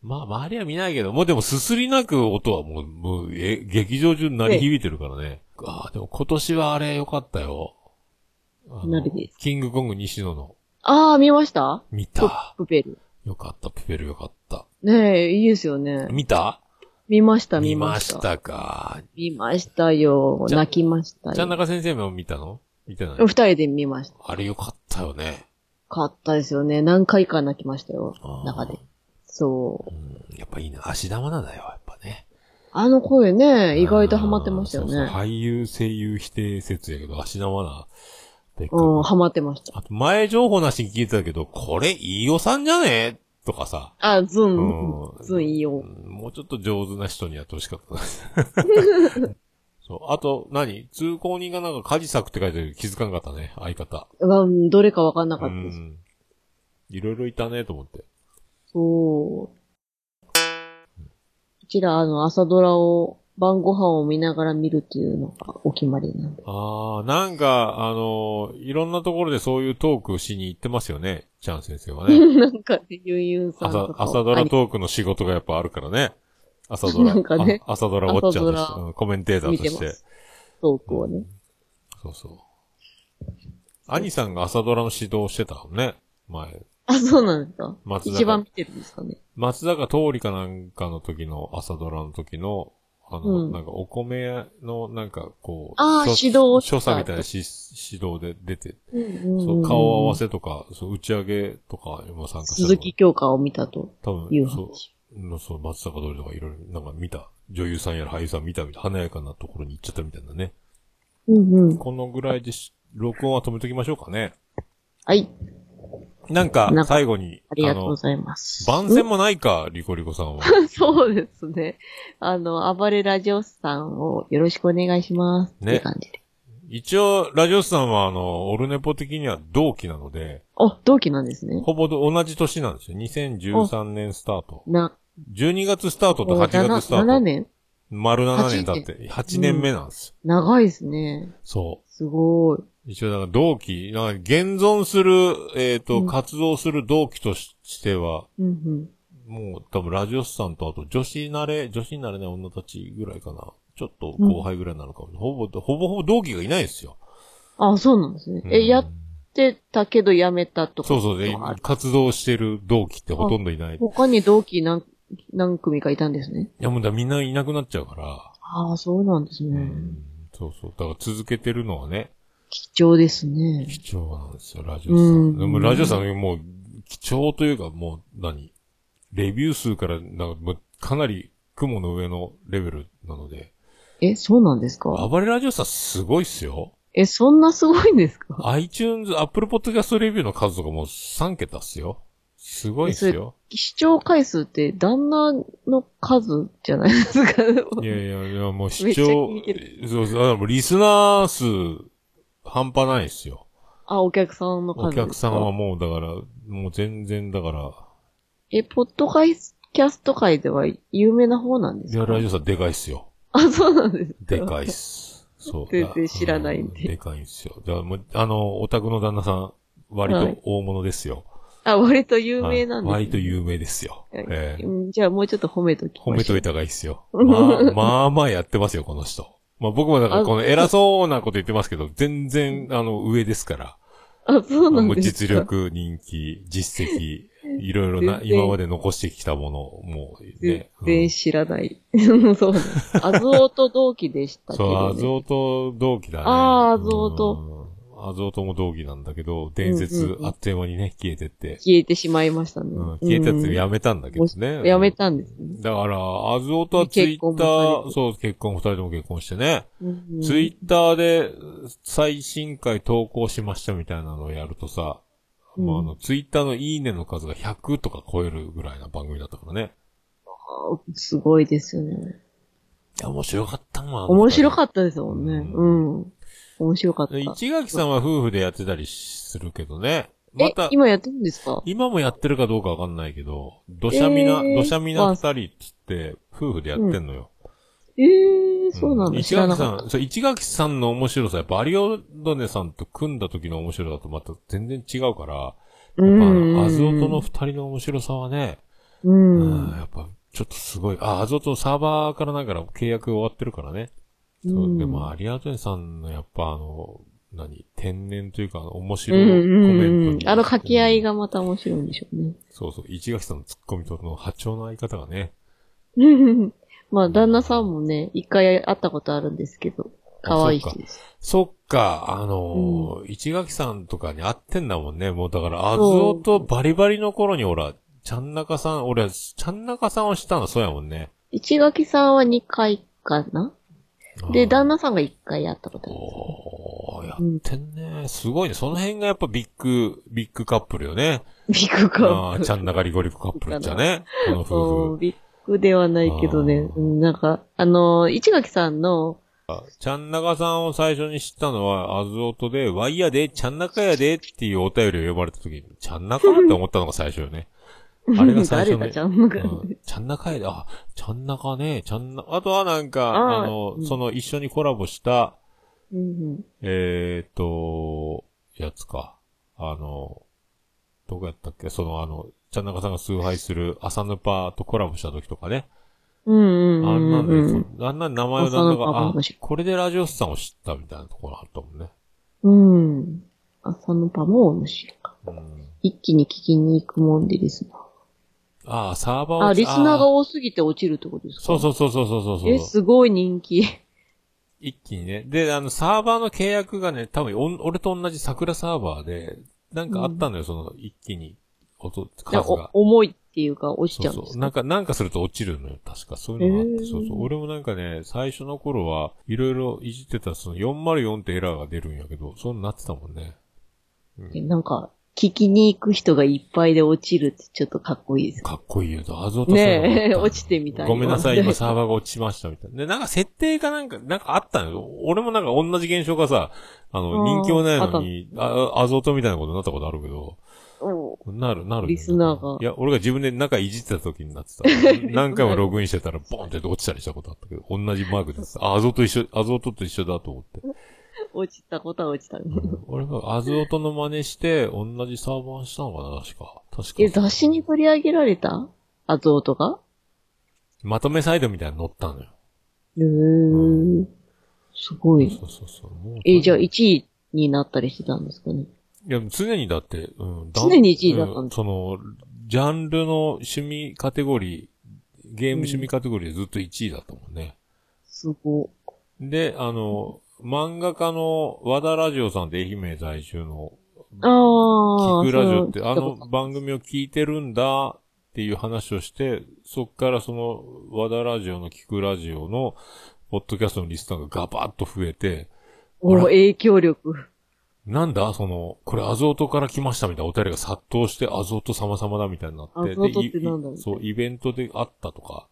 [SPEAKER 3] まあ、周りは見ないけど、もうでもすすり泣く音はもう、もう、え、劇場中に鳴り響いてるからね。ああ、でも今年はあれ良かったよ。あの
[SPEAKER 2] 何です
[SPEAKER 3] キングコング西野の。
[SPEAKER 2] あー、見ました
[SPEAKER 3] 見
[SPEAKER 2] トッ
[SPEAKER 3] た。
[SPEAKER 2] プベル。
[SPEAKER 3] よかった、プペルよかった。
[SPEAKER 2] ねえ、いいですよね。
[SPEAKER 3] 見た
[SPEAKER 2] 見ました、見
[SPEAKER 3] 見
[SPEAKER 2] ま
[SPEAKER 3] ま
[SPEAKER 2] し。
[SPEAKER 3] したたか。
[SPEAKER 2] 見ましたよ。
[SPEAKER 3] じゃ
[SPEAKER 2] 泣きました
[SPEAKER 3] ちゃん
[SPEAKER 2] よ。
[SPEAKER 3] 中先生も見たの見てない
[SPEAKER 2] 二人で見ました。
[SPEAKER 3] あれよかったよね。
[SPEAKER 2] かったですよね。何回か泣きましたよ
[SPEAKER 3] あー。
[SPEAKER 2] 中で。そう
[SPEAKER 3] う。ん、やっぱいいな。足玉なんだよ、やっぱね。
[SPEAKER 2] あの声ね、意外とハマってましたよ
[SPEAKER 3] そう
[SPEAKER 2] ね
[SPEAKER 3] そう。俳優、声優否定説やけど、足玉な。でっかく
[SPEAKER 2] うん、ハマってました。
[SPEAKER 3] あと前情報なしに聞いてたけど、これ、飯尾さんじゃねとかさ、
[SPEAKER 2] あ、ズン
[SPEAKER 3] う、ん
[SPEAKER 2] ズンいいよ
[SPEAKER 3] う。んもうちょっと上手な人にやってほしかったな
[SPEAKER 2] (laughs)
[SPEAKER 3] そう。あと何、通行人がなんか家事作って書いてあるけど気づかなかったね、相方。
[SPEAKER 2] うん、どれかわかんなか
[SPEAKER 3] う
[SPEAKER 2] ったです。
[SPEAKER 3] ん。いろいろいたね、と思って。
[SPEAKER 2] そう。うちら、あの、朝ドラを、晩ご飯を見ながら見るっていうのがお決まりなんで。
[SPEAKER 3] あー、なんか、あのーいろんなところでそういうトークしに行ってますよね、ちゃん先生はね。
[SPEAKER 2] なんか、ゆんゆんさん
[SPEAKER 3] 朝
[SPEAKER 2] と、か。
[SPEAKER 3] 朝ドラ
[SPEAKER 2] あり
[SPEAKER 3] トークの仕事がやっぱあるからね。朝ド
[SPEAKER 2] な
[SPEAKER 3] ラ、
[SPEAKER 2] んかね
[SPEAKER 3] あ朝ドラウォッチャーとし
[SPEAKER 2] 朝
[SPEAKER 3] て
[SPEAKER 2] ドラ
[SPEAKER 3] うん、コメンテーター
[SPEAKER 2] 見
[SPEAKER 3] と
[SPEAKER 2] て
[SPEAKER 3] し
[SPEAKER 2] ま
[SPEAKER 3] て
[SPEAKER 2] す。。トークをね。
[SPEAKER 3] そうそう。兄さんが朝ドラの指導をしてたもんね。前。
[SPEAKER 2] あ、そうなんですか
[SPEAKER 3] 松坂
[SPEAKER 2] 一番見てるんですかね。
[SPEAKER 3] 松坂通りかなんかの時の朝ドラの時の、あの、
[SPEAKER 2] うん
[SPEAKER 3] なんかお米のなんかこう、
[SPEAKER 2] あー
[SPEAKER 3] 所
[SPEAKER 2] 指導をしてた
[SPEAKER 3] 所作みたいなし指導で出て、
[SPEAKER 2] うんうんうん
[SPEAKER 3] そう顔合わせとか、そう打ち上げとかにも参加したの
[SPEAKER 2] 鈴木京香を見たと
[SPEAKER 3] 多
[SPEAKER 2] いう
[SPEAKER 3] 分、そう
[SPEAKER 2] 話。
[SPEAKER 3] うん、そう、松坂通りとかいろいろ、なんか見た。女優さんやら俳優さん見たみたいな、華やかなところに行っちゃったみたいなね。
[SPEAKER 2] うんうん。
[SPEAKER 3] このぐらいでし、録音は止めときましょうかね。
[SPEAKER 2] はい。
[SPEAKER 3] なんか
[SPEAKER 2] なん、か
[SPEAKER 3] 最後に、
[SPEAKER 2] ありがとう
[SPEAKER 3] の
[SPEAKER 2] ございます。
[SPEAKER 3] 番宣もないか、リコリコさんは。
[SPEAKER 2] (laughs) そうですね。あの、暴れラジオスさんをよろしくお願いします。
[SPEAKER 3] ね
[SPEAKER 2] ね。って感じで。
[SPEAKER 3] 一応、ラジオスさんは、あの、オルネポ的には同期なので、
[SPEAKER 2] あ、同期なんですね。
[SPEAKER 3] ほぼ同じ年なんですよ。2013年スタート。
[SPEAKER 2] な、
[SPEAKER 3] 12月スタートと
[SPEAKER 2] もう
[SPEAKER 3] 8
[SPEAKER 2] な
[SPEAKER 3] 月スタート。
[SPEAKER 2] 7年
[SPEAKER 3] 丸7年経って、8年目なんです。
[SPEAKER 2] 長いですね。
[SPEAKER 3] そ
[SPEAKER 2] すごい。
[SPEAKER 3] う。一応、だから同期、なんか現存する、えっ、と、
[SPEAKER 2] うん
[SPEAKER 3] 活動する同期としては、
[SPEAKER 2] うんうん。
[SPEAKER 3] もう多分ラジオスさんとあと女子慣れ、女子になれない女たちぐらいかな。ちょっと後輩ぐらいなのかも、ほぼ、ほぼほぼ同期がいないですよ。
[SPEAKER 2] あ、そうなんですね。え、やってたけどやめたとか。
[SPEAKER 3] そうそうで
[SPEAKER 2] ある、
[SPEAKER 3] 活動してる同期ってほとんどいない。い
[SPEAKER 2] 他に同期何、何組かいたんですね。
[SPEAKER 3] やもうだみんないなくなっちゃうから。
[SPEAKER 2] ああ、そうなんですね。
[SPEAKER 3] そうそう。だから続けてるのはね、
[SPEAKER 2] 貴重ですね。
[SPEAKER 3] 貴重なんですよ、ラジオさん。
[SPEAKER 2] うん
[SPEAKER 3] でもラジオさんもう、貴重というかもう何、レビュー数から、なんかもうかなり雲の上のレベルなので。
[SPEAKER 2] え、そうなんですか
[SPEAKER 3] 暴れラジオさんすごいっすよ。
[SPEAKER 2] え、そんなすごいんですか
[SPEAKER 3] iTunes、Apple Podcast レビューの数とかもう3桁っすよ。すごいっすよ。
[SPEAKER 2] 視聴回数って旦那の数じゃないですか。
[SPEAKER 3] いやいやいや、もう
[SPEAKER 2] め
[SPEAKER 3] 視
[SPEAKER 2] っちゃ
[SPEAKER 3] 聴
[SPEAKER 2] 聞いて、
[SPEAKER 3] そうそう、あもうリスナー数、半端ないっすよ。
[SPEAKER 2] (laughs) あ、お客さんの数
[SPEAKER 3] お
[SPEAKER 2] ですか
[SPEAKER 3] 客さんは。もうだから、もう全然だから、
[SPEAKER 2] え、ポッドキャスト界では有名な方なんで
[SPEAKER 3] い
[SPEAKER 2] す
[SPEAKER 3] や、
[SPEAKER 2] か
[SPEAKER 3] ラジオさんでかいっすよ。
[SPEAKER 2] あ、そうなんですか
[SPEAKER 3] でかいっす。そう。
[SPEAKER 2] (laughs) 全然知らないんで
[SPEAKER 3] うでかいんすよ。だからもう、あの、お宅の旦那さん、割
[SPEAKER 2] は
[SPEAKER 3] と
[SPEAKER 2] い
[SPEAKER 3] 大物ですよ。
[SPEAKER 2] あ、割と有名なんです、ね
[SPEAKER 3] はい割と有名ですよ。
[SPEAKER 2] はい
[SPEAKER 3] ええ
[SPEAKER 2] (laughs) うんじゃあもうちょっと褒めときましょう
[SPEAKER 3] 褒めといた方がいいっすよ。まあ、
[SPEAKER 2] (laughs)
[SPEAKER 3] まあまあやってますよ、この人。まあ僕もだからこの偉そうなこと言ってますけど、全然、あの、上ですから。
[SPEAKER 2] あ、そうなん
[SPEAKER 3] もう
[SPEAKER 2] ですか。
[SPEAKER 3] 実。力、人気、実
[SPEAKER 2] (laughs)
[SPEAKER 3] 績、いろいろな、
[SPEAKER 2] 全然
[SPEAKER 3] 今まで残してきたものを、もう
[SPEAKER 2] 全
[SPEAKER 3] ね。
[SPEAKER 2] 然知らない。 (laughs) そうなんです。アズオと同期でし
[SPEAKER 3] う
[SPEAKER 2] た
[SPEAKER 3] ん
[SPEAKER 2] け
[SPEAKER 3] そう、
[SPEAKER 2] ど、
[SPEAKER 3] ア
[SPEAKER 2] ね。
[SPEAKER 3] ゾーと同期だね。
[SPEAKER 2] あーアゾーと
[SPEAKER 3] うん。アゾートも同義なんだけど、伝
[SPEAKER 2] うん
[SPEAKER 3] 説
[SPEAKER 2] うんうん
[SPEAKER 3] あっという間にね、消えてって。
[SPEAKER 2] 消えてしまいましたね。
[SPEAKER 3] うん、消えたやつやめたんだけど
[SPEAKER 2] う
[SPEAKER 3] ね。
[SPEAKER 2] んやめたんですね。
[SPEAKER 3] だから、アズオとはツイ
[SPEAKER 2] 結婚
[SPEAKER 3] ッ
[SPEAKER 2] も
[SPEAKER 3] タ
[SPEAKER 2] され
[SPEAKER 3] ー、
[SPEAKER 2] て
[SPEAKER 3] そう、結婚、二人とも結婚してね。
[SPEAKER 2] うん
[SPEAKER 3] ツイッターで最新回投稿しましたみたいなのをやるとさ、
[SPEAKER 2] うん
[SPEAKER 3] まあ、あの、ツイッターのいいねの数が100とか超えるぐらいな番組だったからね。
[SPEAKER 2] すごいですよね。
[SPEAKER 3] いや面白かったもんあの二人。
[SPEAKER 2] 面白かったですもんね。うん。面白かった。
[SPEAKER 3] 市垣さんは夫婦でやってたりするけどね。ま
[SPEAKER 2] え
[SPEAKER 3] た、、今
[SPEAKER 2] 今やってるんですか
[SPEAKER 3] もやってるかどうかわかんないけど、土砂みな、
[SPEAKER 2] えー
[SPEAKER 3] 土砂みな二人っつって、夫婦でやってんのよ。
[SPEAKER 2] ええー、そうなんだ。
[SPEAKER 3] 一
[SPEAKER 2] 知ら
[SPEAKER 3] 垣
[SPEAKER 2] な
[SPEAKER 3] さ
[SPEAKER 2] かっ
[SPEAKER 3] ん、そう、一垣さんの面白さ、バリオドネさんと組んだ時の面白さとまた全然違うから、やっぱあ
[SPEAKER 2] た。うん。
[SPEAKER 3] の、アズオトの二人の面白さはね、
[SPEAKER 2] う
[SPEAKER 3] うん、
[SPEAKER 2] ん。
[SPEAKER 3] やっぱちょっとすごい。あ、アズオトのサーバーからなんから契約終わってるからね。そううんでも、アリアドネさんのやっぱあの、何、天然というか、あの面
[SPEAKER 2] う
[SPEAKER 3] 白
[SPEAKER 2] ん
[SPEAKER 3] いコ
[SPEAKER 2] うん
[SPEAKER 3] メン
[SPEAKER 2] う
[SPEAKER 3] ト
[SPEAKER 2] ん。
[SPEAKER 3] に
[SPEAKER 2] あの掛け合い。がまた面白いんでしょうね。
[SPEAKER 3] そうそう、一垣さんのツッコミとの波長の相方がね、
[SPEAKER 2] (laughs) まあ、旦那さんもね、一回会ったことあるんですけど、可愛い人です。
[SPEAKER 3] そっか、あのー市垣さんとかに会ってんだもんね。もうだから、アズ
[SPEAKER 2] そう
[SPEAKER 3] オとバリバリの頃に、ほら、ちゃんなかさん、俺は、ちゃんなかさんをしたの、そうやもんね。
[SPEAKER 2] 一垣さんは2回かなで、旦
[SPEAKER 3] 那。
[SPEAKER 2] 那さんが1回会ったことある。
[SPEAKER 3] おーやってんね。すごいね。その辺がやっぱビッグ、ビッグカップルよね。
[SPEAKER 2] ビッグ
[SPEAKER 3] あ
[SPEAKER 2] カ
[SPEAKER 3] あ
[SPEAKER 2] ッ
[SPEAKER 3] ー、
[SPEAKER 2] プ。
[SPEAKER 3] ちゃんなかリゴリコカップルじゃね。この
[SPEAKER 2] そ
[SPEAKER 3] 夫
[SPEAKER 2] う、
[SPEAKER 3] 婦。
[SPEAKER 2] ビッグではないけどね。
[SPEAKER 3] あー
[SPEAKER 2] うんなんか、あのー、市垣さんの、
[SPEAKER 3] ちゃんなかさんを最初に知ったのは、アズオとで、ワイヤで、ちゃんなかやでっていうお便りを読まれた時に、ちゃんなかって思ったのが最初よね。あれが最初の
[SPEAKER 2] 誰だ、ちゃんのか
[SPEAKER 3] うんちゃんなかいで、あ、ちゃんなかね、ちゃんな、あとはなんか、あ
[SPEAKER 2] あー
[SPEAKER 3] の、
[SPEAKER 2] うん
[SPEAKER 3] その一緒にコラボした、
[SPEAKER 2] うん
[SPEAKER 3] えーっと、やつか。あの、どこやったっけそのあの、ちゃんなかさんが崇拝する朝ヌパとコラボした時とかね。
[SPEAKER 2] うんうん
[SPEAKER 3] あん
[SPEAKER 2] う
[SPEAKER 3] なん
[SPEAKER 2] ん
[SPEAKER 3] で、
[SPEAKER 2] うん
[SPEAKER 3] そあんな名前をなんだ
[SPEAKER 2] 朝ヌパ
[SPEAKER 3] か、あ
[SPEAKER 2] 面白い、
[SPEAKER 3] これでラジオスさんを知ったみたいなところあったもんね。
[SPEAKER 2] うん。うん。朝のパも面白いか。
[SPEAKER 3] うん。
[SPEAKER 2] 一気に聞きに行くもんでですな。
[SPEAKER 3] あー、サーバーを
[SPEAKER 2] あ、リスナーが
[SPEAKER 3] あ
[SPEAKER 2] 多すぎて落ちるってことですか
[SPEAKER 3] そうそうそうそうそうそうそう。
[SPEAKER 2] え、すごい人気。
[SPEAKER 3] 一気にね。で、あの、サーバーの契約がね、多分おん、俺と同じ桜サーバーで、なんかあったのよ、その、一気に、音、数
[SPEAKER 2] なんか
[SPEAKER 3] が。
[SPEAKER 2] お重いっていうか落ちち
[SPEAKER 3] そ
[SPEAKER 2] ゃ
[SPEAKER 3] う
[SPEAKER 2] うんです
[SPEAKER 3] そ
[SPEAKER 2] か
[SPEAKER 3] う。なんか、なんかすると落ちるのよ、確か。そういうのがあって、
[SPEAKER 2] へー
[SPEAKER 3] そうそう。俺もなんかね、最初の頃は、いろいろいじってたら、その404ってエラーが出るんやけど、そうなってたもんね。
[SPEAKER 2] えなんか、聞きに行く人がいっぱいで落ちるってちょっとかっこいい
[SPEAKER 3] (laughs)
[SPEAKER 2] です。
[SPEAKER 3] かっこいいよと、あぞと
[SPEAKER 2] ねえ、 (laughs) 落ちてみたい
[SPEAKER 3] ごめんなさい、今サ
[SPEAKER 2] バ
[SPEAKER 3] ー
[SPEAKER 2] ー。
[SPEAKER 3] バーが落ちました、みた
[SPEAKER 2] (laughs)
[SPEAKER 3] いな。で、なんか設定かなんか、なんかあったのよ。俺もなんか同じ現象がさ、あの、
[SPEAKER 2] あー
[SPEAKER 3] 人気もないのに、あ、あぞとみたいなことになったことあるけど、
[SPEAKER 2] お
[SPEAKER 3] なる、なるよ。
[SPEAKER 2] リスナーが
[SPEAKER 3] いや、俺が自分で中いじってた時になって
[SPEAKER 2] (laughs)
[SPEAKER 3] た。何回もログインしてたら、ボンって落ちたりしたことあったけど、同じマークでさ、あぞと一緒、あぞとと一緒だと思って。
[SPEAKER 2] 落ちたことは落ちた。
[SPEAKER 3] 俺があぞとの真似して、同じサーバーしたのかな、確か。確か。
[SPEAKER 2] え、雑誌に取り上げられたアゾートが
[SPEAKER 3] まとめサイトみたいなの載ったのよ。
[SPEAKER 2] へー。すごい。
[SPEAKER 3] そうそうそう。もう
[SPEAKER 2] え、じゃあ1位になったりしてたんですかね。
[SPEAKER 3] いや、常にだって、うん、だ
[SPEAKER 2] 常に一位だったんだ
[SPEAKER 3] その、ジャンルの趣味カテゴリー、ゲーム趣味カテゴリーでずっと1位だったもんね。
[SPEAKER 2] すご
[SPEAKER 3] で、あの、漫画家の和田ラジオさんで愛媛在住の、
[SPEAKER 2] い。ああ。
[SPEAKER 3] 聞くラジオって、
[SPEAKER 2] そ
[SPEAKER 3] あ
[SPEAKER 2] う
[SPEAKER 3] の、番組を聞いてるんだっていう話をして、そっからその和田ラジオの聞くラジオの、ポッドキャストのリスナーがガバッと増えて、
[SPEAKER 2] お影響力。
[SPEAKER 3] なんだその、これアゾートから来ましたみたいなお便りが殺到してアゾート様々だみたいになって。
[SPEAKER 2] アゾートって
[SPEAKER 3] でい
[SPEAKER 2] なんだろう
[SPEAKER 3] いそう、イベントであったとか、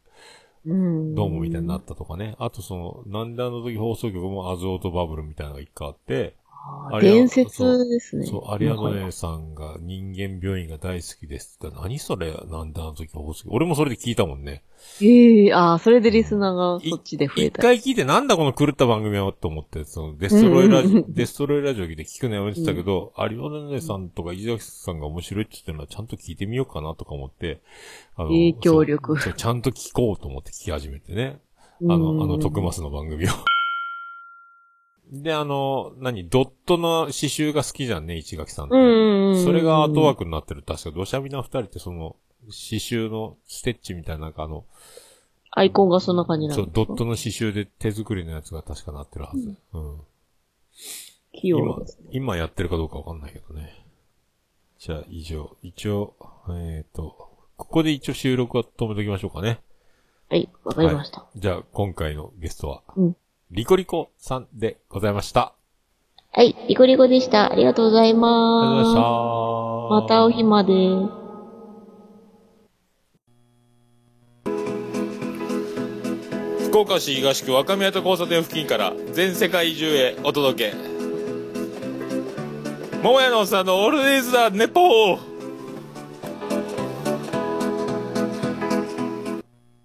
[SPEAKER 2] うん。
[SPEAKER 3] どうもみたいになったとかね。あとその、なんであの時放送局もアゾートバブルみたいなのが一回あって、
[SPEAKER 2] あ
[SPEAKER 3] あ
[SPEAKER 2] ー
[SPEAKER 3] れは
[SPEAKER 2] 伝説ですね。
[SPEAKER 3] そう、アリアドネさんが人間病院が大好きですって言ったら何それなんであの時放送局。俺もそれで聞いたもんね。
[SPEAKER 2] ええああ、それでリスナーがそっちで増え
[SPEAKER 3] 一
[SPEAKER 2] たり。
[SPEAKER 3] 回聞いてなんだこの狂った番組はと思って、その、デストロイラジオ、デストロイラジオで聞くのやめてたけど、アリオネネさんとか伊崎さんが面白いって言ってるのはちゃんと聞いてみようかなとか思って、あの
[SPEAKER 2] 影響力
[SPEAKER 3] そうそうちゃんと聞こうと思って聞き始めてね。あ
[SPEAKER 2] うん
[SPEAKER 3] の、あの、徳松の番組を。 (laughs) で、あの、何、ドットの刺繍が好きじゃんね、市垣さんって。
[SPEAKER 2] うんうんうん。
[SPEAKER 3] それがアートワークになってる。確か、ドシャミな二人ってその、刺繍のステッチみたいな、なんかあの、
[SPEAKER 2] アイコンがそんな感じな
[SPEAKER 3] そ
[SPEAKER 2] の
[SPEAKER 3] う、ドットの刺繍で手作りのやつが確かなってるはず。うん。
[SPEAKER 2] 器用
[SPEAKER 3] 今
[SPEAKER 2] です。、
[SPEAKER 3] 今やってるかどうかわかんないけどね。じゃあ、以上。一応、えっ、と、ここで一応収録は止めときましょうかね。
[SPEAKER 2] はい、わかりました。
[SPEAKER 3] はいじゃあ、今回のゲストは、
[SPEAKER 2] うん
[SPEAKER 3] リコリコさんでございました。
[SPEAKER 2] はい、リコリコでした。ありがとうござい
[SPEAKER 3] ありがとうございました。
[SPEAKER 2] ます。またお暇です。
[SPEAKER 3] 福岡市東区若宮と交差点付近から全世界中へお届け桃屋のおっさんのオールデイズだネポー